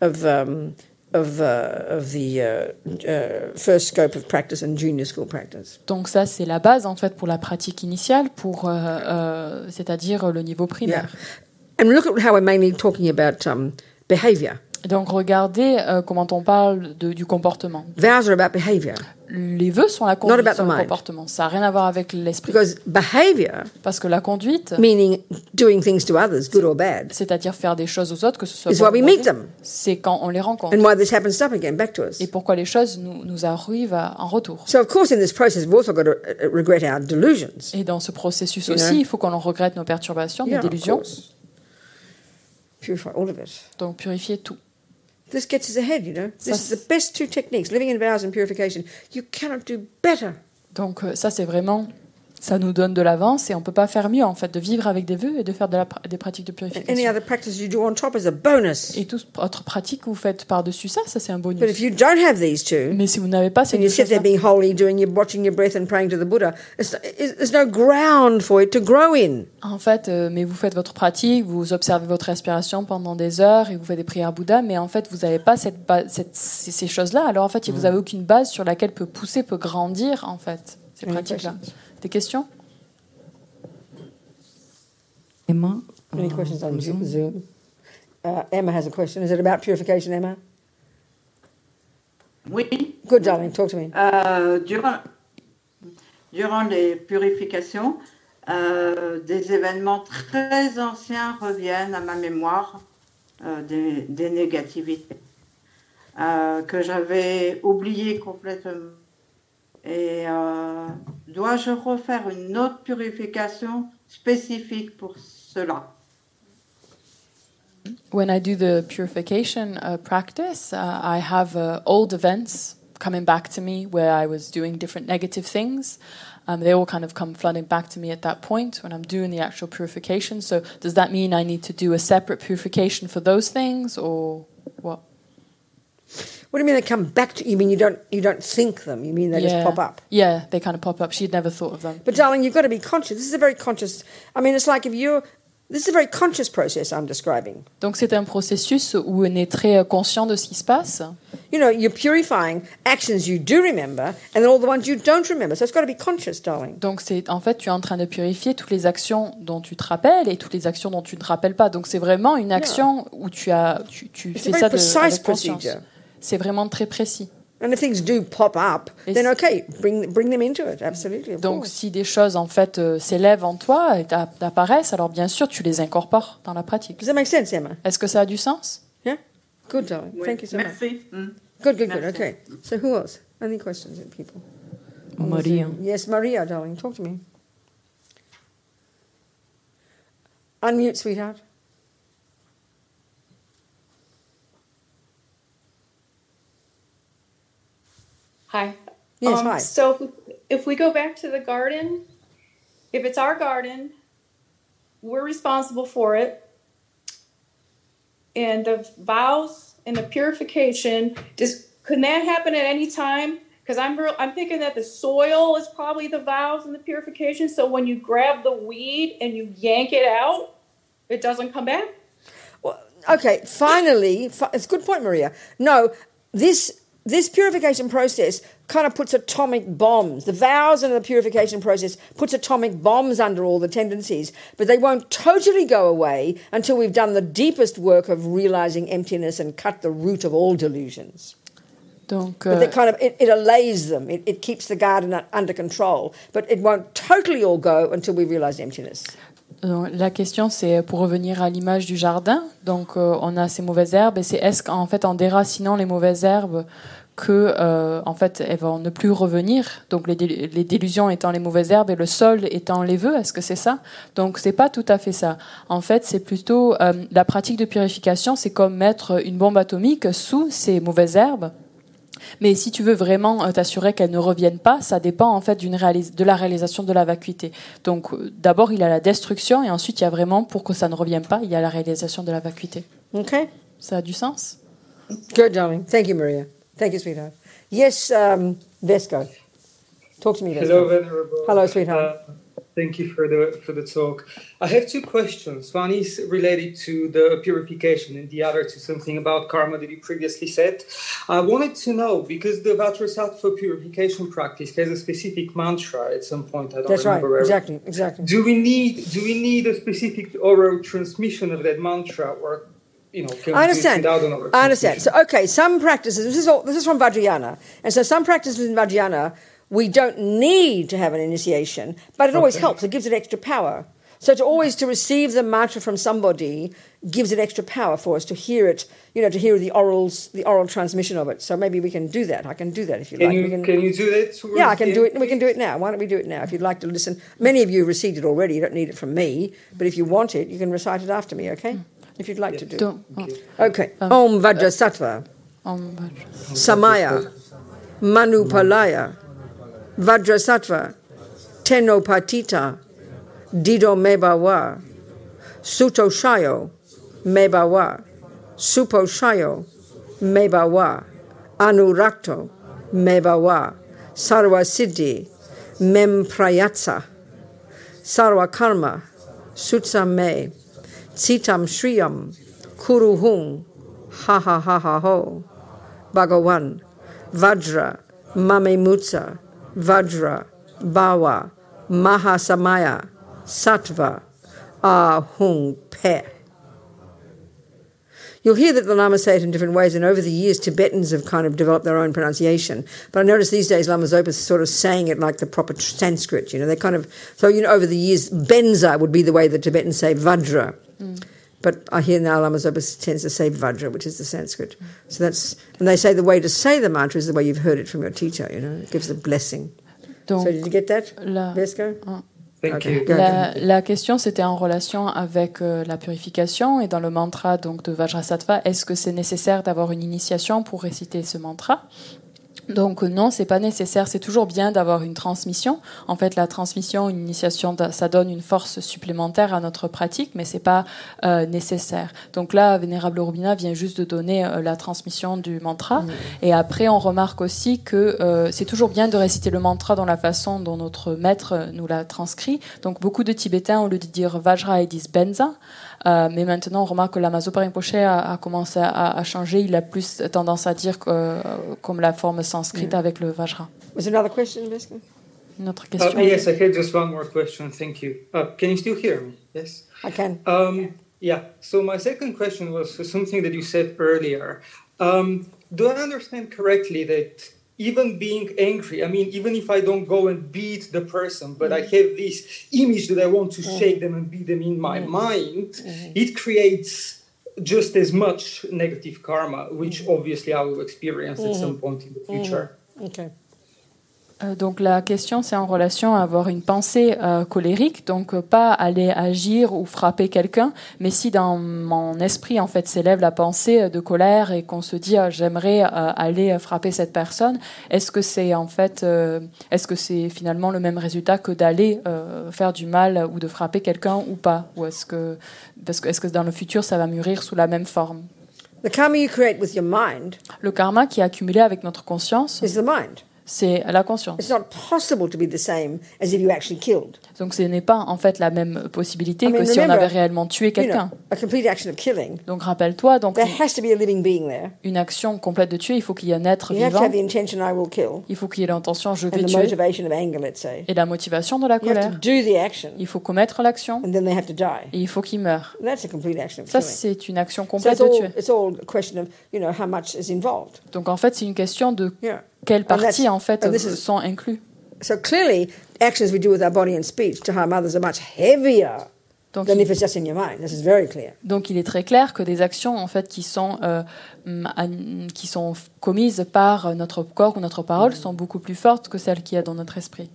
of, um, of, uh, of the uh, uh, first scope of practice and junior school practice.
Donc ça c'est la base en fait pour la pratique initiale pour euh, euh, c'est-à-dire le niveau
Yeah,
primaire.
and look at how we're mainly talking about um, behavior.
Donc regardez euh, comment on parle de- du comportement.
Vows are about behavior
Les vœux sont la
about
conduite
the
sur le
mind.
comportement. Ça n'a rien à voir avec l'esprit
because behavior
parce que la conduite
meaning doing things to others, good or bad,
c'est-à-dire faire des choses aux autres, que ce soit
is
bon
why
ou
we
mauvais,
meet them
c'est quand on les rencontre
and why this happens up again back to us.
et pourquoi les choses nous, nous arrivent à- en retour.
So, of course, in this process, we've also got to uh, regret our delusions.
Et dans ce processus
You know.
aussi, il faut qu'on en regrette nos perturbations, nos
of
délusions,
course. Purify all of it.
donc purifier tout.
This gets us ahead, you know. This is
That's-
the best two techniques living in vows and purification. You cannot do better.
Donc euh, ça, c'est vraiment, ça nous donne de l'avance et on peut pas faire mieux en fait, de vivre avec des vœux et de faire de la pra- des pratiques de
And any
purification.
other practice you do on top is a bonus.
Et toute autre pratique que vous faites par-dessus ça, ça c'est un
But
bonus.
if you don't have these two,
Mais si vous n'avez pas ces
and you
deux
sit there
choses-là,
being holy, doing your, watching your breath and praying to the Buddha, it's, it's, there's no ground for it to grow in.
en fait, euh, mais vous faites votre pratique, vous observez votre respiration pendant des heures et vous faites des prières Bouddha, mais en fait, vous n'avez pas cette, ba- cette- ces ces choses-là. Alors en fait,
Mm.
vous n'avez aucune base sur laquelle peut pousser, peut grandir en fait ces
Any
pratiques-là. Des questions
Emma.
Any
euh,
questions on
Um,
comme ça.
Zo- Zoom? Uh, Emma has a question. Is it about purification, Emma?
Oui,
Good, darling. Talk to me.
euh, durant, durant les purifications, euh, des événements très anciens reviennent à ma mémoire, euh, des, des négativités euh, que j'avais oubliées complètement. Et euh, dois-je refaire une autre purification spécifique pour cela
When I do the purification uh, practice, uh, I have uh, old events coming back to me where I was doing different negative things. Um, they all kind of come flooding back to me at that point when I'm doing the actual purification. So, does that mean I need to do a separate purification for those things or what?
What do you mean they come back to you? Mean you don't you don't think them? You mean they just
Yeah.
pop up?
Yeah, they kind of pop up. She'd never thought of them.
But darling, you've got to be conscious. This is a very conscious. I mean, it's like if you're. This is a very conscious process I'm describing.
Donc, c'est un processus où on est très euh, conscient de ce qui se passe.
You know, you're purifying actions you do remember, and then all the ones you don't remember. So it's got to be conscious, darling.
Donc, c'est en fait, tu es en train de purifier toutes les actions dont tu te rappelles et toutes les actions dont tu ne te rappelles pas. Donc, c'est vraiment une action où tu as, tu, tu
It's a
fais
very
ça de,
precise
avec conscience.
procedure.
C'est vraiment très précis.
And if things do pop up, then
Yes.
okay, bring bring them into it. Absolutely. Of
Donc,
course.
si des choses en fait euh, s'élèvent en toi et t'a- t'apparaissent, alors bien sûr, tu les incorpores dans la pratique.
Does that make sense, Emma?
Est-ce que ça a du sens
Yeah. Good, darling.
Oui,
Thank you so much.
Merci. Mm.
Good, good, good.
Merci.
Okay. So who else? Any questions, people? on the
Maria.
Zoom? Yes, Maria, darling, talk to me. Unmute, sweetheart.
Hi.
Yes,
Um,
hi.
So if we, if we go back to the garden, if it's our garden, we're responsible for it. And the vows and the purification, does can that happen at any time? Because I'm real, I'm thinking that the soil is probably the vows and the purification. So when you grab the weed and you yank it out, it doesn't come back.
Well, okay, finally, fi- it's a good point, Maria. No, this this purification process kind of puts atomic bombs. The vows and the purification process puts atomic bombs under all the tendencies, but they won't totally go away until we've done the deepest work of realizing emptiness and cut the root of all delusions.
Donc,
But
euh,
that kind of it, it allays them. It, it keeps the garden u- under control, but it won't totally all go until we realize emptiness.
Donc, Euh, La question, c'est pour revenir à l'image du jardin. Donc, euh, on a ces mauvaises herbes, et c'est est-ce qu'en fait, en déracinant les mauvaises herbes, que euh, en fait, elles vont ne plus revenir. Donc, les, délu- les délusions étant les mauvaises herbes et le sol étant les vœux. Est-ce que c'est ça Donc, c'est pas tout à fait ça. En fait, c'est plutôt euh, la pratique de purification. C'est comme mettre une bombe atomique sous ces mauvaises herbes. Mais si tu veux vraiment euh, t'assurer qu'elles ne reviennent pas, ça dépend en fait d'une réalis- de la réalisation de la vacuité. Donc euh, d'abord il y a la destruction et ensuite il y a vraiment pour que ça ne revienne pas, il y a la réalisation de la vacuité.
Okay.
Ça a du sens
Good, darling. Thank you, Maria. Thank you, sweetheart. Yes, um, Vesco. Talk to me, Vesco.
Hello, Venerable.
Hello, sweetheart.
Uh, thank you for the for the talk. I have two questions. One is related to the purification, and the other to something about karma that you previously said. I wanted to know because the Vajrasattva purification practice has a specific mantra at some point. I don't
That's right.
remember where-
Exactly. Exactly.
Do we need do we need a specific oral transmission of that mantra, or you know, can we do it
I understand.
without an oral
I understand.
transmission?
So, okay, some practices. This is all. This is from Vajrayana, and so some practices in Vajrayana we don't need to have an initiation, but it always
Okay.
helps. It gives it extra power. So to always to receive the mantra from somebody gives it extra power for us to hear it. You know, to hear the orals, the oral transmission of it. So maybe we can do that. I can do that if you
Can
like.
you
we
can you do that? towards
yeah, I can
the
do
end?
it. We can do it now. Why don't we do it now? If you'd like to listen, many of you received it already. You don't need it from me, but if you want it, you can recite it after me. Okay, if you'd like to do.
Donc,
Okay. Om Vajrasattva,
on-
Samaya, Manupalaya, Vajrasattva, Tenopatita, Dido Mebawa, Sutoshayo, Mebawa, Suposhayo, Mebawa, Anurakto, Mebawa, Sarvasiddhi, Memprayatsa, Sarva Karma, Sutsa Me, Tsitam Shriyam, Kuru Hung, Ha Ha Ha Ha Ho, Bhagawan, Vajra, Mame Mutsa, Vajra, Bawa, Mahasamaya, Sattva, Ahung Pe. You'll hear that the Lama say it in different ways, and over the years, Tibetans have kind of developed their own pronunciation. But I notice these days Lama Zopa is sort of saying it like the proper Sanskrit, you know, they kind of, so, you know, over the years, Benza would be the way the Tibetans say Vajra.
Mm.
But I hear now Lama Zopa tends to say Vajra, which is the Sanskrit. So that's, and they say the way to say the mantra is the way you've heard it from your teacher, you know, it gives a blessing.
donc,
so did you get that,
la-
Vesco?
Thank
Okay.
you.
Good.
Ah. La, la question, c'était en relation avec euh, la purification et dans le mantra donc de Vajrasattva, est-ce que c'est nécessaire d'avoir une initiation pour réciter ce mantra donc euh, non, c'est pas nécessaire. C'est toujours bien d'avoir une transmission. En fait, la transmission, une initiation, da- ça donne une force supplémentaire à notre pratique, mais c'est pas euh, nécessaire. Donc là, Vénérable Rubina vient juste de donner euh, la transmission du mantra. Et après, on remarque aussi que euh, c'est toujours bien de réciter le mantra dans la façon dont notre maître euh, nous l'a transcrit. Donc beaucoup de Tibétains, au lieu de dire Vajra, ils disent Benza. Euh, mais maintenant, on remarque que l'Amazopa Rinpoche a, a commencé à, à changer. Il a plus tendance à dire que, euh, comme la forme sanscrite avec le Vajra.
Was there another question, Vesco?
Une autre
Uh,
question
yes, I had just one more question. Thank you. Uh, can you still hear me? Yes.
I can.
Um, yeah. So my second question was for something that you said earlier. Um, do I understand correctly that even being angry, I mean, even if I don't go and beat the person, but I
Mm-hmm.
have this image that I want to shake them and beat them in my
Mm-hmm.
mind, it creates just as much negative karma, which
Mm-hmm.
obviously I will experience at some point in the future.
Okay.
Euh, donc la question, c'est en relation à avoir une pensée euh, colérique, donc euh, pas aller agir ou frapper quelqu'un, mais si dans mon esprit en fait s'élève la pensée euh, de colère et qu'on se dit ah, j'aimerais euh, aller euh, frapper cette personne, est-ce que c'est en fait, euh, est-ce que c'est finalement le même résultat que d'aller euh, faire du mal ou de frapper quelqu'un ou pas, ou est-ce que parce que est-ce que dans le futur ça va mûrir sous la même forme
The karma you create with your mind
Le karma qui est accumulé avec notre conscience,
is the mind.
c'est la conscience.
It's not possible to be the same as if you actually killed.
Donc ce n'est pas en fait la même possibilité
I mean,
que si on
remember,
avait réellement tué
You
quelqu'un.
know, a complete action of killing.
Donc rappelle-toi, donc
There has to be a living being there.
une action complète de tuer, il faut qu'il y ait un être
You have to
vivant,
have the intention, I will kill,
il faut qu'il y ait l'intention, je vais
and the
tuer,
motivation of anger, let's say.
et la motivation de la
You have to
colère.
do the action,
Il faut commettre l'action
and then they have to die.
et il faut qu'il meure.
And that's a complete action of
Ça,
killing.
c'est une action
So
complète
it's
de
all,
tuer.
it's all a question of, you know, how much is involved.
Donc en fait, c'est une question de
Yeah.
quelle partie
that's-
en fait
and this is-
sont inclus.
So clearly, actions we do with our body and speech to harm others are much heavier
Donc
than
il-
if it's just in your mind. This is very clear.
Donc il est très clair que des actions en fait qui sont euh, hum, an- qui sont f- commises par euh, notre corps ou notre parole sont beaucoup plus fortes que celles qu'il y a dans notre esprit.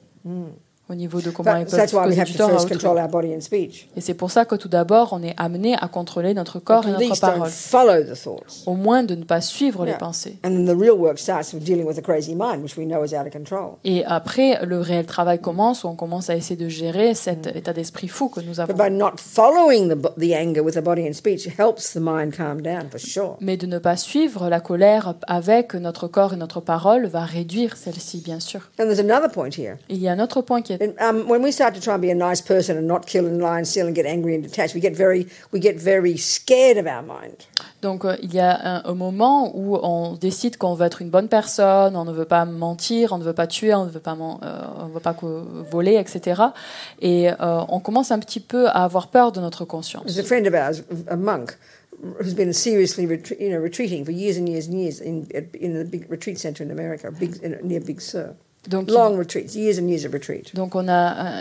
Au niveau de comment
Mm. But-
ils
so
peuvent
that's why we
causer
have
du
to
tort à
first
autrui.
control our body and speech.
Et c'est pour ça que tout d'abord on est amené à contrôler notre
But
corps et
these
notre
don't
parole,
follow the thoughts.
au moins de ne pas suivre les
Yeah.
pensées.
And then the real work starts with dealing with a crazy mind, which we know is out of control.
Et après, le réel travail commence où on commence à essayer de gérer cet état d'esprit fou que nous avons.
Mm. But by not following the, bo- the anger with the body and speech helps the mind calm down for sure.
Mais de ne pas suivre la colère avec notre corps et notre parole va réduire celle-ci, bien sûr.
And there's another point here.
Il y a un autre point qui est
And, um, when we start to try and be a nice person and not kill and lie and steal and get angry and detached, we get very we get very scared of our mind.
Donc euh, il y a un, un moment où on décide qu'on veut être une bonne personne, on ne veut pas mentir, on ne veut pas tuer, on ne veut pas, men- euh, on ne veut pas co- voler, etc. Et euh, on commence un petit peu à avoir peur de notre conscience.
There's a friend of ours, a monk, who's been seriously retre- you know retreating for years and years and years in in a big retreat center in America, a big in, near Big Sur.
Donc, il-
Long retreats, years and years of retreat.
donc on a,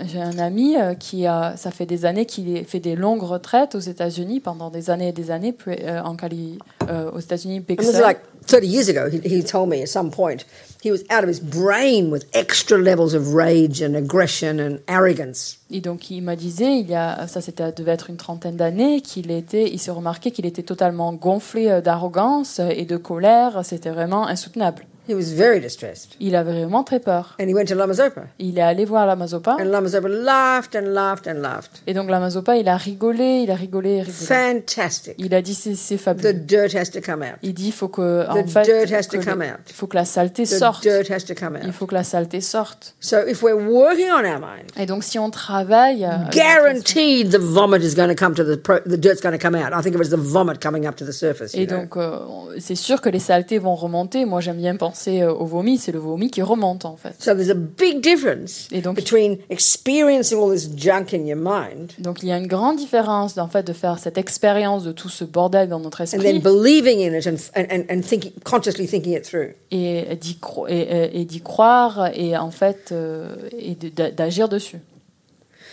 un- j'ai un ami euh, qui a, ça fait des années qu'il fait des longues retraites aux États-Unis pendant des années et des années puis, euh, en Cali, euh, aux États-Unis, Big
And this is
Sur.
like 30 years ago, he, he told me at some point he was out of his brain with extra levels of rage and aggression and arrogance.
Et donc il me disait, il y a, ça c'était, devait être une trentaine d'années, qu'il était, il s'est remarqué qu'il était totalement gonflé euh, d'arrogance et de colère, c'était vraiment insoutenable.
He was very distressed.
Il avait vraiment très peur.
And he went to Lama Zopa.
Il est allé voir la Mazopa,
And Lama Zopa laughed and laughed and laughed.
et donc la Mazopa, il a rigolé, il a rigolé, et rigolé.
Fantastic.
Il a dit c'est, c'est
The
fabuleux.
dirt has to come out.
Il dit faut que, en
The
fait,
dirt has
que
to
le-
come out.
il faut que la saleté
The
sorte.
dirt has to come
Il
out.
faut que la saleté sorte.
So if we're working on our mind,
Et donc si on travaille, euh,
Oh,
guaranteed the vomit is going to come to the pro- the dirt's going to come out. I think it was the vomit coming up to the surface. you
Et
know.
donc, euh, on- c'est sûr que les saletés vont remonter. Moi, j'aime bien penser euh, au vomi. C'est le vomi qui remonte, en fait.
So there's a big difference
Et donc-
between experiencing all this junk in your mind
Donc, il y a une grande différence, en fait, de faire cette expérience de tout ce bordel dans notre
and then
esprit
believing in it and and, and, and thinking consciously thinking it through.
et d'y cro- et, et- et d'y croire et, en fait, euh, et de- d'a- d'agir dessus.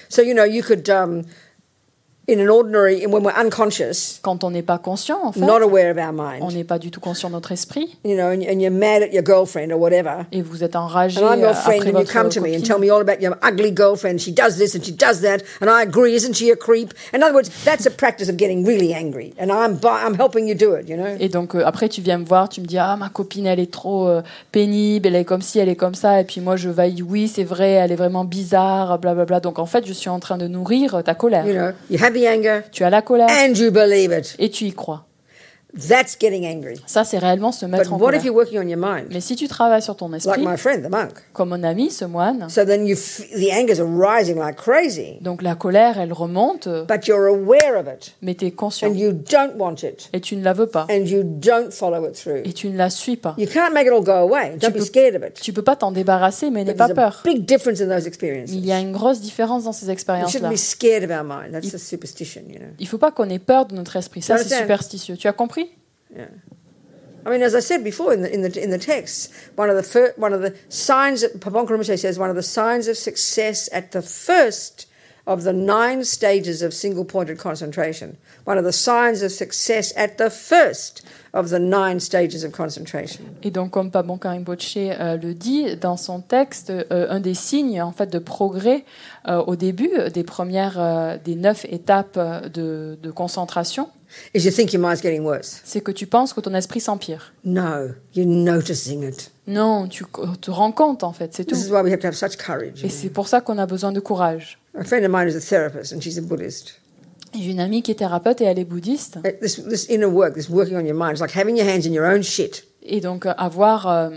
So you know you could um, in an ordinary and when we're unconscious,
Quand on n'est pas conscient, en fait,
not aware of our
on
mind,
n'est pas du tout conscient de notre esprit
you know, and, and you're mad at your girlfriend or whatever.
et vous êtes enragé
And I'm
euh,
your friend,
après
and you
votre
come to me and tell
copine.
me all about your ugly girlfriend. She does this and she does that, and I agree. Isn't she a creep? In other words, that's a practice of getting really angry, and I'm bu- I'm helping you do it. You know,
Et donc euh, après tu viens me voir, tu me dis ah ma copine elle est trop euh, pénible, elle est comme ci, elle est comme ça, et puis moi je vaille oui c'est vrai, elle est vraiment bizarre, blablabla. Donc en fait je suis en train de nourrir euh, ta colère.
you know, you have the anger
Tu as la colère
and you believe it.
et tu y crois.
That's getting angry.
Ça c'est réellement se
But
mettre en
what if
colère.
you're working on your mind,
Mais si tu travailles sur ton
like
esprit,
my friend the monk?
comme mon ami ce moine,
So then you f- the angers are rising like crazy,
donc la colère elle remonte, euh,
but you're aware of it
mais tu es conscient
and you don't want it
et tu ne la veux pas
and you don't follow it through.
et tu ne la suis pas.
You can't make it all go away. Don't be
peux-
scared of it.
Tu peux pas t'en débarrasser mais n'aie
But
pas
There's a
peur.
big difference in those experiences.
Il y a une grosse différence dans ces
We
expériences là.
shouldn't be scared of our mind. That's a superstition, you know.
Il faut pas qu'on ait peur de notre esprit. Ça c'est
Understand.
superstitieux. Tu as compris?
I mean, as I said before in the in the in the text, one of the fir- one of the signs that Pavan Rinpoche says one of the signs of success at the first of the nine stages of single pointed concentration. One of the signs of success at the first of the nine stages of concentration.
Et donc, comme Pabon Karimboche euh, le dit dans son texte, euh, un des signes en fait de progrès euh, au début euh, des premières euh, des neuf étapes euh, de, de concentration,
Is you think your mind's getting worse?
c'est que tu penses que ton esprit s'empire.
No, you're noticing it.
Non, tu co- te rends compte en fait, c'est tout.
This is why we have to have such courage.
Et c'est pour ça qu'on a besoin de courage.
A friend of mine is a therapist, and she's a Buddhist.
Et J'ai une amie qui est thérapeute et elle est bouddhiste.
Uh, This this inner work, this working on your mind, is like having your hands in your own shit.
Et donc euh, avoir euh,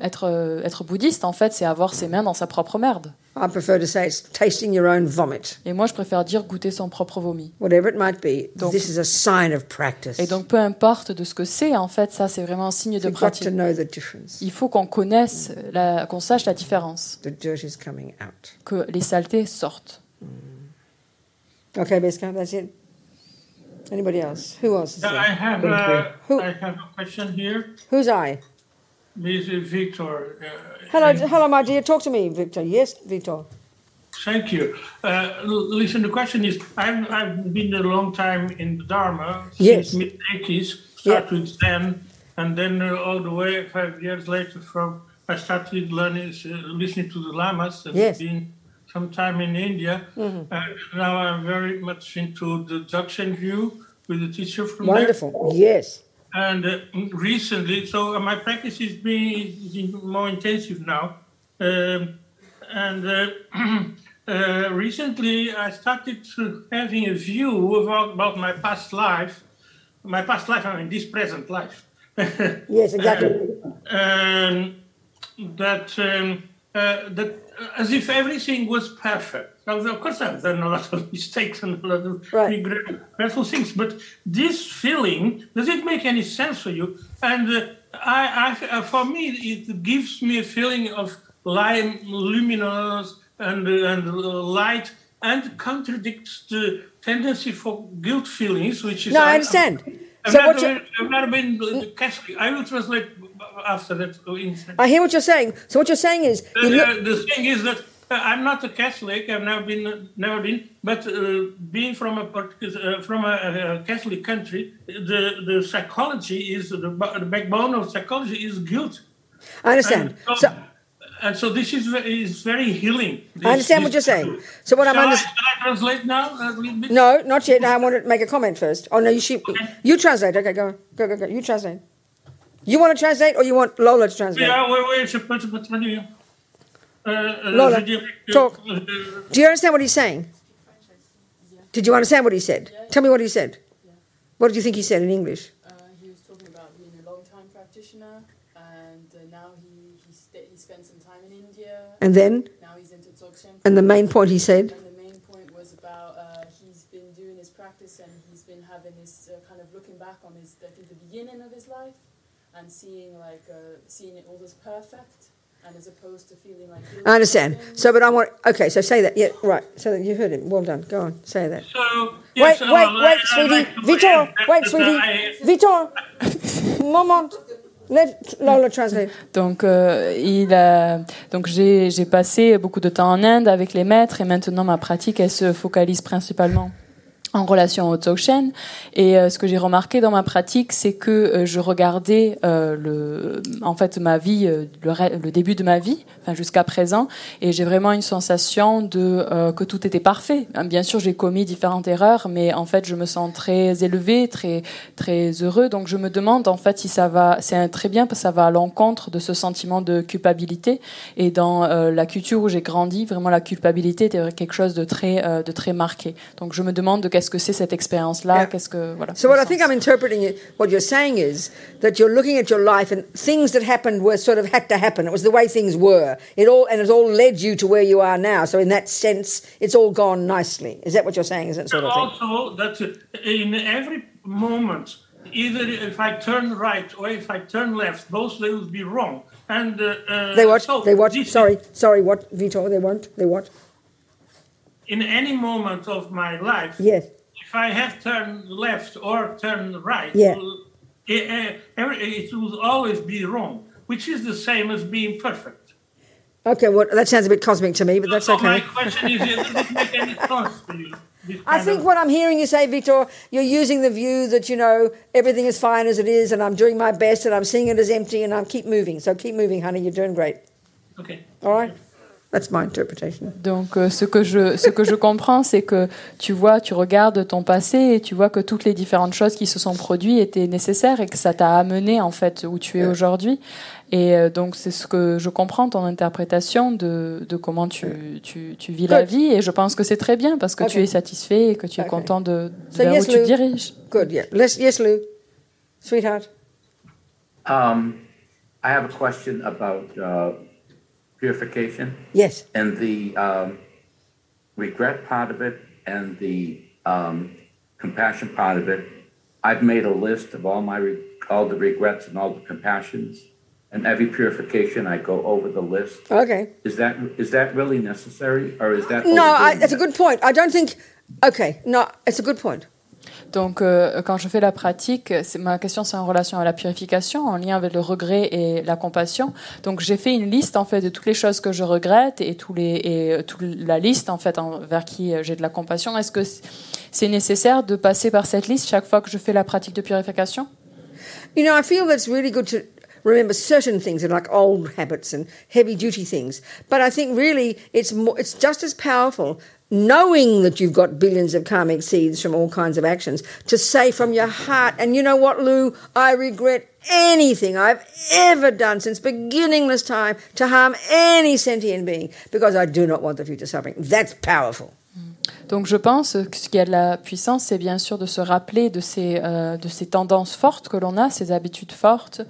être euh, être bouddhiste en fait, c'est avoir ses mains dans sa propre merde.
I prefer to say it's tasting your own vomit,
Et moi, je préfère dire goûter son propre vomi.
whatever it might be.
Donc-
this is a sign of practice.
Et donc peu importe de ce que c'est en fait, ça c'est vraiment un signe de
You've got to
pratique.
know the difference.
Il faut qu'on connaisse la- qu'on sache la différence,
The dirt is coming out.
que les saletés sortent.
Mm. Okay, Beska, that's it. Anybody else? Who else is
Yeah, I
there?
have,
Thank you.
uh,
Who-
I have a question here.
Who's I?
This is Victor. uh,
Hello,
in-
hello, my dear. Talk to me, Victor. Yes, Victor.
Thank you. Uh, l- listen, the question is, I've, I've been a long time in the Dharma
Yes.
since mid eighties, start with Zen, and then uh, all the way five years later from I started learning, uh, listening to the lamas and
Yes. Mm-hmm.
being some time in India. Uh, now I'm very much into the Dakshin view with the teacher from there.
Wonderful. Yes.
And uh, recently, so uh, my practice is being is in- more intensive now. Um, and uh, uh, recently, I started to having a view about, about my past life. My past life, I mean, this present life.
Yes, exactly.
um, that um, uh, that uh, as if everything was perfect. Now, of course, I've done a lot of mistakes and a lot of
Right.
regret, regretful things, but this feeling does it make any sense for you? And uh, I, I, uh, for me, it gives me a feeling of lime, luminous and uh, and uh, light, and contradicts the tendency for guilt feelings, which is
No, I understand.
I've,
So
never,
what you,
been, I've never been Catholic. I will translate after that. In,
I hear what you're saying. So what you're saying is, you look-
the, the thing is that uh, I'm not a Catholic. I've never been, never been. But uh, being from a particular, uh, from a, a Catholic country, the the psychology is the, ba- the backbone of psychology is guilt.
I understand.
And
So
so, and so this is ve- is very healing. This,
I understand
this
what you're saying.
tool.
So what I'm
Shall I-
understanding.
shall I translate now a little bit?
No, not yet. I want to make a comment first. Oh no, you should. You translate. Okay, go, go, go, go. You translate. You want to translate, or you want Lola to translate?
Yeah, wait, wait, je peux te traduire. Euh, euh,
Lola,
je dirais que-
talk.
euh,
Do you understand what he's saying? Did you understand what he said? Tell me what he said. What did you think he said in English?
Uh, he was talking about being a long time practitioner, and uh, now he he, sta he spent some time in India.
And then,
Now he's into Dzogchen.
and the main point he said.
And the main point was about uh, he's been doing his practice and he's been having this uh, kind of looking back on his I think the beginning of his life and seeing like uh, seeing it all as perfect and as opposed to feeling like guilty
I understand.
about things.
So, but I want. Okay, so say that. Yeah, right. So that you heard him. Well done. Go on. Say that.
So,
Wait,
yes,
wait,
uh, well,
wait,
I- I'd
sweetie.
like to
Vitor,
add that-
wait,
that
sweetie.
I-
Vitor. Moment. Let Lola translate.
Donc, euh, il a- donc j'ai j'ai passé beaucoup de temps en Inde avec les maîtres et maintenant ma pratique, elle se focalise principalement en relation au Dzogchen. Et euh, ce que j'ai remarqué dans ma pratique, c'est que euh, je regardais euh, le, en fait ma vie, euh, le, re- le début de ma vie, enfin jusqu'à présent, et j'ai vraiment une sensation de euh, que tout était parfait. Hein, Bien sûr, j'ai commis différentes erreurs, mais en fait, je me sens très élevée, très très heureux. Donc, je me demande en fait si ça va, c'est un très bien parce que ça va à l'encontre de ce sentiment de culpabilité. Et dans euh, la culture où j'ai grandi, vraiment la culpabilité était quelque chose de très euh, de très marqué. Donc, je me demande de qu'est-ce que c'est cette expérience-là,
Yeah.
qu'est-ce que voilà.
So what
le
I think
sens.
I'm interpreting it, what you're saying is that you're looking at your life and things that happened were sort of had to happen. It was the way things were. It all and it all led you to where you are now. So in that sense, it's all gone nicely. Is that what you're saying? Is that sort of thing?
also that in every moment, either if I turn right or if I turn left, both they would be wrong. And uh, uh,
They what?
so
They what?
this is-
Sorry, sorry. What, Vitor? They want? They what?
in any moment of my life,
Yes.
if I have turned left or turned right,
Yeah.
it, uh, every- it will always be wrong, which is the same as being perfect.
Okay. Well, that sounds a bit cosmic to me, but that's
so My
okay.
question is, does it make any sense to you? This
I
kind
think
of-
what I'm hearing you say, Victor, you're using the view that you know everything is fine as it is, and I'm doing my best, and I'm seeing it as empty, and I'm keep moving. So keep moving, honey. You're doing great.
Okay.
All right. That's my interpretation.
Donc euh, ce que je ce que je comprends c'est que tu vois tu regardes ton passé et tu vois que toutes les différentes choses qui se sont produites étaient nécessaires et que ça t'a amené en fait où tu es aujourd'hui et euh, donc c'est ce que je comprends ton interprétation de de comment tu tu, tu vis la
Good.
vie et je pense que c'est très bien parce que tu
Okay.
es satisfait et que tu es
Okay.
content de, de
So
là
yes,
où tu te
Lou.
diriges.
Good. Yeah. Let's, yes, Lou. Sweetheart.
Um, I have a question about uh, purification
Yes.
and the um, regret part of it and the um, compassion part of it. I've made a list of all my re- all the regrets and all the compassions, and every purification I go over the list.
Okay.
Is that is that really necessary, or is that
No, I,
overdoing
that's a
it?
good point. I don't think. Okay. No, it's a good point.
Donc, euh, quand je fais la pratique, c'est- ma question c'est en relation à la purification, en lien avec le regret et la compassion. Donc, j'ai fait une liste en fait de toutes les choses que je regrette et tous les et euh, toute la liste en fait envers qui euh, j'ai de la compassion. Est-ce que c- c'est nécessaire de passer par cette liste chaque fois que je fais la pratique de purification
You know, I feel that's really good to remember certain things that are like old habits and heavy duty things. But I think really it's more, it's just as powerful knowing that you've got billions of karmic seeds from all kinds of actions to say from your heart, and you know what, Lou, I regret anything I've ever done since beginningless time to harm any sentient being because I do not want the future suffering. That's powerful.
Donc je pense que ce qui a de la puissance, c'est bien sûr de se rappeler de ces, euh, de ces tendances fortes que l'on a, ces habitudes fortes,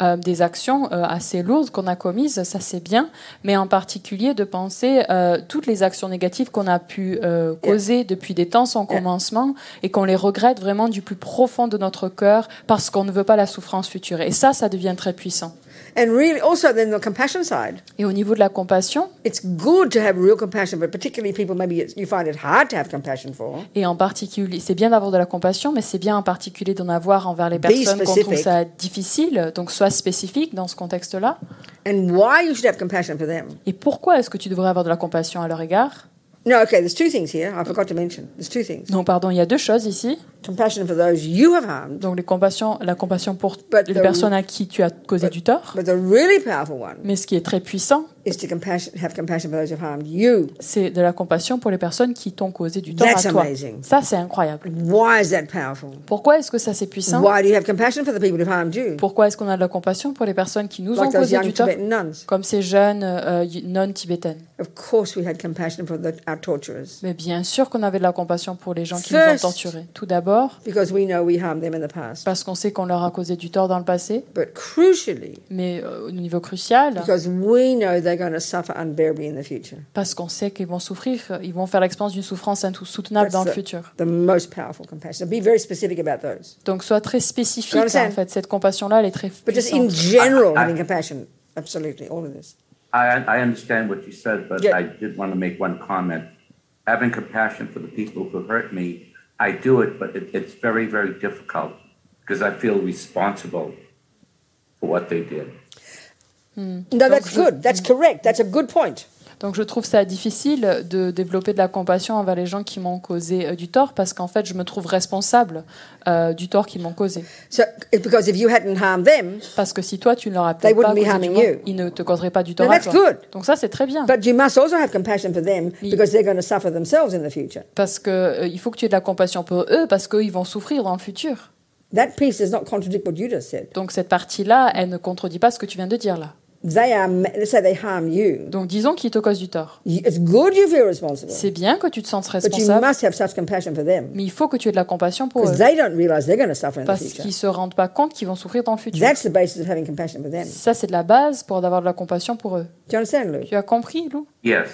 euh, des actions euh, assez lourdes qu'on a commises, ça c'est bien, mais en particulier de penser euh, toutes les actions négatives qu'on a pu euh, causer depuis des temps sans
Yeah.
commencement et qu'on les regrette vraiment du plus profond de notre cœur parce qu'on ne veut pas la souffrance future. Et ça, ça devient très puissant.
And really, also then the compassion side.
Et au niveau de la compassion,
It's good to have real compassion, but particularly people maybe it's, you find it hard to have compassion for.
Et en particulier, c'est bien d'avoir de la compassion, mais c'est bien en particulier d'en avoir envers les personnes qu'on
specific.
trouve ça difficile. Donc sois spécifique dans ce contexte-là.
and why you should have compassion for them.
Et pourquoi est-ce que tu devrais avoir de la compassion à leur égard
No, okay, there's two things here I forgot to mention. There's two things
Non, pardon, il y a deux choses ici.
compassion for those you have harmed,
Donc les compassions, la compassion pour
But
les
the-
personnes à qui tu as causé du tort.
but the really powerful one
Mais ce qui est très puissant,
is to compassion, have compassion for those who have harmed you.
c'est de la compassion pour les personnes qui t'ont causé du tort
That's
à toi.
amazing.
Ça, c'est incroyable.
Why is that powerful?
Pourquoi est-ce que ça, c'est puissant
Why do you have compassion for the people who have harmed you?
Pourquoi est-ce qu'on a de la compassion pour les personnes qui nous ont
Like those
causé
young
du tort,
Tibetan nuns.
comme ces jeunes euh, non-tibétaines
Of course, we had compassion for the, our torturers
Mais bien sûr qu'on avait de la compassion pour les gens qui nous ont
First.
torturés. Tout d'abord,
because we know we harmed them in the past.
parce qu'on sait qu'on leur a causé du tort dans le passé,
But crucially,
mais euh, au niveau crucial,
because we know they're going to suffer unbearably in the future.
parce qu'on sait qu'ils vont souffrir, ils vont faire l'expérience d'une souffrance insoutenable dans le
That's the-
futur.
The most powerful compassion. So be very specific about those.
Donc, sois très spécifique,
You understand?
en fait. Cette compassion-là, elle est très
But just in
puissante.
general,
I- I-
having compassion, absolutely, all of this.
I, I understand what you said, but
Yeah.
I did want to make one comment. Having compassion for the people who hurt me, I do it, but it, it's very, very difficult because I feel responsible for what they did.
No, that's
Hmm. je- hmm.
good. That's correct. That's a good point.
Donc, je trouve ça difficile de développer de la compassion envers les gens qui m'ont causé euh, du tort, parce qu'en fait, je me trouve responsable euh, du tort qu'ils m'ont causé.
So, it- because if you hadn't harmed them,
Parce que si toi, tu ne leur as
They
peut-être pas
wouldn't be
causé du
harming
mal,
you.
ils ne te causeraient pas du tort
Now,
à
that's
toi.
good.
Donc, ça, c'est très bien.
but you must also have compassion for them
Me-
because they're going to suffer themselves in the future.
parce que euh, il faut que tu aies de la compassion pour eux parce qu'ils vont souffrir dans le futur.
That piece does not contradict what you just said.
Donc cette partie-là, elle ne contredit pas ce que tu viens de dire là.
They are, ma- let's say they harm you.
Donc disons qu'ils te causent du tort.
You- It's good you feel responsible,
C'est bien que tu te sentes
but you
responsable,
must have such compassion for them
mais il faut que tu aies de la compassion pour
because
eux
they don't realize they're going to suffer in the
parce
future.
qu'ils se rendent pas compte qu'ils vont souffrir dans le futur.
That's the basis of having compassion for them. Do
Ça, c'est de la base pour avoir de la compassion pour eux.
you understand, Lou?
Tu as compris, Lou
Yes.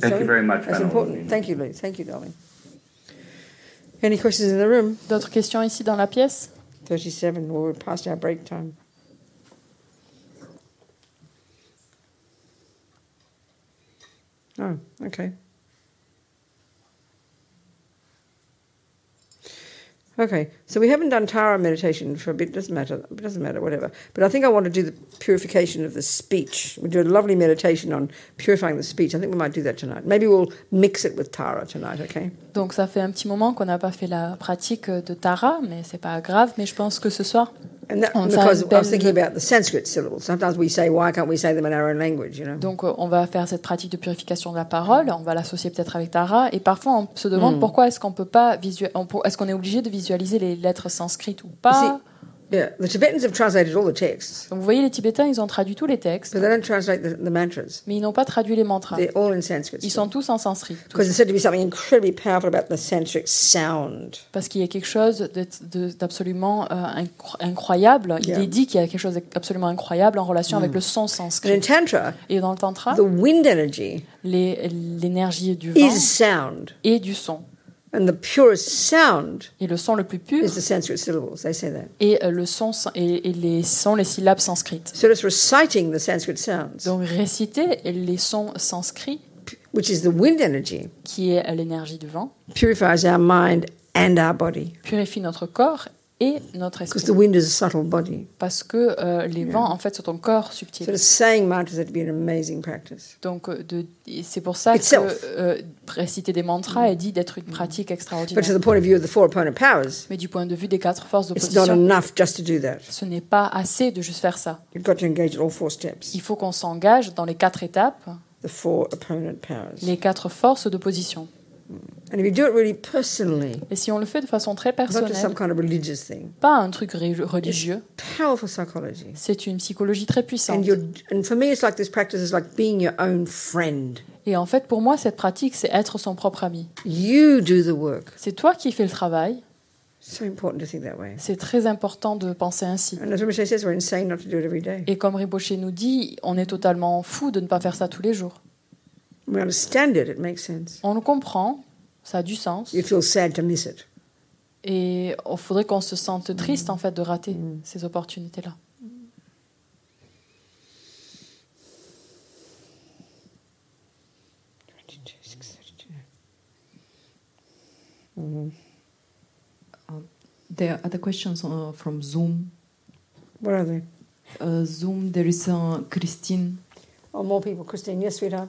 Thank
Sorry?
you very much.
That's
Madam
important.
Levine.
Thank you, Lou. Thank you, darling. Any questions in the room?
D'autres questions ici dans la pièce
37, well, we're past our break time. Oh, okay. Okay, so we haven't done Tara meditation for a bit. Doesn't matter. It doesn't matter. Whatever. But I think I want to do the purification of the speech. We do a lovely meditation on purifying the speech. I think we might do that tonight. Maybe we'll mix it with Tara tonight. Okay.
Donc ça fait un petit moment qu'on n'a pas fait la pratique de Tara, mais c'est pas grave. Mais je pense que ce soir,
And that,
on fera
because
une
I was
belle-
thinking about the Sanskrit syllables. Sometimes we say, why can't we say them in our own language, you know?
Donc euh, on va faire cette pratique de purification de la parole, on va l'associer peut-être avec Tara, et parfois on se
Hmm.
demande pourquoi est-ce qu'on peut pas visu- on pour- est-ce qu'on est obligé de visualiser les lettres sanskrites ou pas
Yeah, the Tibetans have translated all the texts,
Donc vous voyez, les Tibétains, ils ont traduit tous les textes,
but they don't translate the, the mantras.
mais ils n'ont pas traduit les mantras.
They're all in Sanskrit.
Ils sont tous en sanskrit. tous.
Because there's said to be something incredibly powerful about the Sanskrit sound.
Parce qu'il y a quelque chose de- de- d'absolument euh, incro- incroyable. Il
Yeah. Mm.
est dit qu'il y a quelque chose d'absolument incroyable en relation avec le son sanskrit.
And in Tantra,
Et dans le tantra,
the wind energy
les- l'énergie du vent
is sound.
et du son.
And the purest sound
Et le son le plus pur
is the Sanskrit syllables. They say that.
et euh, le son san- et, et les sons, les syllabes sanskrites.
So it's reciting the Sanskrit sounds,
Donc réciter les sons sanskrits,
which is the wind energy,
qui est l'énergie du vent,
purifies our mind and our body.
purifie notre corps et notre
Because
esprit.
the wind is a subtle body.
Parce que euh, les vents, en fait, sont ton corps subtil.
So the saying mantras would be an amazing practice.
Donc, euh, de- et c'est pour ça
Itself.
que euh, réciter des mantras est dit d'être une pratique
Mm. But to
extraordinaire.
the point of view of the four opponent powers,
Mais du point de vue des quatre forces
it's not
d'opposition,
enough just to do that.
ce n'est pas assez de juste faire ça.
You've got to engage at all four steps.
Il faut qu'on s'engage dans les quatre étapes,
The four opponent powers.
les quatre forces d'opposition.
And if you do it really personally,
Et si on le fait de façon très
not just some
personnelle,
kind of religious thing,
pas un truc ré- religieux,
powerful psychology.
c'est une psychologie très
And
puissante.
you're, and for me, it's like this practice is like being your own friend.
Et en fait, pour moi, cette pratique, c'est être son propre ami.
You do the work.
C'est toi qui fais le travail.
So important to think that way.
C'est très important de penser ainsi.
And as Rinpoche says, we're insane not to do it every day.
Et comme Rinpoche nous dit, on est totalement fou de ne pas faire ça tous les jours.
When we understand it, it makes sense.
On le comprend, ça a du sens,
You feel sad to miss it.
et il faudrait qu'on se sente
Mm.
triste en fait de rater ces opportunités-là.
Mm. There are other questions uh, from Zoom.
What are they?
Uh, Zoom, there is uh, Christine.
Oh, more people. Christine, yes, sweetheart.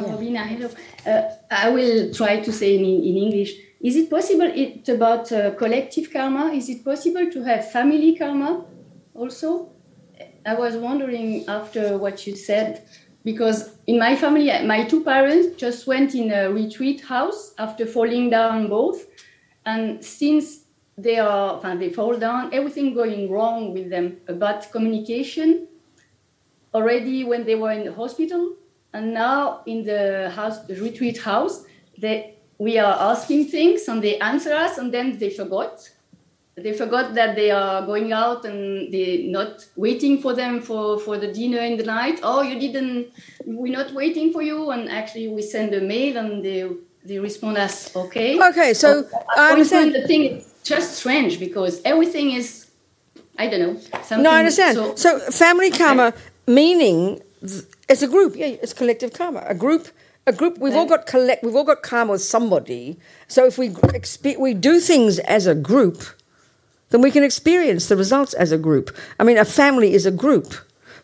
Robina, hello. Uh, I will try to say in, in English. Is it possible it, about uh, collective karma? Is it possible to have family karma also? I was wondering after what you said, because in my family, my two parents just went in a retreat house after falling down both. And since they are, enfin, they fall down, everything going wrong with them about communication already when they were in the hospital and now in the house the retreat house they we are asking things and they answer us and then they forgot they forgot that they are going out and they not waiting for them for, for the dinner in the night oh you didn't we're not waiting for you and actually we send a mail and they they respond us okay
Okay, so I
For instance,
understand.
the thing is just strange because everything is i don't know something
No, I understand.
so-
So, family karma, meaning th- it's a group. Yeah, it's collective karma. A group. A group. We've all got collect. We've all got karma with somebody. So if we gr- expe- we do things as a group, then we can experience the results as a group. I mean, a family is a group.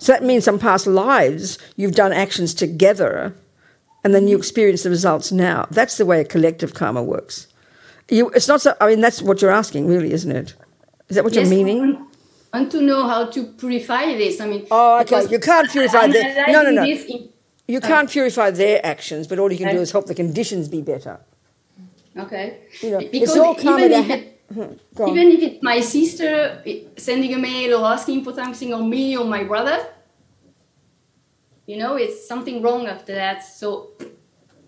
So that means some past lives you've done actions together, and then you
Mm-hmm.
experience the results now. That's the way a collective karma works. You. It's not so. I mean, that's what you're asking, really, isn't it? Is that what
Yes,
you're meaning?
and- And to know how to purify this. I mean,
Oh, okay.
because
You can't purify the- no, no, no.
analyzing This in-
You can't purify their actions, but all you can do
Okay.
is help the conditions be better.
okay.
You know,
because
it's all karma
even,
that hmm,
if it,
Go on.
even if it's my sister i- sending a mail or asking for something, or me or my brother, you know, it's something wrong after that. So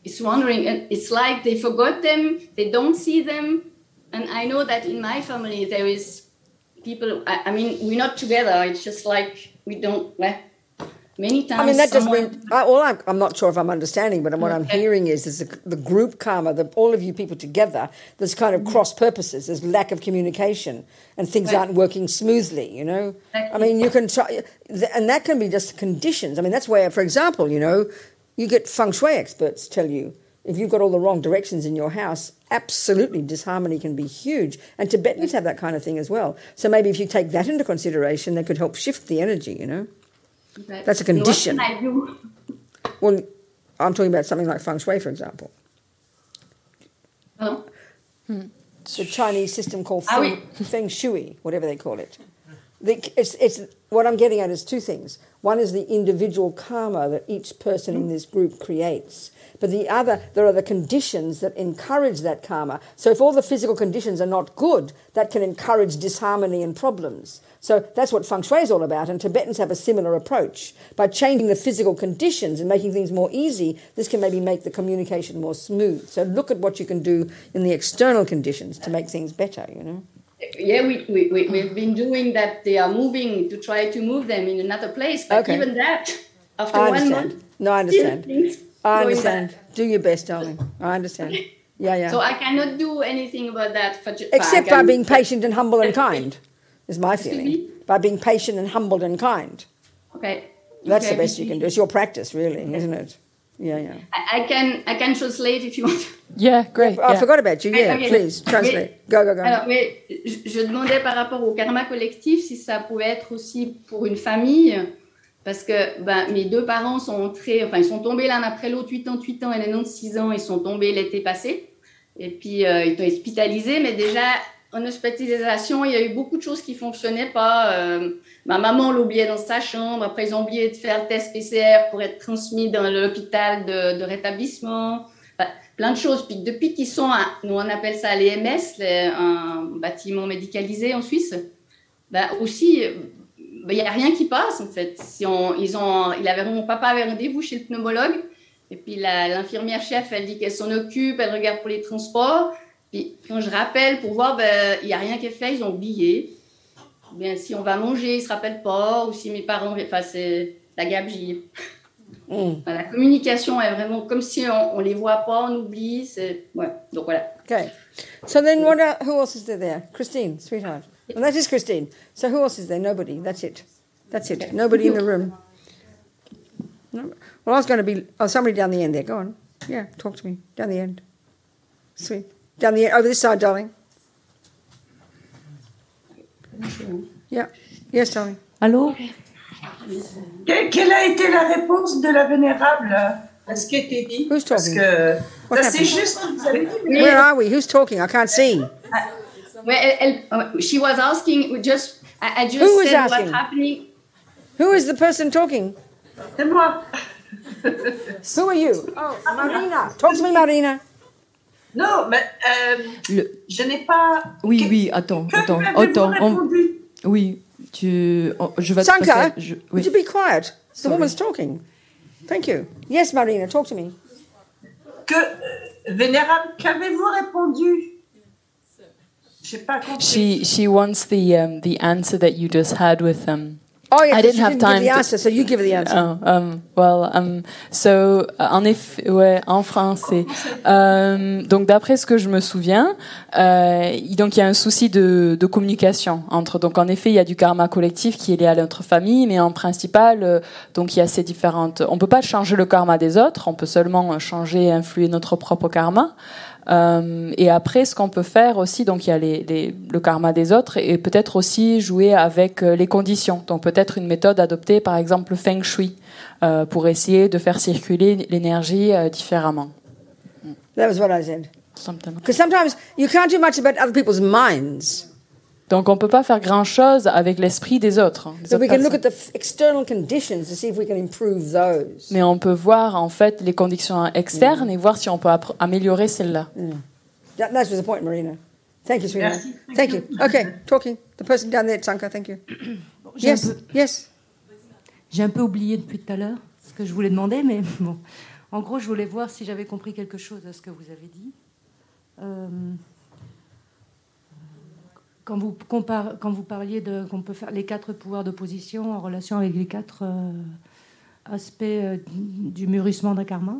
it's wondering, and it's like they forgot them, they don't see them. And I know that in my family, there is people, I, I mean, we're not together. It's just like we don't, well, many times.
I mean, that just
someone-
means I, all I'm, I'm not sure if I'm understanding, but what I'm
Okay.
hearing is, is the, the group karma, the, all of you people together, there's kind of cross purposes, there's lack of communication, and things
Mm-hmm. Right.
aren't working smoothly, you know? I
Exactly.
mean, you can try, th- and that can be just conditions. I mean, that's where, for example, you know, you get feng shui experts tell you if you've got all the wrong directions in your house, absolutely disharmony can be huge. And
Mm-hmm.
Tibetans have that kind of thing as well. So maybe if you take that into consideration, that could help shift the energy, you know?
Right.
That's a
And what
condition.
can I do?
Well, I'm talking about something like feng shui, for example.
Well,
It's a Chinese system called
Are
feng, feng shui, whatever they call it. the, it's, it's what I'm getting at is two things. One is the individual karma that each person in this group creates, but the other there are the conditions that encourage that karma. So if all the physical conditions are not good, that can encourage disharmony and problems. So that's what feng shui is all about, and Tibetans have a similar approach. By changing the physical conditions and making things more easy, this can maybe make the communication more smooth. So look at what you can do in the external conditions to make things better. You know.
Yeah, we, we, we, we've been doing that. They are moving to try to move them in another place. But
Okay.
even that, after
I
one
understand.
month,
No, I
still
understand.
things
I
going
understand.
back.
Do your best, darling. I understand. Yeah, yeah.
So I cannot do anything about that. For,
Except by being patient and humble and kind, is my
Excuse
feeling.
me?
By being patient and humble and kind.
Okay.
That's the
Okay.
best you can do. It's your practice, really, isn't it? Yeah, yeah.
I, I can I can translate if you want.
Yeah, great.
Oh, I
yeah.
forgot about you. Yeah,
Okay.
please translate. Go, go, go.
Alors, mais je, je demandais par rapport au karma collectif si ça pouvait être aussi pour une famille, parce que ben, mes deux parents sont entrés, enfin, ils sont tombés l'un après l'autre, 8 ans, 8 ans et 96 ans, ils sont tombés l'été passé. Et puis, euh, ils ont hospitalisés, mais déjà, en hospitalisation, il y a eu beaucoup de choses qui fonctionnaient pas. Euh, ma maman l'oubliait dans sa chambre, après, ils ont oublié de faire le test PCR pour être transmis dans l'hôpital de, de rétablissement plein de choses. Puis depuis qu'ils sont, à, nous on appelle ça les MS, les- un bâtiment médicalisé en Suisse, bah aussi, euh, bah, il n'y a rien qui passe en fait. Si on, ils ont, il avait, mon papa avait rendez-vous chez le pneumologue, et puis la- l'infirmière chef, elle dit qu'elle s'en occupe, elle regarde pour les transports. Puis quand je rappelle pour voir, bah, il n'y a rien qui est fait, ils ont oublié. Ou Bien, si on va manger, ils ne se rappellent pas, ou si mes parents, enfin c'est la gabegie.
Mm.
La communication est vraiment comme si on, on les voit pas, on oublie. C'est ouais. Donc voilà.
Okay. So then, what? Are, who else is there? There, Christine, sweetheart. And that is Christine. So who else is there? Nobody. That's it. That's it. Nobody in the room. No. Well, I was going to be. Oh, somebody down the end there. Go on. Yeah, talk to me down the end. Sweet. Down the end. Over this side, darling. Yeah. Yes, darling.
Allô
Que- Quelle a été la réponse de la vénérable à ce qui a été dit
Who's
Parce
talking?
que
What
ça, c'est
happened?
juste ce que vous avez dit. mais-
Where are we? Who's talking? I can't see.
Ouais, elle- elle- euh, she was asking we just I, I just
Who was
said
asking?
what's happening.
Who is the person talking?
C'est moi.
Who are you? Oh, Marina. Talk to me, Marina.
Non, mais euh,
Le-
je n'ai pas.
Oui,
Que-
oui, attends,
que
attends,
m'avez-vous
attends. on-
répondu
Oui, tu... on- je vais te
Sanka,
passer- je- oui.
would you be quiet? The
Sorry.
woman's talking. Thank you. Yes, Marina, talk to me.
Que, euh, vénérable, qu'avez-vous répondu Je n'ai pas compris.
She she wants the um, the answer that you just had with um.
Oh,
I
yeah, 'cause
didn't
you
have
give
time
the
to-
answer, so you give the answer.
Oh, um, well, um, so, euh, en effet, ouais, en français. Euh, donc, d'après ce que je me souviens, euh, il- donc il y a un souci de, de communication entre. Donc, en effet, il y a du karma collectif qui est lié à notre famille, mais en principal, euh, donc il y a ces différentes. On peut pas changer le karma des autres, on peut seulement euh, changer et influer notre propre karma. Euh, et après, ce qu'on peut faire aussi, donc il y a les, les- le karma des autres et, et peut-être aussi jouer avec euh, les conditions. Donc peut-être une méthode adoptée, par exemple le feng shui, euh, pour essayer de faire circuler l'énergie euh, différemment.
That was what I said.
Simplement.
Because sometimes you can't do much about other people's minds,
Donc on peut pas faire grand chose avec l'esprit des autres. hein, des
so
autres
we can look
personnes.
at the f- external conditions to see if we can improve those.
Mais on peut voir en fait les conditions externes
Mm.
et voir si on peut appr- améliorer celles-là.
That, that was the point, Marina. Thank you, sweetheart.
Merci.
Thank you. Okay, talking. The person down there, Sanka. Thank you.
J'ai un
Yes,
peu-
yes.
J'ai un peu oublié depuis tout à l'heure ce que je voulais demander, mais bon. En gros, je voulais voir si j'avais compris quelque chose à ce que vous avez dit. Euh, quand, vous compar- quand vous parliez de qu'on peut faire les quatre pouvoirs d'opposition en relation avec les quatre euh, aspects euh, du mûrissement d'un karma.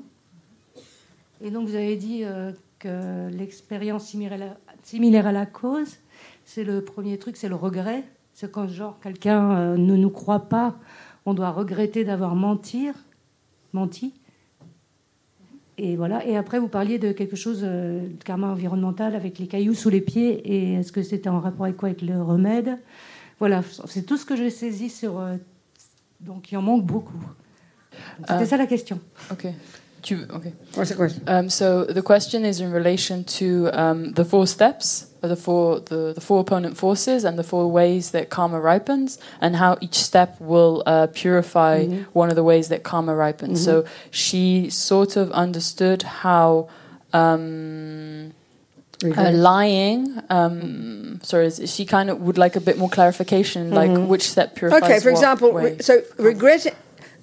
Et donc, vous avez dit euh, que l'expérience similaire à la- similaire à la cause, c'est le premier truc, c'est le regret. C'est quand, genre, quelqu'un euh, ne nous croit pas, on doit regretter d'avoir mentir, menti. Et voilà. Et après, vous parliez de quelque chose euh, de karma environnemental avec les cailloux sous les pieds. Et est-ce que c'était en rapport avec quoi Avec le remède Voilà, c'est tout ce que j'ai saisi sur. euh, donc, il en manque beaucoup. Donc, C'était
Ah.
ça la question.
Ok. Tu- okay.
What's the question?
Um, so the question is in relation to um, the four steps, uh, the four the, the four opponent forces, and the four ways that karma ripens, and how each step will uh, purify
Mm-hmm.
Mhm.
one of the ways that karma ripens.
Mhm.
So she sort of understood how. Um, uh,
Regrets.
lying. Um, sorry, is- she kind of would like a bit more clarification,
Mhm.
like which step purifies.
okay, for
what
example,
way.
re- so regret,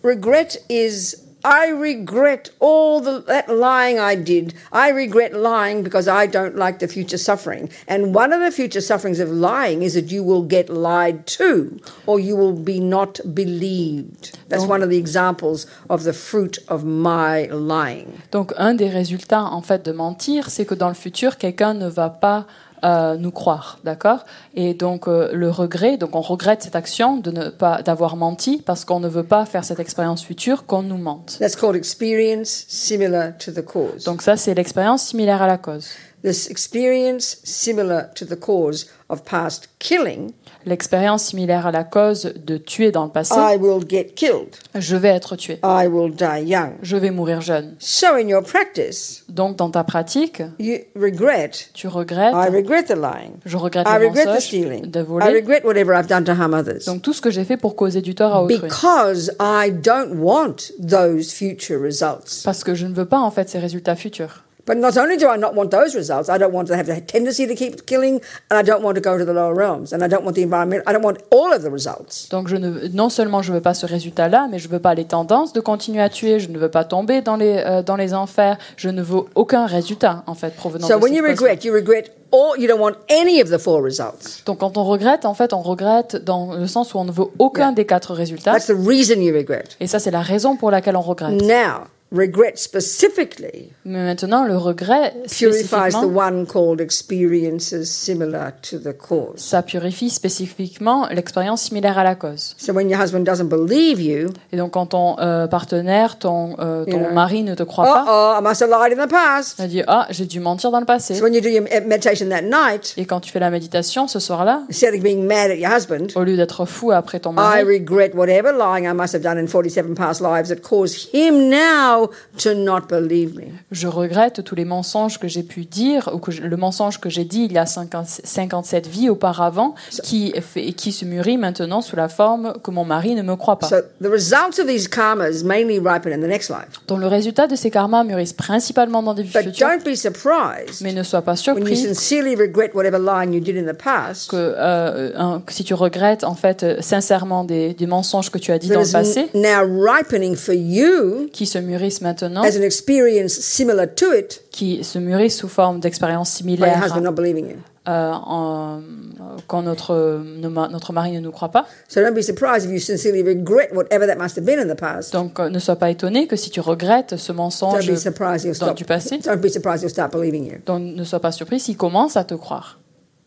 regret is I regret all the that lying I did. I regret lying because I don't like the future suffering. And one of the future sufferings of lying is that you will get lied to, or you will be not believed. That's
Don't-
one of the examples of the fruit of my lying.
Donc un des résultats en fait de mentir, c'est que dans le futur, quelqu'un ne va pas euh, nous croire, d'accord Et donc euh, le regret, donc on regrette cette action de ne pas d'avoir menti parce qu'on ne veut pas faire cette expérience future qu'on nous mente.
That's called experience similar to the cause.
Donc ça c'est l'expérience similaire à la cause.
This experience similar to the cause of past killing.
L'expérience similaire à la cause de tuer dans le passé.
I will get killed.
Je vais être tué.
I will die young.
Je vais mourir jeune.
So in your practice,
Donc dans ta pratique,
you regret.
tu regrettes.
I regret the lying.
Je regrette
I
le
regret the
mensonge,
stealing.
de
I
voler.
regret whatever I've done to harm others.
Donc tout ce que j'ai fait pour causer du tort à autrui.
Because I don't want those future results.
Parce que je ne veux pas en fait ces résultats futurs.
But not only do I not want those results, I don't want to have the tendency to keep killing, and I don't want to go to the lower realms, and I don't want the environment, I don't want all of the results.
Donc je ne, non seulement je veux pas ce résultat-là, mais je veux pas les tendances de continuer à tuer. Je ne veux pas tomber dans les euh, dans les enfers. Je ne veux aucun résultat en fait provenant
So
de
when
cette
you
façon.
regret, you regret all. You don't want any of the four results.
Donc quand on regrette, en fait, on regrette dans le sens où on ne veut aucun des quatre résultats.
That's the reason you regret.
Et ça, c'est la raison pour laquelle on regrette.
Now, regret specifically
Mais maintenant, le regret
purifies the
spécifiquement,
one called experiences similar to the cause.
ça purifie spécifiquement l'expérience similaire à la cause.
So when your husband doesn't believe you,
Et donc quand ton euh, partenaire, ton euh,
You
ton
know.
mari ne te croit
oh,
pas,
oh, I must have lied in the past.
tu dit ah j'ai dû mentir dans le passé.
So when you do your meditation that night,
Et quand tu fais la méditation ce soir-là,
instead of being mad at your husband,
au lieu d'être fou après ton
I
mari,
regret whatever lying I must have done in 47 past lives that caused him now to not believe me.
je regrette tous les mensonges que j'ai pu dire, ou que je- le mensonge que j'ai dit il y a 50 57 vies auparavant, qui, est fait- qui se mûrit maintenant sous la forme que mon mari ne me croit pas.
So the results of these karmas mainly ripen in the next life.
Donc le résultat de ces karmas mûrissent principalement dans des vies
But
futures,
don't be surprised
mais ne sois pas
when you
surpris
sincerely regret whatever lying you did in the past.
que, euh, hein, que si tu regrettes en fait euh, sincèrement des, des mensonges que tu as dit
There
dans le
is n-
passé,
now ripening for you
qui se mûrissent maintenant,
as an experience similar to it
qui se mûrissent sous forme d'expériences
by your
similaires
husband not believing you.
euh, en- euh, quand notre, nos ma- notre mari ne nous croit pas.
So don't be surprised if you sincerely regret whatever that must have been in the past.
Donc euh, ne sois pas étonné que si tu regrettes ce
Don't
mensonge
be surprised you'll
dans,
stop.
du passé,
Don't be surprised you'll start believing you.
donc ne sois pas surpris s'il commence à te croire.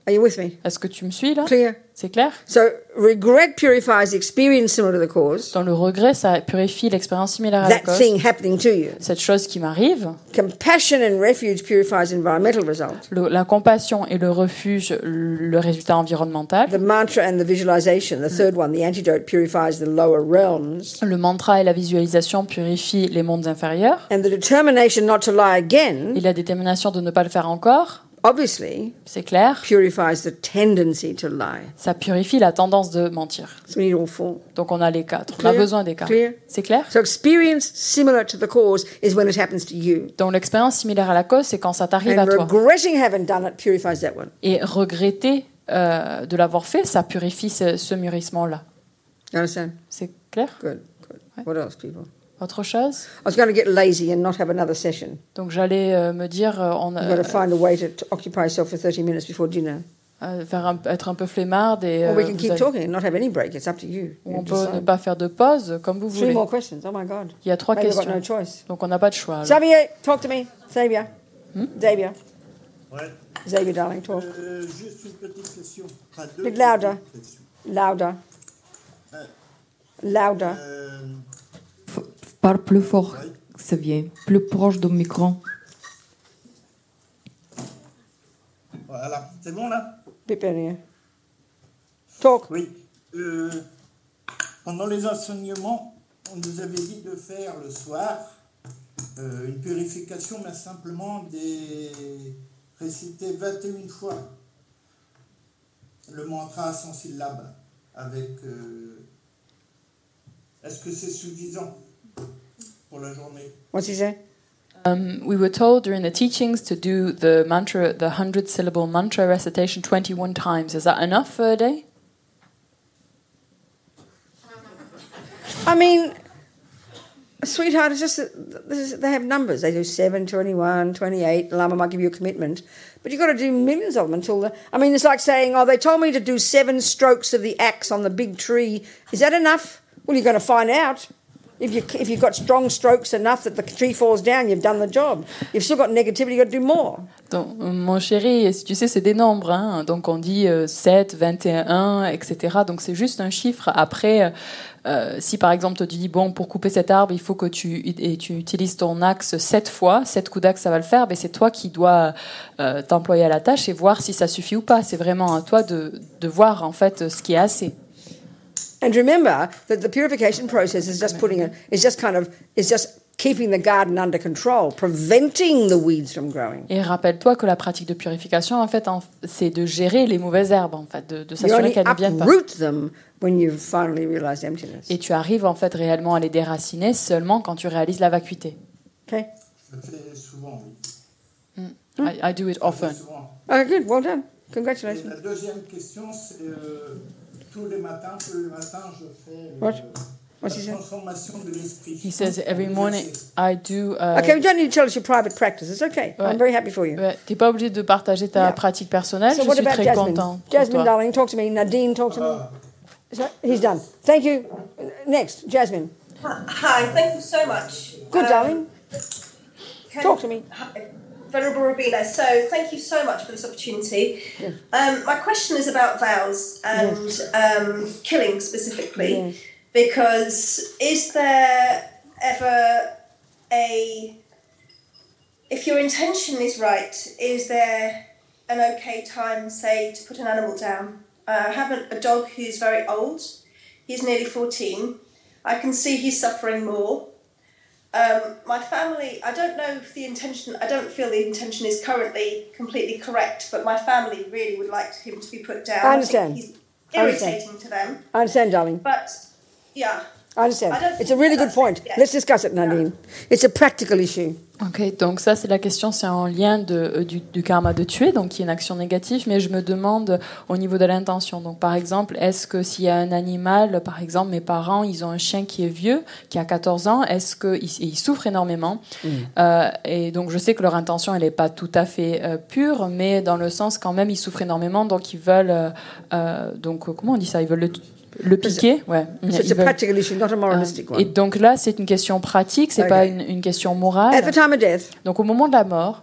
Are you with me?
Est-ce que tu me suis là
Clear.
C'est clair
So regret purifies the experience similar to the cause.
Dans le regret, ça purifie l'expérience similaire à la
That
cause.
thing happening to you.
Cette chose qui m'arrive,
Compassion and refuge purifies environmental result.
le- la compassion et le refuge, le résultat environnemental.
The mantra and the visualization, the third one, the antidote purifies the lower realms.
Le mantra et la visualisation purifient les mondes inférieurs.
And the determination not to lie again,
Et la détermination de ne pas le faire encore,
obviously,
c'est clair,
purifies the tendency to lie.
ça purifie la tendance de mentir.
So we need all four.
Donc on a les quatre, on a
Clear?
besoin des quatre.
Clear?
C'est clair
So experience similar to the cause is when it happens to you.
Donc l'expérience similaire à la cause, c'est quand ça t'arrive à
And
toi.
regretting having done it purifies that one.
Et regretter euh, de l'avoir fait, ça purifie ce, ce mûrissement-là.
You understand?
C'est clair
Good, good. What else, people?
Autre chose
I was going to get lazy and not have another session.
Donc j'allais euh, me dire, euh, on,
You've
euh,
got to find a way to, to occupy yourself for 30 minutes before dinner.
euh, faire un- être un peu flemmarde et...
Or we
euh,
can
vous
keep
allez-
talking and not have any break. It's up to you.
ou
You
on peut ne
decide.
pas faire de pause, comme vous
Three
voulez.
more questions. Oh my God.
Il y a trois
Maybe I've got
questions.
no choice.
Donc on n'a pas de choix. alors.
Xavier, talk to me. Xavier.
Hmm?
Xavier.
Ouais.
Xavier, darling, talk.
Euh, juste une petite question. Enfin, deux
Bit louder.
petites questions.
Louder.
Euh,
Louder.
Parle plus fort, Xavier, plus proche du micro.
voilà, c'est bon là
Bit better.
Oui. Euh, pendant les enseignements, on nous avait dit de faire le soir Euh, une purification, mais simplement des réciter 21 fois le mantra à 100 syllabes avec. euh, Est-ce que c'est suffisant pour la journée
What's he say?
Um, we were told during the teachings to do the mantra, the hundred syllable mantra recitation 21 times. Is that enough for a day?
I mean, sweetheart, it's just that this is, they have numbers. They do 7, 21, 28. The Lama might give you a commitment. But you've got to do millions of them until the. I mean, it's like saying, oh, they told me to do seven strokes of the axe on the big tree. Is that enough? Well, you're going to find out. If, you, if you've got strong strokes enough that the tree falls down, you've done the job. You've still got negativity, you've got to do more.
Donc, euh, mon chéri, si tu sais, c'est des nombres. hein. Donc, on dit euh, 7, 21, etc. Donc, c'est juste un chiffre. Après, euh, euh, si par exemple, tu dis, bon, pour couper cet arbre, il faut que tu, et tu utilises ton axe 7 fois, 7 coups d'axe, ça va le faire, mais c'est toi qui dois euh, t'employer à la tâche et voir si ça suffit ou pas. C'est vraiment à toi de, de voir, en fait, ce qui est assez.
And remember that the purification process is just putting it, is just kind of, is just keeping the garden under control, preventing the weeds from growing.
Et rappelle-toi que la pratique de purification, en fait, en- c'est de gérer les mauvaises herbes, en fait, de, de
You
s'assurer
only
qu'elles ne viennent pas.
uproot them when you finally realize emptiness.
Et tu arrives, en fait, réellement à les déraciner seulement quand tu réalises la vacuité.
Je le fais souvent, oui.
I, I do it often.
Oh, good. Well done.
Et
Congratulations.
la deuxième question, c'est euh, tous les matins, tous les matins, je fais euh,
What?
la
What's he say?
transformation de l'esprit.
He says every morning I do. uh,
okay, you don't need to tell us your private practice. It's okay.
Ouais.
I'm very happy for you.
ouais, T'es pas obligé de partager ta
Yeah.
pratique personnelle.
so
je
what
suis
about
très
Jasmine?
content. pour
Jasmine,
toi.
darling, talk to me. Nadine, talk to me. So, he's done. Thank you. Next, Jasmine.
Hi, thank you so much.
Good,
Um,
darling.
can-
Talk to me.
Hi, Venerable Rabina, so thank you so much for this opportunity.
Yes.
Um, my question is about vows and um, killing specifically,
Yes.
because is there ever a. If your intention is right, is there an okay time, say, to put an animal down? Uh, I have a, a dog who's very old, he's nearly 14. I can see he's suffering more. Um, my family, I don't know if the intention, I don't feel the intention is currently completely correct, but my family really would like him to be put down.
I
think
understand.
he's
I understand.
irritating to them,
I understand, darling.
but yeah.
I understand.
I don't
it's a really good point. Let's discuss it, Nadine. It's a practical issue.
Ok, donc ça c'est la question, c'est en lien de, euh, du, du karma de tuer, donc qui est une action négative, mais je me demande au niveau de l'intention. Donc par exemple, est-ce que s'il y a un animal, par exemple mes parents, ils ont un chien qui est vieux, qui a 14 ans, est-ce qu'il il souffre énormément
Mm.
Euh, et donc je sais que leur intention elle n'est pas tout à fait euh, pure, mais dans le sens quand même ils souffrent énormément, donc ils veulent euh, euh, donc euh, comment on dit ça, ils veulent le, le piquer, ouais.
So it's
Ils
a
veulent-
practical issue, not a moralistic
et
one.
donc là c'est une question pratique, c'est
Ok.
pas une, une question morale.
At the time of death,
Donc au moment de la mort,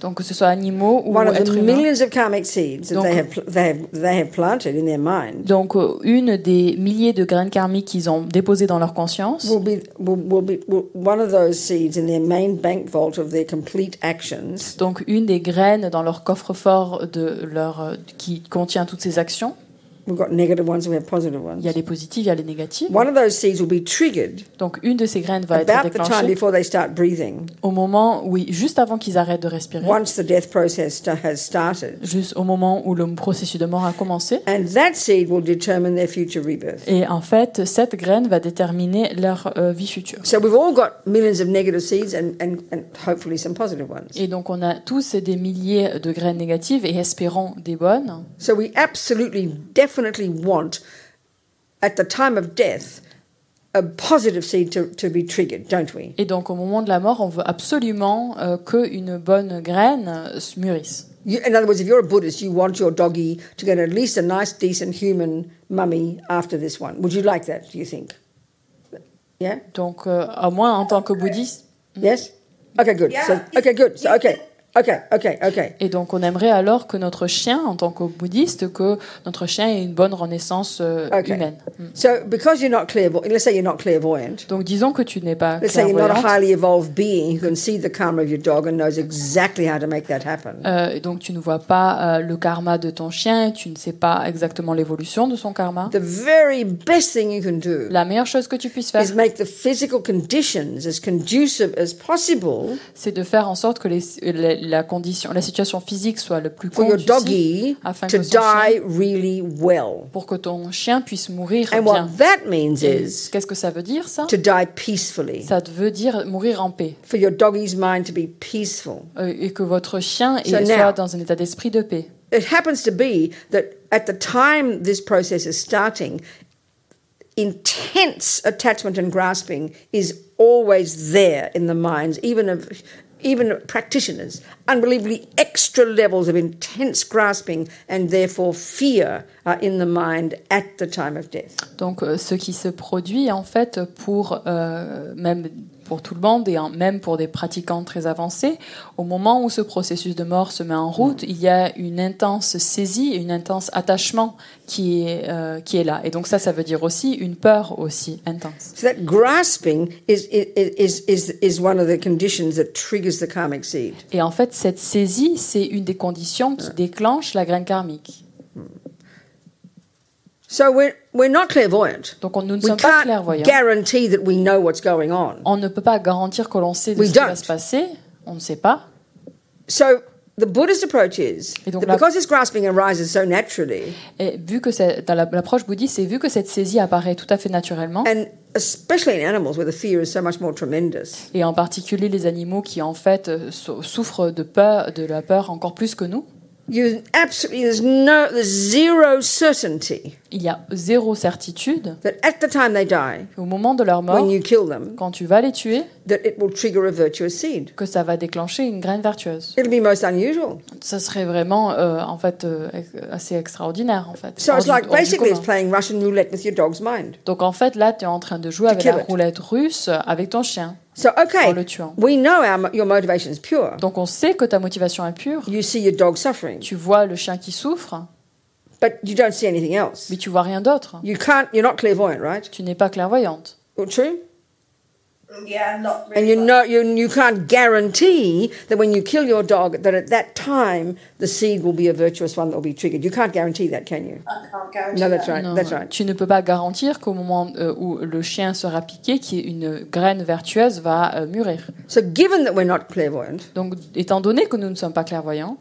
donc que ce soit animaux ou
one of
êtres
the
humains,
millions of karmic seeds that
Donc-
they have, pl- they, have, they have planted in their mind
donc euh, une des milliers de graines karmiques qu'ils ont déposées dans leur conscience,
will be, will, will be will, one of those seeds in their main bank vault of their complete actions
donc une des graines dans leur coffre-fort de leur euh, qui contient toutes ces actions.
We've got negative ones and we have positive ones.
Il y a les positives, il y a les négatives.
One of those seeds will be triggered
Donc une de ces graines va être
about the time
déclenchée
before they start breathing,
au moment où, ils- juste avant qu'ils arrêtent de respirer,
once the death process sta- has started.
juste au moment où le processus de mort a commencé.
And that seed will determine their future rebirth.
Et en fait, cette graine va déterminer leur euh, vie future.
So we've all got millions of negative seeds and, and, and hopefully some positive ones.
Et donc on a tous des milliers de graines négatives et espérons des bonnes.
So we absolutely, definitely want, at the time of death, a positive seed to, to be triggered, don't we?
Et donc au moment de la mort, on veut absolument euh, que une bonne graine euh, se mûrisse.
You, in other words, if you're a Buddhist, you want your doggy to get at least a nice, decent human mummy after this one. Would you like that, do you think? Yeah?
Donc euh, à moi en tant que bouddhiste.
Yes? Okay, good. So, okay, good. So, okay.
Et donc on aimerait alors que notre chien, en tant que bouddhiste, que notre chien ait une bonne renaissance euh,
Okay.
humaine.
So, because you're not clairvoyant, let's say you're not clairvoyant.
Donc disons que tu n'es pas
Let's say you're not a
clairvoyante.
highly evolved being who can see the karma of your dog and knows exactly how to make that happen.
Euh, et donc tu ne vois pas euh, le karma de ton chien, tu ne sais pas exactement l'évolution de son karma. La meilleure chose que tu puisses faire,
Is make the physical conditions as conducive as possible
c'est de faire en sorte que les- la, la condition, la situation physique soit le plus
for your
conducive
doggy
afin
to
que son
die
chien,
really well.
pour que ton chien puisse mourir
And
bien.
what that means
Et
is
Qu'est-ce que ça veut dire ça
to die peacefully.
Ça veut dire mourir en paix.
For your doggy's mind to be peaceful.
Euh, et que votre chien
So
est-
now-
soit dans un état d'esprit de paix.
It happens to be that at the time this process is starting, intense attachment and grasping is always there in the minds, even of even of practitioners. Unbelievably extra levels of intense grasping and therefore fear are in the mind at the time of death.
Donc, euh, ce qui se produit, en fait, pour euh, même pour tout le monde et en- même pour des pratiquants très avancés, au moment où ce processus de mort se met en
Mm.
route, il y a une intense saisie, et une intense attachement qui est, euh, qui est là. Et donc ça, ça veut dire aussi une peur aussi intense.
So that grasping is is is is one of the conditions that triggers the karmic seed.
Et en fait, cette saisie, c'est une des conditions qui déclenche la graine karmique.
So we're we're not clairvoyant.
Donc on, nous ne
we
sommes pas
can't
clairvoyants.
guarantee that we know what's going on.
On ne peut pas garantir que l'on sait de
We
ce qui va
don't.
se passer. On ne sait pas.
So the Buddhist approach is
Et donc
that
la-
because this grasping arises so naturally,
Et vu que c'est- dans la- l'approche bouddhiste, c'est vu que cette saisie apparaît tout à fait naturellement,
and especially in animals where the fear is so much more tremendous,
et en particulier les animaux qui en fait euh, sou- souffrent de peur, de la peur encore plus que nous,
you absolutely there's no there's zero certainty
il y a zéro certitude
that at the time they die,
au moment de leur mort,
when you kill them,
quand tu vas les tuer,
that it will trigger a virtuous seed.
que ça va déclencher une graine vertueuse.
It'll be most unusual.
Ça serait vraiment euh, en fait euh, ex- assez extraordinaire en fait.
So
Hors
it's
du-
like
hors du
basically it's
commun.
playing Russian roulette with your dog's mind.
Donc en fait là, tu es en train de jouer
To
avec
kill
la
it.
roulette russe avec ton chien.
So okay,
En le tuant.
we know our, mo- your motivation is pure.
Donc on sait que ta motivation est pure.
You see your dog suffering,
Tu vois le chien qui souffre,
but you don't see anything else.
mais tu vois rien d'autre.
You can't. You're not clairvoyant, right?
Tu n'es pas clairvoyante.
Well, True.
Yeah, not
And
really.
you know you you can't guarantee that when you kill your dog that at that time the seed will be a virtuous one that will be triggered. You can't guarantee that, can you?
Uh,
I can't guarantee
No, that's
that.
right.
Non,
That's right.
Tu ne peux pas garantir qu'au moment euh, où le chien sera piqué, qu'une graine vertueuse va euh, mûrir.
So given that we're not clairvoyant,
Donc, étant donné que nous ne sommes pas clairvoyants,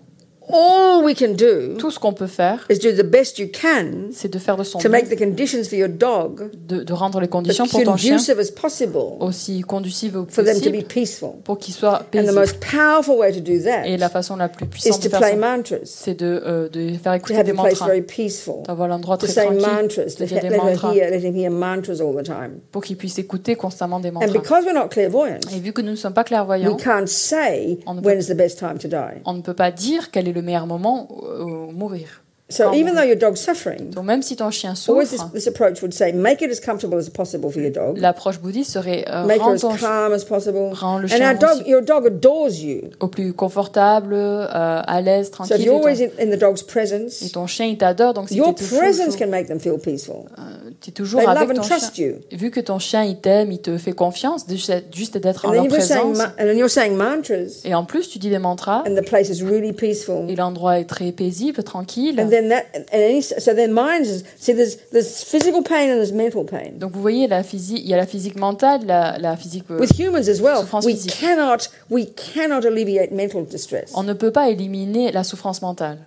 all we can do
tout ce qu'on peut faire,
is do the best you can
c'est de faire de son
to
mieux,
make the conditions for your dog
de, de rendre les
as
conditions pour ton chien
conducive as possible
aussi conducives
for them to be
possible
peaceful.
pour qu'il soit
And the
paisible.
most powerful way to do that
Et la façon la plus
is
puissante
to
de faire
play
ça,
mantras,
c'est de, euh, de faire
to
écouter
have
des
the place
mantras,
very peaceful,
d'avoir l'endroit
to
très
say
tranquille,
mantras,
de
to
dire
he-
des
let her
mantras,
hear, let him hear mantras all the time.
pour qu'il puisse écouter constamment des
And
mantras.
because we're not clairvoyant,
Et vu que nous ne sommes pas
we
clairvoyants,
can't say
On ne peut-
when's the best time to die.
on ne peut pas dire quel est le meilleur moment euh, où mourir.
So
Quand
even
mourir.
though your dog's suffering,
Donc même si ton chien
always this,
souffre,
this approach would say make it as comfortable as possible for your dog,
l'approche bouddhiste serait euh,
make her
rends
as
ton chien
calm as possible,
rends le
and our
chien
dog,
aussi
your dog adores you.
au plus confortable, euh, à l'aise,
So if
tranquille.
you're
Et
always
ton,
in, in the dog's
et
presence,
ton chien, il t'adore, donc si tu
your
es toujours, euh,
presence can make them feel peaceful.
t'es toujours
they love
avec
and
ton
trust
chien.
you.
Vu que ton chien, il t'aime, il te fait confiance, de- juste d'être en
And then
leur
you're saying,
présence.
ma- and then you're saying mantras,
Et en plus, tu dis des mantras,
and the place is really peaceful.
et l'endroit est très paisible, tranquille.
And then that, and any, so their minds is see. There's there's physical pain and there's mental pain.
Donc vous voyez, la physique, il y a la physique mentale, la, la physique... euh,
With humans as well,
Souffrance
we
physique.
cannot we cannot alleviate mental distress,
on ne peut pas éliminer la souffrance mentale,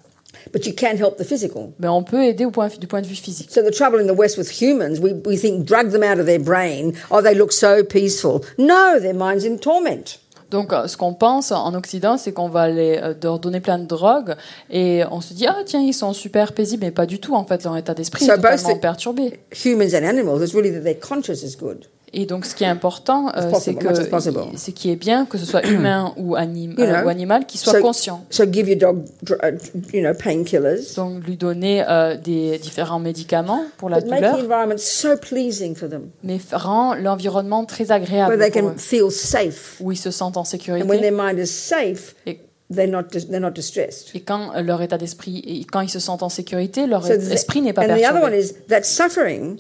but you can help the physical.
mais on peut aider au point, du point de vue physique.
So the trouble in the West with humans, we, we think drug them out of their brain. Oh, they look so peaceful. No, their mind's in torment.
Donc, euh, ce qu'on pense en Occident, c'est qu'on va les, euh, leur donner plein de drogues et on se dit, ah tiens, ils sont super paisibles, mais pas du tout. En fait, leur état d'esprit
Ça
est
passe-
totalement perturbé.
Humans and animals. It's really that their conscience is good.
Et donc, ce qui est important, euh,
possible,
c'est
much as possible.
que ce qui est bien, que ce soit humain ou, anim-
You
euh,
know,
ou animal, qu'ils soient
so-
conscients.
So give your dog, dr- uh, you know, painkillers,
Donc, lui donner euh, des différents médicaments pour la
but make the
douleur,
environment so pleasing for them,
mais f- rend l'environnement très
where
agréable
they
pour
can
eux,
feel safe.
où ils se sentent en
And when
sécurité.
their mind is safe,
Et
they're not dis- they're not distressed.
Et quand hein, leur état d'esprit, et quand ils se sentent en sécurité, leur
So the-
esprit n'est pas
and the other one
perturbé.
is that suffering.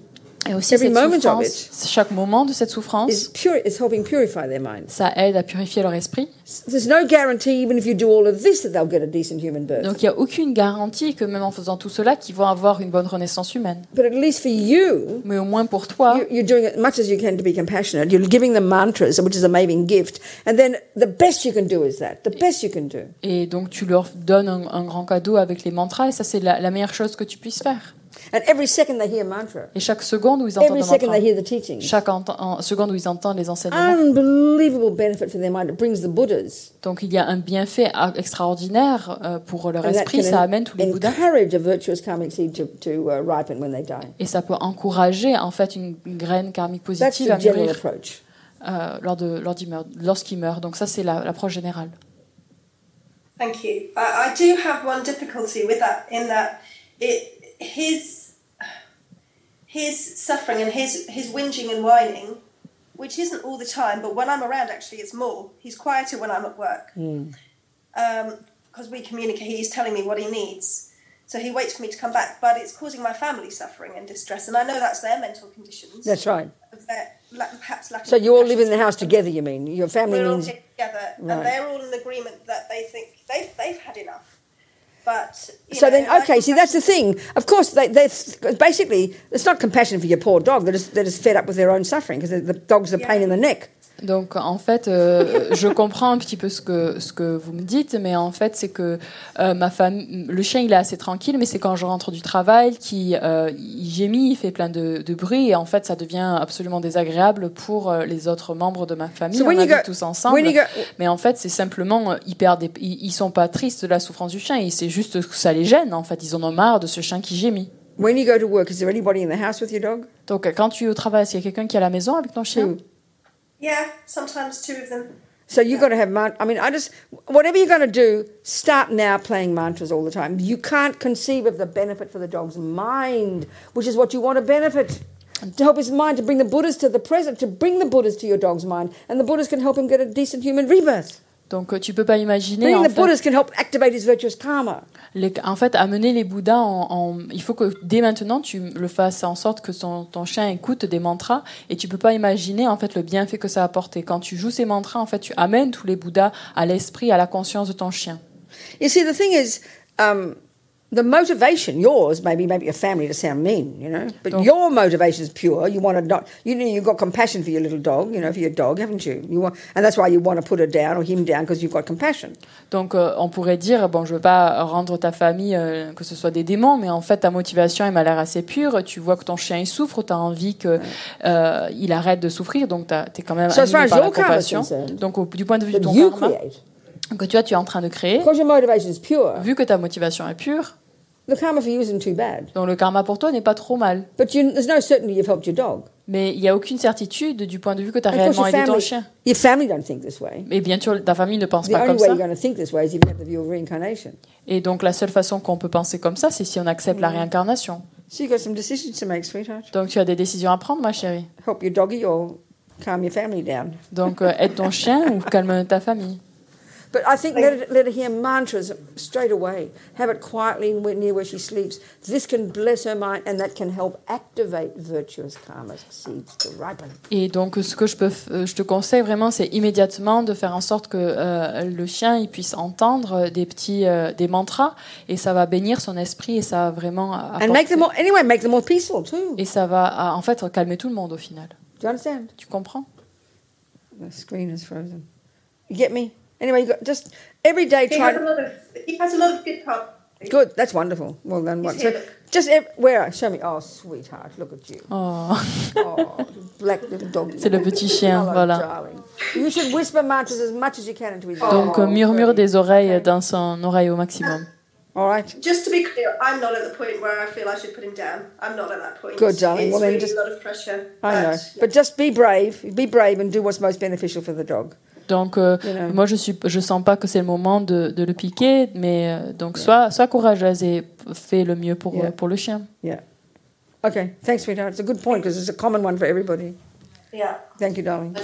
Et aussi
every
cette
moment of
souffrance,
it
chaque moment de cette
is
souffrance,
pure is helping purify their mind.
ça aide à purifier leur esprit.
There's no guarantee, even if you do all of this, that they'll get a decent human birth.
Donc il n'y a aucune garantie que même en faisant tout cela, qu'ils vont avoir une bonne renaissance humaine.
But at least for you,
Mais au moins pour toi,
you- you're doing as much as you can to be compassionate. You're giving them mantras, which is an amazing gift. And then the best you can do is that. The best you can do.
Et donc tu leur donnes un, un grand cadeau avec les mantras, et ça c'est la, la meilleure chose que tu puisses faire.
And every second they hear mantra,
Et chaque seconde où ils entendent
every
un
second
mantra,
they hear the teachings, Ah.
chaque ent- en- seconde où ils entendent les enseignements,
unbelievable benefit for their mind. It brings the Buddhas.
donc il y a un bienfait a- ah, extraordinaire euh, pour leur
And that
esprit,
can
ça amène tous les bouddhas.
encourage a virtuous karmic seed to, to uh, ripen when they die.
Et ça peut encourager en fait une, une graine karmique
That's
positive
the
à
general
mûrir
approach.
euh, lors de, lors du meurt- lorsqu'il meurt. Donc ça c'est la- l'approche générale.
Thank you. I, I do have one difficulty with that in that it his his suffering and his his whinging and whining, which isn't all the time, but when I'm around, actually, it's more. He's quieter when I'm at work because we communicate. He's telling me what he needs, so he waits for me to come back. But it's causing my family suffering and distress, and I know that's their mental conditions.
That's right.
Of their, la- perhaps lack
So
of
you all live in the house together, you mean? Your family
we're all
means.
here together,
Right.
and they're all in agreement that they think they've they've had enough. But you
So
know,
then, okay, see, that's the thing. Of course, they, they're basically, it's not compassion for your poor dog. They're just, they're just fed up with their own suffering because the dog's a pain in the neck.
Donc en fait, euh, je comprends un petit peu ce que, ce que vous me dites, mais en fait c'est que euh, ma femme, le chien il est assez tranquille, mais c'est quand je rentre du travail qu'il euh, il gémit, il fait plein de, de bruit, et en fait ça devient absolument désagréable pour euh, les autres membres de ma famille.
So
On
when you
habite
go-
tous ensemble,
when you go-
mais en fait c'est simplement euh, hyper, dé- ils, ils sont pas tristes de la souffrance du chien, et c'est juste que ça les gêne. En fait, ils en ont marre de ce chien qui gémit.
When you go to work, is there anybody in the house with your dog?
Donc quand tu es au travail, est-ce qu'il y a quelqu'un qui est à la maison avec ton chien
yeah, sometimes two of them.
So you've got to have mantras. I mean, I just, whatever you're going to do, start now playing mantras all the time. You can't conceive of the benefit for the dog's mind, which is what you want to benefit. To help his mind, to bring the Buddhas to the present, to bring the Buddhas to your dog's mind, and the Buddhas can help him get a decent human rebirth.
Donc euh, tu peux pas imaginer.
Bringing
en
the
fait-
Buddhas can help activate his virtuous karma.
Les- en fait, amener les Bouddhas, en, en- il faut que dès maintenant tu le fasses en sorte que ton, ton chien écoute des mantras et tu peux pas imaginer en fait le bienfait que ça a apporté. Quand tu joues ces mantras, en fait, tu amènes tous les Bouddhas à l'esprit, à la conscience de ton chien.
You see, the thing is, um, the motivation, yours, maybe, maybe your family to sound mean, you know, but your motivation is pure. You want to not, you know, you've got compassion for your little dog, you know, for your dog, haven't you? You want, and that's why you want to put her down or him down because you've got compassion.
Donc euh, on pourrait dire bon, je veux pas rendre ta famille euh, que ce soit des démons, mais en fait ta motivation elle m'a l'air assez pure. Tu vois que ton chien il souffre, tu as envie que euh, il arrête de souffrir, donc tu es quand même
So as far
animé
as
par la
your karma is
compassion.
concerned,
Donc au- du point de vue de
that
ton
you
karma
create.
que tu as, tu es en train de créer.
Because your motivation is pure,
Vu que ta motivation est pure,
the karma for you isn't too bad.
Donc le karma pour toi n'est pas trop mal.
But you, there's no certainty you've helped your dog.
Mais il n'y a aucune certitude du point de vue que tu as
And of course,
réellement
your
aidé ton
family,
chien.
your family don't think this way.
Mais bien sûr, ta famille ne pense
The
pas
only
comme ça.
way you're going to think this way is if you have the view of reincarnation.
Et donc la seule façon qu'on peut penser comme ça, c'est si on accepte
Mm.
la réincarnation.
So you've got some decisions to make, sweetheart.
Donc tu as des décisions à prendre, ma chérie.
Help your doggy or calm your family down.
Donc euh, aide ton chien ou calme ta famille.
But I think let her, let her hear mantras straight away. Have it quietly and where- near where she sleeps. This can bless her mind, and that can help activate virtuous karma seeds to ripen.
Et donc ce que je peux, f- euh, je te conseille vraiment, c'est immédiatement de faire en sorte que euh, le chien il puisse entendre des petits, euh, des mantras, et ça va bénir son esprit et ça va vraiment.
And make them more anyway. Make them more peaceful too.
Et ça va euh, en fait calmer tout le monde au final.
Do you understand?
Tu comprends?
The screen is frozen. You get me? Anyway, you got just every day
He
try.
has a lot of he has a lot of good karma.
Good. That's wonderful. Well done. What? So
here.
just ev- where? Show me. Oh, sweetheart, look at you.
Oh.
Oh, black little dog.
C'est le petit chien,
Hello,
voilà.
Oh, darling. Oh, You should whisper mantras as much as you can into his
Oh.
ear.
Donc euh, murmure des oreilles dans son oreille au maximum.
All right.
Just to be clear, I'm not at the point where I feel I should put him down. I'm not at that point.
Good, darling.
It's
Well, then
really
just-
a lot of pressure.
I know. But just be brave. Be brave and do what's most beneficial for the dog.
Donc euh,
You know.
moi je suis je sens pas que c'est le moment de, de le piquer mais euh, donc sois sois courageuse et fais le mieux pour
Yeah.
euh, pour le chien.
Yeah. Okay. Thanks, sweetheart. It's a good point because it's a common one for everybody.
Yeah.
Thank you, darling.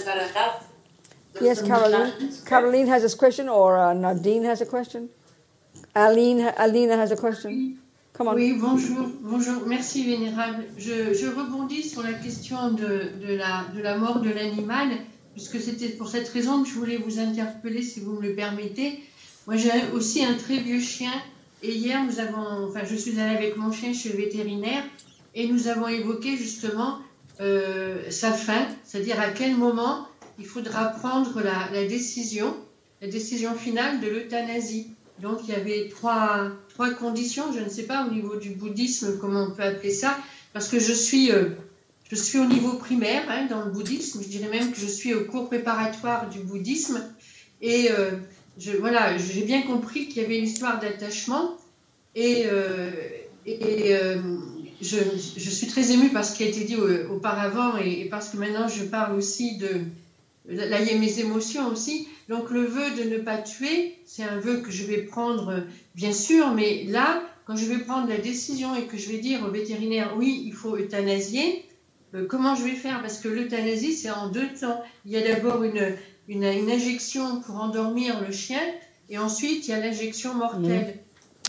Yes, Caroline. Caroline has this question, or uh, Nadine has a question. Aline, Alina has a question. Come on.
Oui, bonjour, bonjour, merci Vénérable. Je, je rebondis sur la question de, de la, de la mort de l'animal, puisque c'était pour cette raison que je voulais vous interpeller, si vous me le permettez. Moi, j'ai aussi un très vieux chien, et hier, nous avons, enfin, je suis allée avec mon chien chez le vétérinaire, et nous avons évoqué justement euh, sa fin, c'est-à-dire à quel moment il faudra prendre la, la décision, la décision finale de l'euthanasie. Donc il y avait trois, trois conditions, je ne sais pas au niveau du bouddhisme comment on peut appeler ça, parce que je suis, euh, je suis au niveau primaire hein, dans le bouddhisme, je dirais même que je suis au cours préparatoire du bouddhisme, et euh, je, voilà, j'ai bien compris qu'il y avait une histoire d'attachement, et, euh, et euh, je, je, suis très émue par ce qui a été dit au- auparavant, et, et parce que maintenant je parle aussi de, Là, il y a mes émotions aussi. Donc, le vœu de ne pas tuer, c'est un vœu que je vais prendre, euh, bien sûr, mais là, quand je vais prendre la décision et que je vais dire au vétérinaire, oui, il faut euthanasier, euh, comment je vais faire Parce que l'euthanasie, c'est en deux temps. Il y a d'abord une, une, une injection pour endormir le chien, et ensuite, il y a l'injection mortelle.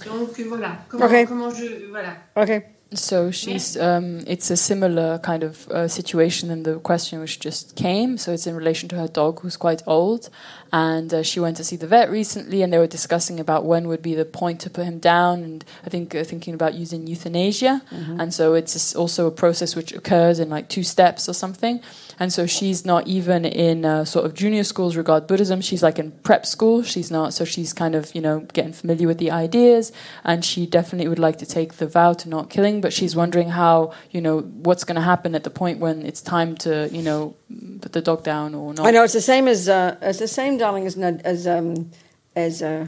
Donc, euh, voilà. Comment,
Ok.
comment je. Voilà.
Okay.
So she's um, it's a similar kind of uh, situation in the question which just came. So it's in relation to her dog who's quite old, and uh, she went to see the vet recently, and they were discussing about when would be the point to put him down, and I think uh, thinking about using euthanasia,
Mm-hmm.
Mhm.
and so it's s- also a process which occurs in like two steps or something, and so she's not even in uh, sort of junior schools regard Buddhism. She's like in prep school. She's not, so she's kind of you know getting familiar with the ideas, and she definitely would like to take the vow to not killing, but she's wondering how you know what's going to happen at the point when it's time to you know put the dog down or not.
I know it's the same as uh, it's the same, darling, as Nad- as um, as uh,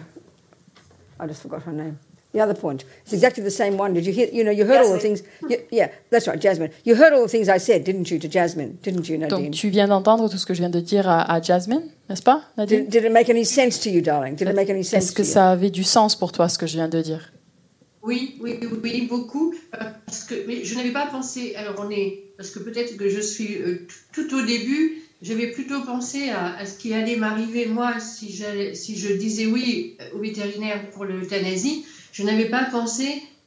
I just forgot her name. The other point. It's exactly the same one. Did you hear? You know, you heard all the
Jasmine.
things. you- yeah, that's right, Jasmine. You heard all the things I said, didn't you, to Jasmine? Didn't you, Nadine?
Donc tu viens d'entendre tout ce que je viens de dire à, à Jasmine, n'est-ce pas, Nadine?
Did, did it make any sense to you, darling? Did it make any sense
Est-ce que
to you?
ça avait du sens pour toi ce que je viens de dire?
Oui, oui, oui, beaucoup. euh, Parce que, mais je n'avais pas pensé. Alors, on est. Parce que peut-être que je suis euh, t- tout au début. J'avais plutôt pensé à, à ce qui allait m'arriver, moi, si, j'allais- si je disais oui euh, au vétérinaire pour l'euthanasie. Je n'avais pas pensé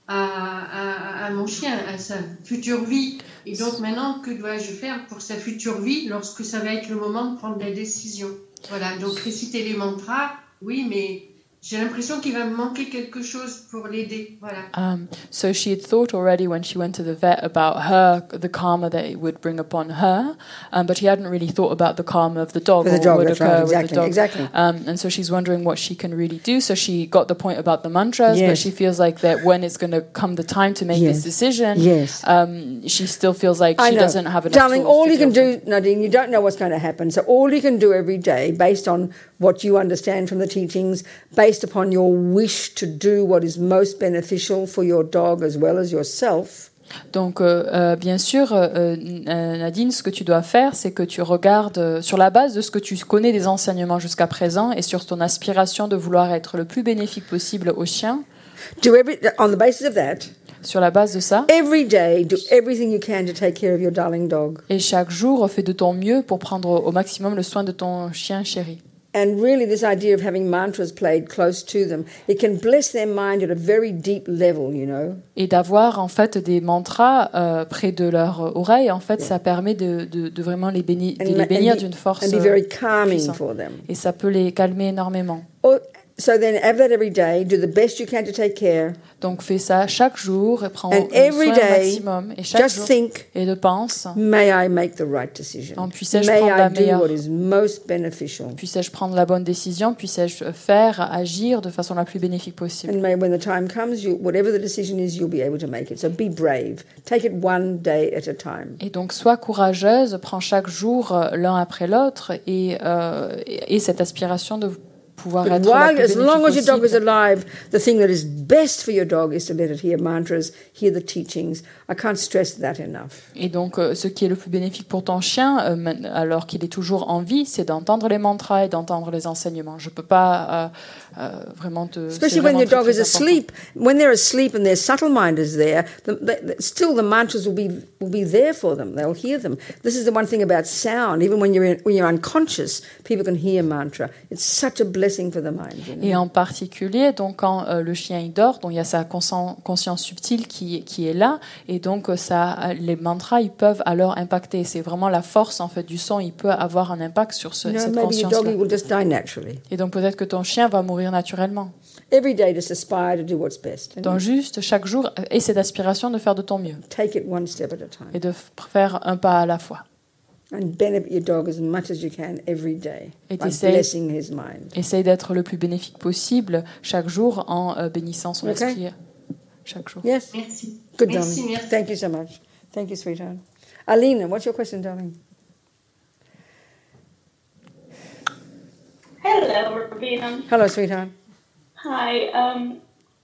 à, à- à mon chien, à sa future vie. Et donc, maintenant, que dois-je faire pour sa future vie lorsque ça va être le moment de prendre la décision Voilà, donc réciter les mantras, oui, mais j'ai l'impression qu'il va me manquer quelque chose pour l'aider. Voilà.
Um, so she had thought already when she went to the vet about her the karma that it would bring upon her, um, but she hadn't really thought about the karma of the dog
For
or
the
what
dog,
would
that's
occur
right,
with the
exactly,
dog.
exactly.
Um, and so she's wondering what she can really do. So she got the point about the mantras, but
Yes.
she feels like that when it's going to come the time to make
Yes.
this decision,
Yes.
um, she still feels like
I
she
know.
doesn't have enough.
Darling,
tools
all
to
you
deal
can do, Nadine, you don't know what's going to happen. So, all you can do every day, based on what you understand from the teachings, based upon your wish to do what is most beneficial for your dog as well as yourself,
Donc, euh, euh, bien sûr, euh, euh, Nadine, ce que tu dois faire, c'est que tu regardes euh, sur la base de ce que tu connais des enseignements jusqu'à présent et sur ton aspiration de vouloir être le plus bénéfique possible au chien.
do every, on the basis of that,
Sur la base de ça,
every day do everything you can to take care of your darling dog.
et chaque jour, fais de ton mieux pour prendre au maximum le soin de ton chien chéri.
And really, this idea of having mantras played close to them, it can bless their mind at a very deep level, you know.
Et d'avoir en fait des mantras euh, près de leur euh, oreille, en fait, ça permet de, de- de vraiment les, béni- de
And ma-
les
and
bénir
be-
d'une force
and be very
euh,
calming
puissante.
for them.
Et ça peut les calmer énormément.
Or, so then have that every day, do the best you can to take care.
Donc fais ça chaque jour et prends
And
le
every
soin
day,
au maximum. Et chaque
just
jour,
think,
et de pense,
may I make the right decision?
En puissais-je
may
prendre
I
la
do
meilleure
what is most beneficial?
puissais-je prendre la bonne décision, puissais-je faire, agir de façon la plus bénéfique possible.
And may, when the time comes, you, whatever the decision is, you'll be able to make it. So be brave. Take it one day at a time.
Et donc sois courageuse, prends chaque jour euh, l'un après l'autre et, euh, et- et cette aspiration de pouvoir
But
être la
while,
plus
as long as your
bénéfique
dog is
possible.
alive, the thing that is best for your dog is to let it hear mantras, hear the teachings. I can't stress that enough.
Et donc, euh, ce qui est le plus bénéfique pour ton chien, euh, main- alors qu'il est toujours en vie, c'est d'entendre les mantras et d'entendre les enseignements. Je peux pas euh, euh, vraiment te. c'est
Especially when
vraiment
your
très,
dog
très
is
important.
asleep. When they're asleep and their subtle mind is there, the, the, the- still the mantras will be will be there for them. They'll hear them. This is the one thing about sound. Even when you're in, when you're unconscious, people can hear mantra. It's such a blessing for the mind. You know?
Et en particulier, donc quand euh, le chien il dort, donc il y a sa conscien- conscience subtile qui, qui est là, et donc euh, ça, les mantras ils peuvent alors impacter. C'est vraiment la force en fait du son, il peut avoir un impact sur ce-
You know,
cette
maybe your doggy will
conscience.
just die naturally.
Et donc peut-être que ton chien va mourir naturellement.
Every day, just aspire to do what's best.
Donc juste chaque jour, euh, et cette aspiration de faire de ton mieux
Take it one step at a time.
et de f- faire un pas à la fois.
And benefit your dog as much as you can every day
Et
by
t'essayes-
blessing his mind.
Essaye d'être le plus bénéfique possible chaque jour en euh, bénissant son
Ok.
esprit chaque jour.
Yes.
Merci.
Good,
Merci,
darling.
merci.
Thank you so much. Thank you, sweetheart. Alina, what's your question, darling?
Hello, Robina.
Hello, sweetheart.
Hi. Um,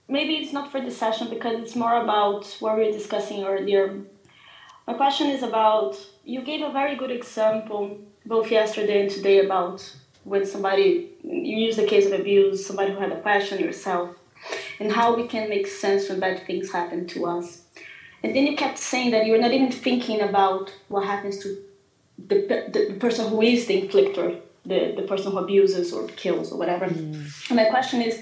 maybe it's not for the session because it's more about what we were discussing earlier. My question is about you gave a very good example both yesterday and today about when somebody, you use the case of abuse, somebody who had a passion, yourself, and how we can make sense when bad things happen to us. And then you kept saying that you're not even thinking about what happens to the, pe- the person who is the inflictor, the, the person who abuses or kills or whatever. And my question is,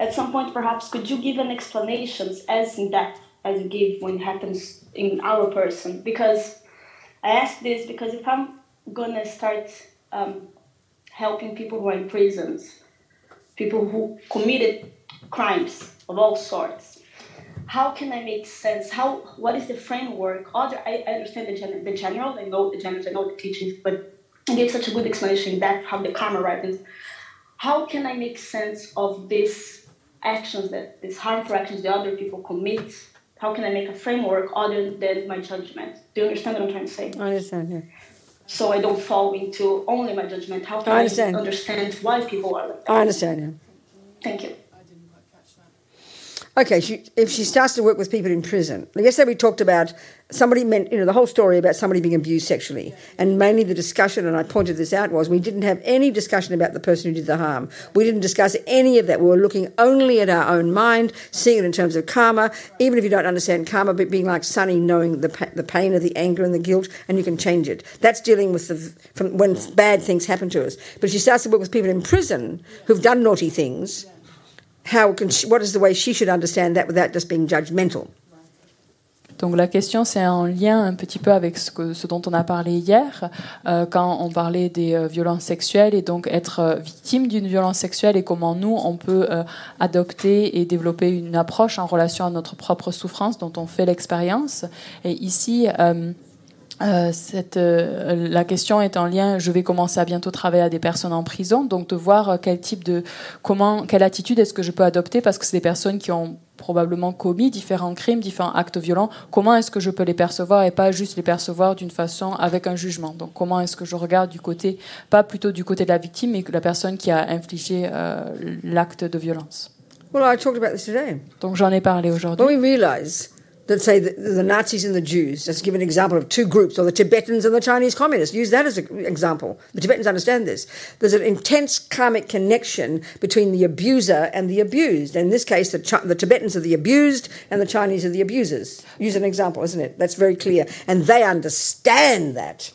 at some point, perhaps, could you give an explanation as in depth as you give when it happens in our person? Because I ask this because if I'm gonna start um, helping people who are in prisons, people who committed crimes of all sorts, how can I make sense? How what is the framework? Other, I I understand the, gen- the general, I know the general, I know the teachings, but you gave such a good explanation that how the karma happens how can I make sense of these actions that these harmful actions the other people commit? How can I make a framework other than my judgment? Do you understand what I'm trying to say?
I understand, yeah.
So I don't fall into only my judgment. How can
I
I,
understand.
understand why people are like that?
I understand, yeah.
Thank you.
Okay, she, if she starts to work with people in prison, Like yesterday we talked about somebody meant, you know, the whole story about somebody being abused sexually. And mainly the discussion, and I pointed this out, was we didn't have any discussion about the person who did the harm. We didn't discuss any of that. We were looking only at our own mind, seeing it in terms of karma, even if you don't understand karma, but being like Sunny, knowing the, pa- the pain of the anger and the guilt, and you can change it. That's dealing with the, from when bad things happen to us. But if she starts to work with people in prison who've done naughty things, how can she, what is the way she should understand that without just being judgmental?
Donc la question, c'est en lien un petit peu avec ce, que- ce dont on a parlé hier, euh, quand on parlait des euh, violences sexuelles et donc être euh, victime d'une violence sexuelle et comment nous, on peut euh, adopter et développer une approche en relation à notre propre souffrance dont on fait l'expérience. Et ici, euh, euh, cette, euh, la question est en lien. Je vais commencer à bientôt travailler à des personnes en prison, donc de voir euh, quel type de, comment, quelle attitude est-ce que je peux adopter parce que c'est des personnes qui ont probablement commis différents crimes, différents actes violents. Comment est-ce que je peux les percevoir et pas juste les percevoir d'une façon avec un jugement. Donc comment est-ce que je regarde du côté, pas plutôt du côté de la victime, mais de la personne qui a infligé euh, l'acte de violence.
Well, I talked about this today.
Donc j'en ai parlé aujourd'hui.
When we realize that, say, the, the Nazis and the Jews, just give an example of two groups, or the Tibetans and the Chinese communists, use that as an example. The Tibetans understand this. There's an intense karmic connection between the abuser and the abused. In this case, the, Chi- the Tibetans are the abused and the Chinese are the abusers. Use an example, isn't it? That's very clear. And they understand that.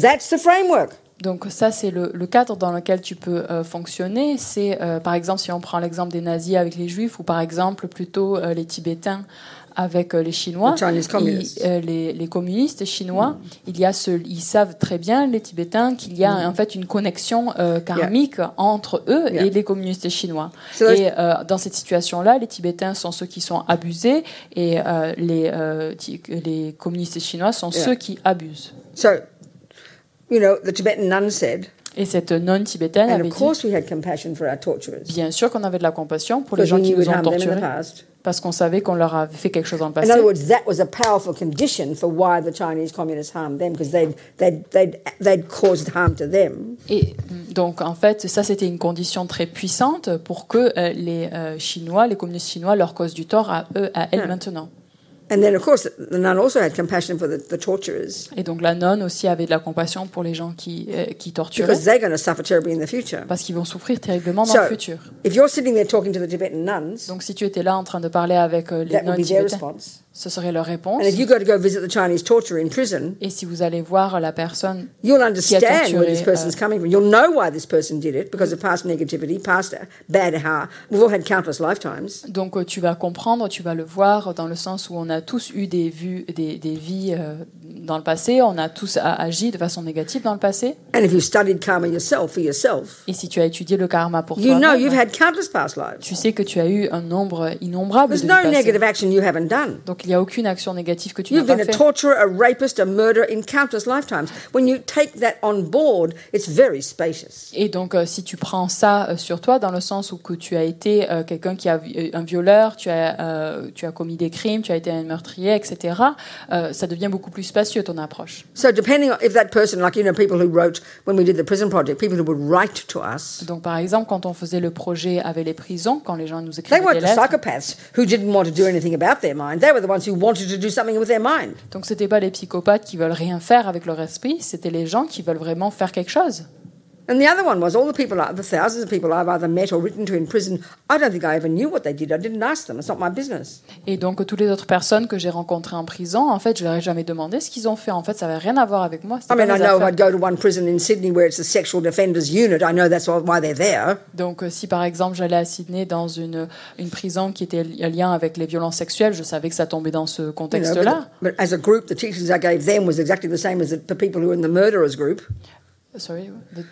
That's the framework.
Donc ça, c'est le, le cadre dans lequel tu peux euh, fonctionner. C'est, euh, par exemple, si on prend l'exemple des nazis avec les juifs, ou par exemple plutôt euh, les tibétains avec euh, les chinois,
The Chinese communists.
ils- euh, les, les communistes chinois, il y a ce, ils savent très bien, les tibétains, qu'il y a
Mm.
en fait une connexion euh, karmique entre eux et les communistes chinois.
So
et
there's-
euh, dans cette situation-là, les tibétains sont ceux qui sont abusés, et euh, les, euh, ti- les communistes chinois sont
Yeah.
ceux qui abusent.
So, you know, the Tibetan nun said,
Et cette nonne tibétaine
and
avait
of
dit
course we had compassion for our torturers.
Bien sûr qu'on avait de la compassion pour les
Because
gens
we
qui
knew we'd
nous ont
harmed them in
torturés.
the past.
parce qu'on savait qu'on leur avait fait quelque chose dans le
In
passé.
other words, that was a powerful condition for why the Chinese communists harmed them because they'd, they'd, they'd, they'd caused harm to them.
Et mm, donc, en fait, ça, c'était une condition très puissante pour que euh, les euh, Chinois, les communistes chinois, leur causent du tort à eux, à elles
Hmm.
maintenant.
And then, of course, the nun also had compassion for the, the torturers
Et donc, la nonne aussi avait de la compassion pour les gens qui, euh, qui torturaient,
because they're going to suffer terribly in the future.
parce qu'ils vont souffrir terriblement dans le
So,
futur.
if you're sitting there talking to the Tibetan nuns,
Donc, si tu étais là en train de parler avec euh, les
That would
nonnes
be their
tibétaines, ce serait leur réponse.
and if you go to go visit the Chinese torturer in prison,
Et si vous allez voir la personne
you'll
qui a
understand where
torturé,
this person's coming from. You'll know why this person did it because of past negativity, past uh, bad harm. We've all had countless lifetimes.
euh, donc euh, tu vas comprendre, tu vas le voir dans le sens où on a tous eu des vues, des, des vies euh, dans le passé, on a tous a- agi de façon négative dans le passé.
And if you've studied karma yourself for yourself,
Et si tu as étudié le karma pour
you know you've
toi,
had countless past lives.
tu sais que tu as eu un nombre innombrable de
There's
vies
no
passées.
negative action you haven't done.
Donc il n'y a aucune action négative que tu n'as
You've been
pas
a
fait.
torturer, a rapist, a murderer in countless lifetimes. When you take that on board, it's very spacious.
Et donc, euh, si tu prends ça euh, sur toi, dans le sens où que tu as été euh, quelqu'un qui a vi- un violeur, tu as, euh, tu as commis des crimes, tu as été un meurtrier, etc., euh, ça devient beaucoup plus spacieux ton approche.
So depending on if that person, like you know, people who wrote when we did the prison project, people who would write to us,
Donc, par exemple, quand on faisait le projet avec les prisons, quand les gens nous
they
écrivaient des
weren't the
lettres,
psychopaths who didn't want to do anything about their mind. They were the ones who wanted to do something with their mind.
donc c'était pas les psychopathes qui veulent rien faire avec leur esprit, c'était les gens qui veulent vraiment faire quelque chose.
And the other one was all the people, I- the thousands of people I've either met or written to in prison. I don't think I ever knew what they did. I didn't ask them. It's not my business.
Et donc, toutes les autres personnes que j'ai rencontrées en prison, en fait, je leur ai jamais demandé ce qu'ils ont fait. En fait, ça n'avait rien à voir avec moi. c'était
I mean,
pas
I
mes
know if
affaires.
I'd go to one prison in Sydney where it's a sexual defenders unit, I know that's why they're there.
Donc, euh, si par exemple j'allais à Sydney dans une, une prison qui était li- en lien avec les violences sexuelles, je savais que ça tombait dans ce
You know,
contexte-là.
but, but as a group, the teachings I gave them was exactly the same as the, the people who were in the murderers group.
Sorry. the-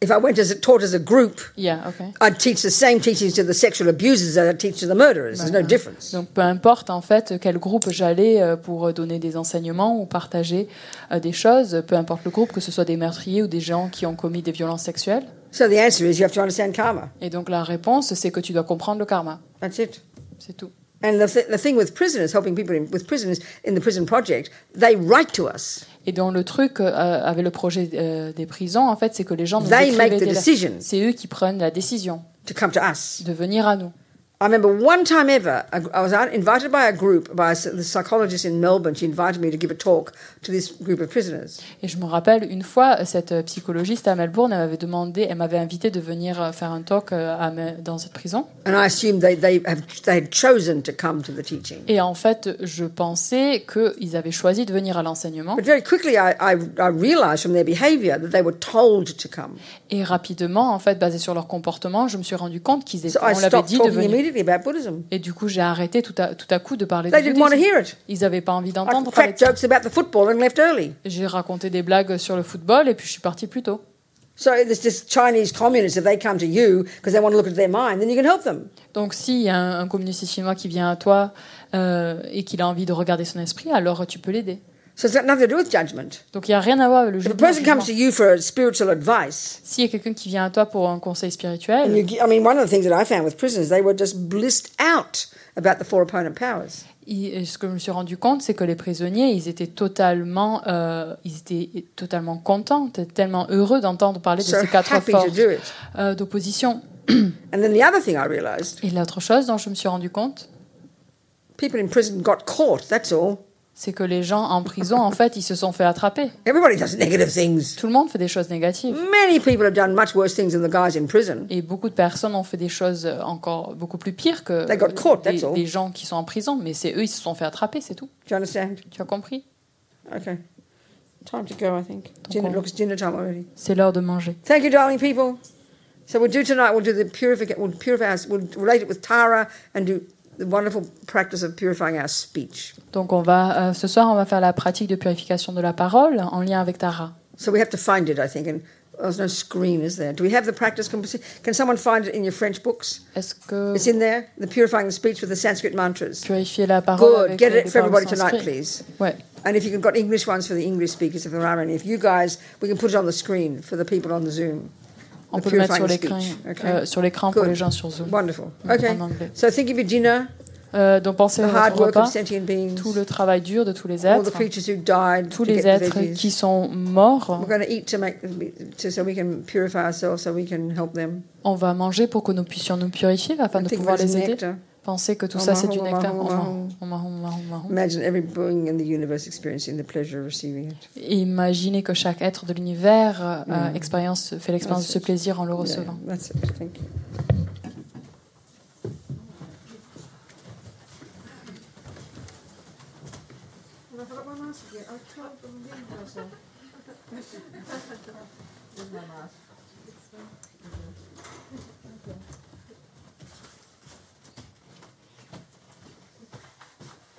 If I went as a, taught as a group,
Yeah, okay.
I'd teach the same teachings to the sexual abusers that I teach to the murderers. There's no
Voilà.
difference.
Bah, Donc, peu importe en fait quel groupe j'allais euh, pour donner des enseignements ou partager euh, des choses, peu importe le groupe, que ce soit des meurtriers ou des gens qui ont commis des violences sexuelles.
So the answer is you have to understand karma.
Et donc, la réponse, c'est que tu dois comprendre le karma.
That's it.
C'est tout.
And the, th- the thing with prisoners, helping people in, with prisoners in the prison project, they write to us.
Et dans le truc euh, avec le projet euh, des prisons, en fait, c'est que les gens nous
They
écrivaient
make the
des lettres.
decision.
C'est eux qui prennent la décision.
to come to us.
De venir à nous.
I remember one time ever, I I was out- invited by a group, by a s- the psychologist in Melbourne. She invited me to give a talk to this group of prisoners.
Et je me rappelle une fois, euh, cette psychologiste à Melbourne, elle m'avait demandé, elle m'avait invité de venir euh, faire un talk euh, à Me- dans cette prison.
And I assumed they, they, have, they had chosen to come to the teaching.
Et en fait, je pensais qu'ils avaient choisi de venir à l'enseignement.
But very quickly, I, I, I realized from their behavior that they were told to come.
Et rapidement, en fait, basé sur leur comportement, je me suis rendu compte qu'ils étaient,
So I
on l'avait
stopped
dit de
talking
venir.
immediately about Buddhism.
Et du coup, j'ai arrêté tout à, tout à coup de parler
They
de
didn't want to
buddhisme.
hear it.
Ils n'avaient pas envie
I
d'entendre parler de
cracked
ça.
jokes about the football and left early.
J'ai raconté des blagues sur le football et puis je suis partie plus tôt.
So there's this Chinese communists, if they come to you because they want to look at their mind, then you can help them.
Donc, s'il y a un, un communiste chinois qui vient à toi euh, et qu'il a envie de regarder son esprit, alors tu peux l'aider.
So it's got nothing to do with judgment.
Donc, il n'y a rien à voir avec le
If a
jugement,
person comes
jugement.
to you for spiritual advice,
S'il y a quelqu'un qui vient à toi pour un conseil
and you,
spirituel,
gi- I mean, one of the things that I found with prisoners, they were just blissed out about the four opponent powers.
il- ce que je me suis rendu compte, c'est que les prisonniers, ils étaient totalement, euh, ils étaient totalement contents, tellement heureux d'entendre parler de
So
ces quatre
happy to
forces
do it.
euh, d'opposition.
And then the other thing I realized,
Et l'autre chose dont je me suis rendu compte,
people in prison got caught. That's all.
c'est que les gens en prison, en fait, ils se sont fait attraper.
Everybody does negative things.
Tout le monde fait des choses négatives.
Many people have done much worse things than the guys in prison.
Et beaucoup de personnes ont fait des choses encore beaucoup plus pires que
They got caught,
des,
that's all.
des gens qui sont en prison, mais c'est eux, ils se sont fait attraper, c'est tout.
Do you understand?
Tu as compris
Okay. Time to go, I think.
Donc
Dinner,
on-
look, it's dinner time already.
C'est l'heure de manger.
Thank you, darling people. So we'll do tonight. We'll do the purify. We'll purify. Our, we'll relate it with Tara and do the wonderful practice of purifying our speech.
Donc on va euh, ce soir on va faire la pratique de purification de la parole en lien avec Tara.
So we have to find it, I think. And there's no screen, is there? Do we have the practice? Can, can someone find it in your French books?
Est-ce que
It's in there. The purifying the speech with the Sanskrit mantras.
purifier la parole
Good.
avec
Get
euh,
it
des
for
paroles
everybody tonight,
sanskrites
please.
Ouais.
And if you've got English ones for the English speakers, if there are any, if you guys, we can put it on the screen for the people on the Zoom.
On
The
peut le mettre sur
purifying
l'écran
speech,
euh, sur l'écran pour
Good.
les gens sur Zoom.
Wonderful.
Mm,
Okay.
en anglais.
So think of your dinner.
Euh, donc pensez
The
à
hard
votre
work
repas,
of sentient beings.
tout le travail dur de tous les
All the
êtres,
creatures who died
tous
to
les
get the
êtres
veggies.
qui sont morts.
We're going to eat to make to, so we can purify ourselves, so we can help them.
On va manger pour que nous puissions nous purifier afin de
Think
pouvoir
about
les
his
aider.
nectar.
Pensez que tout
Oh,
ça c'est du
mahou,
nectar. Oh,
mahou,
mahou,
mahou.
oh, mahou, mahou, mahou.
Imagine every being in the universe experiencing the pleasure of receiving it.
Imaginez que chaque être de l'univers euh,
Mm.
expérience, fait l'expérience de
That's
ce
it.
plaisir en le
Yeah,
recevant.
that's it. Thank you.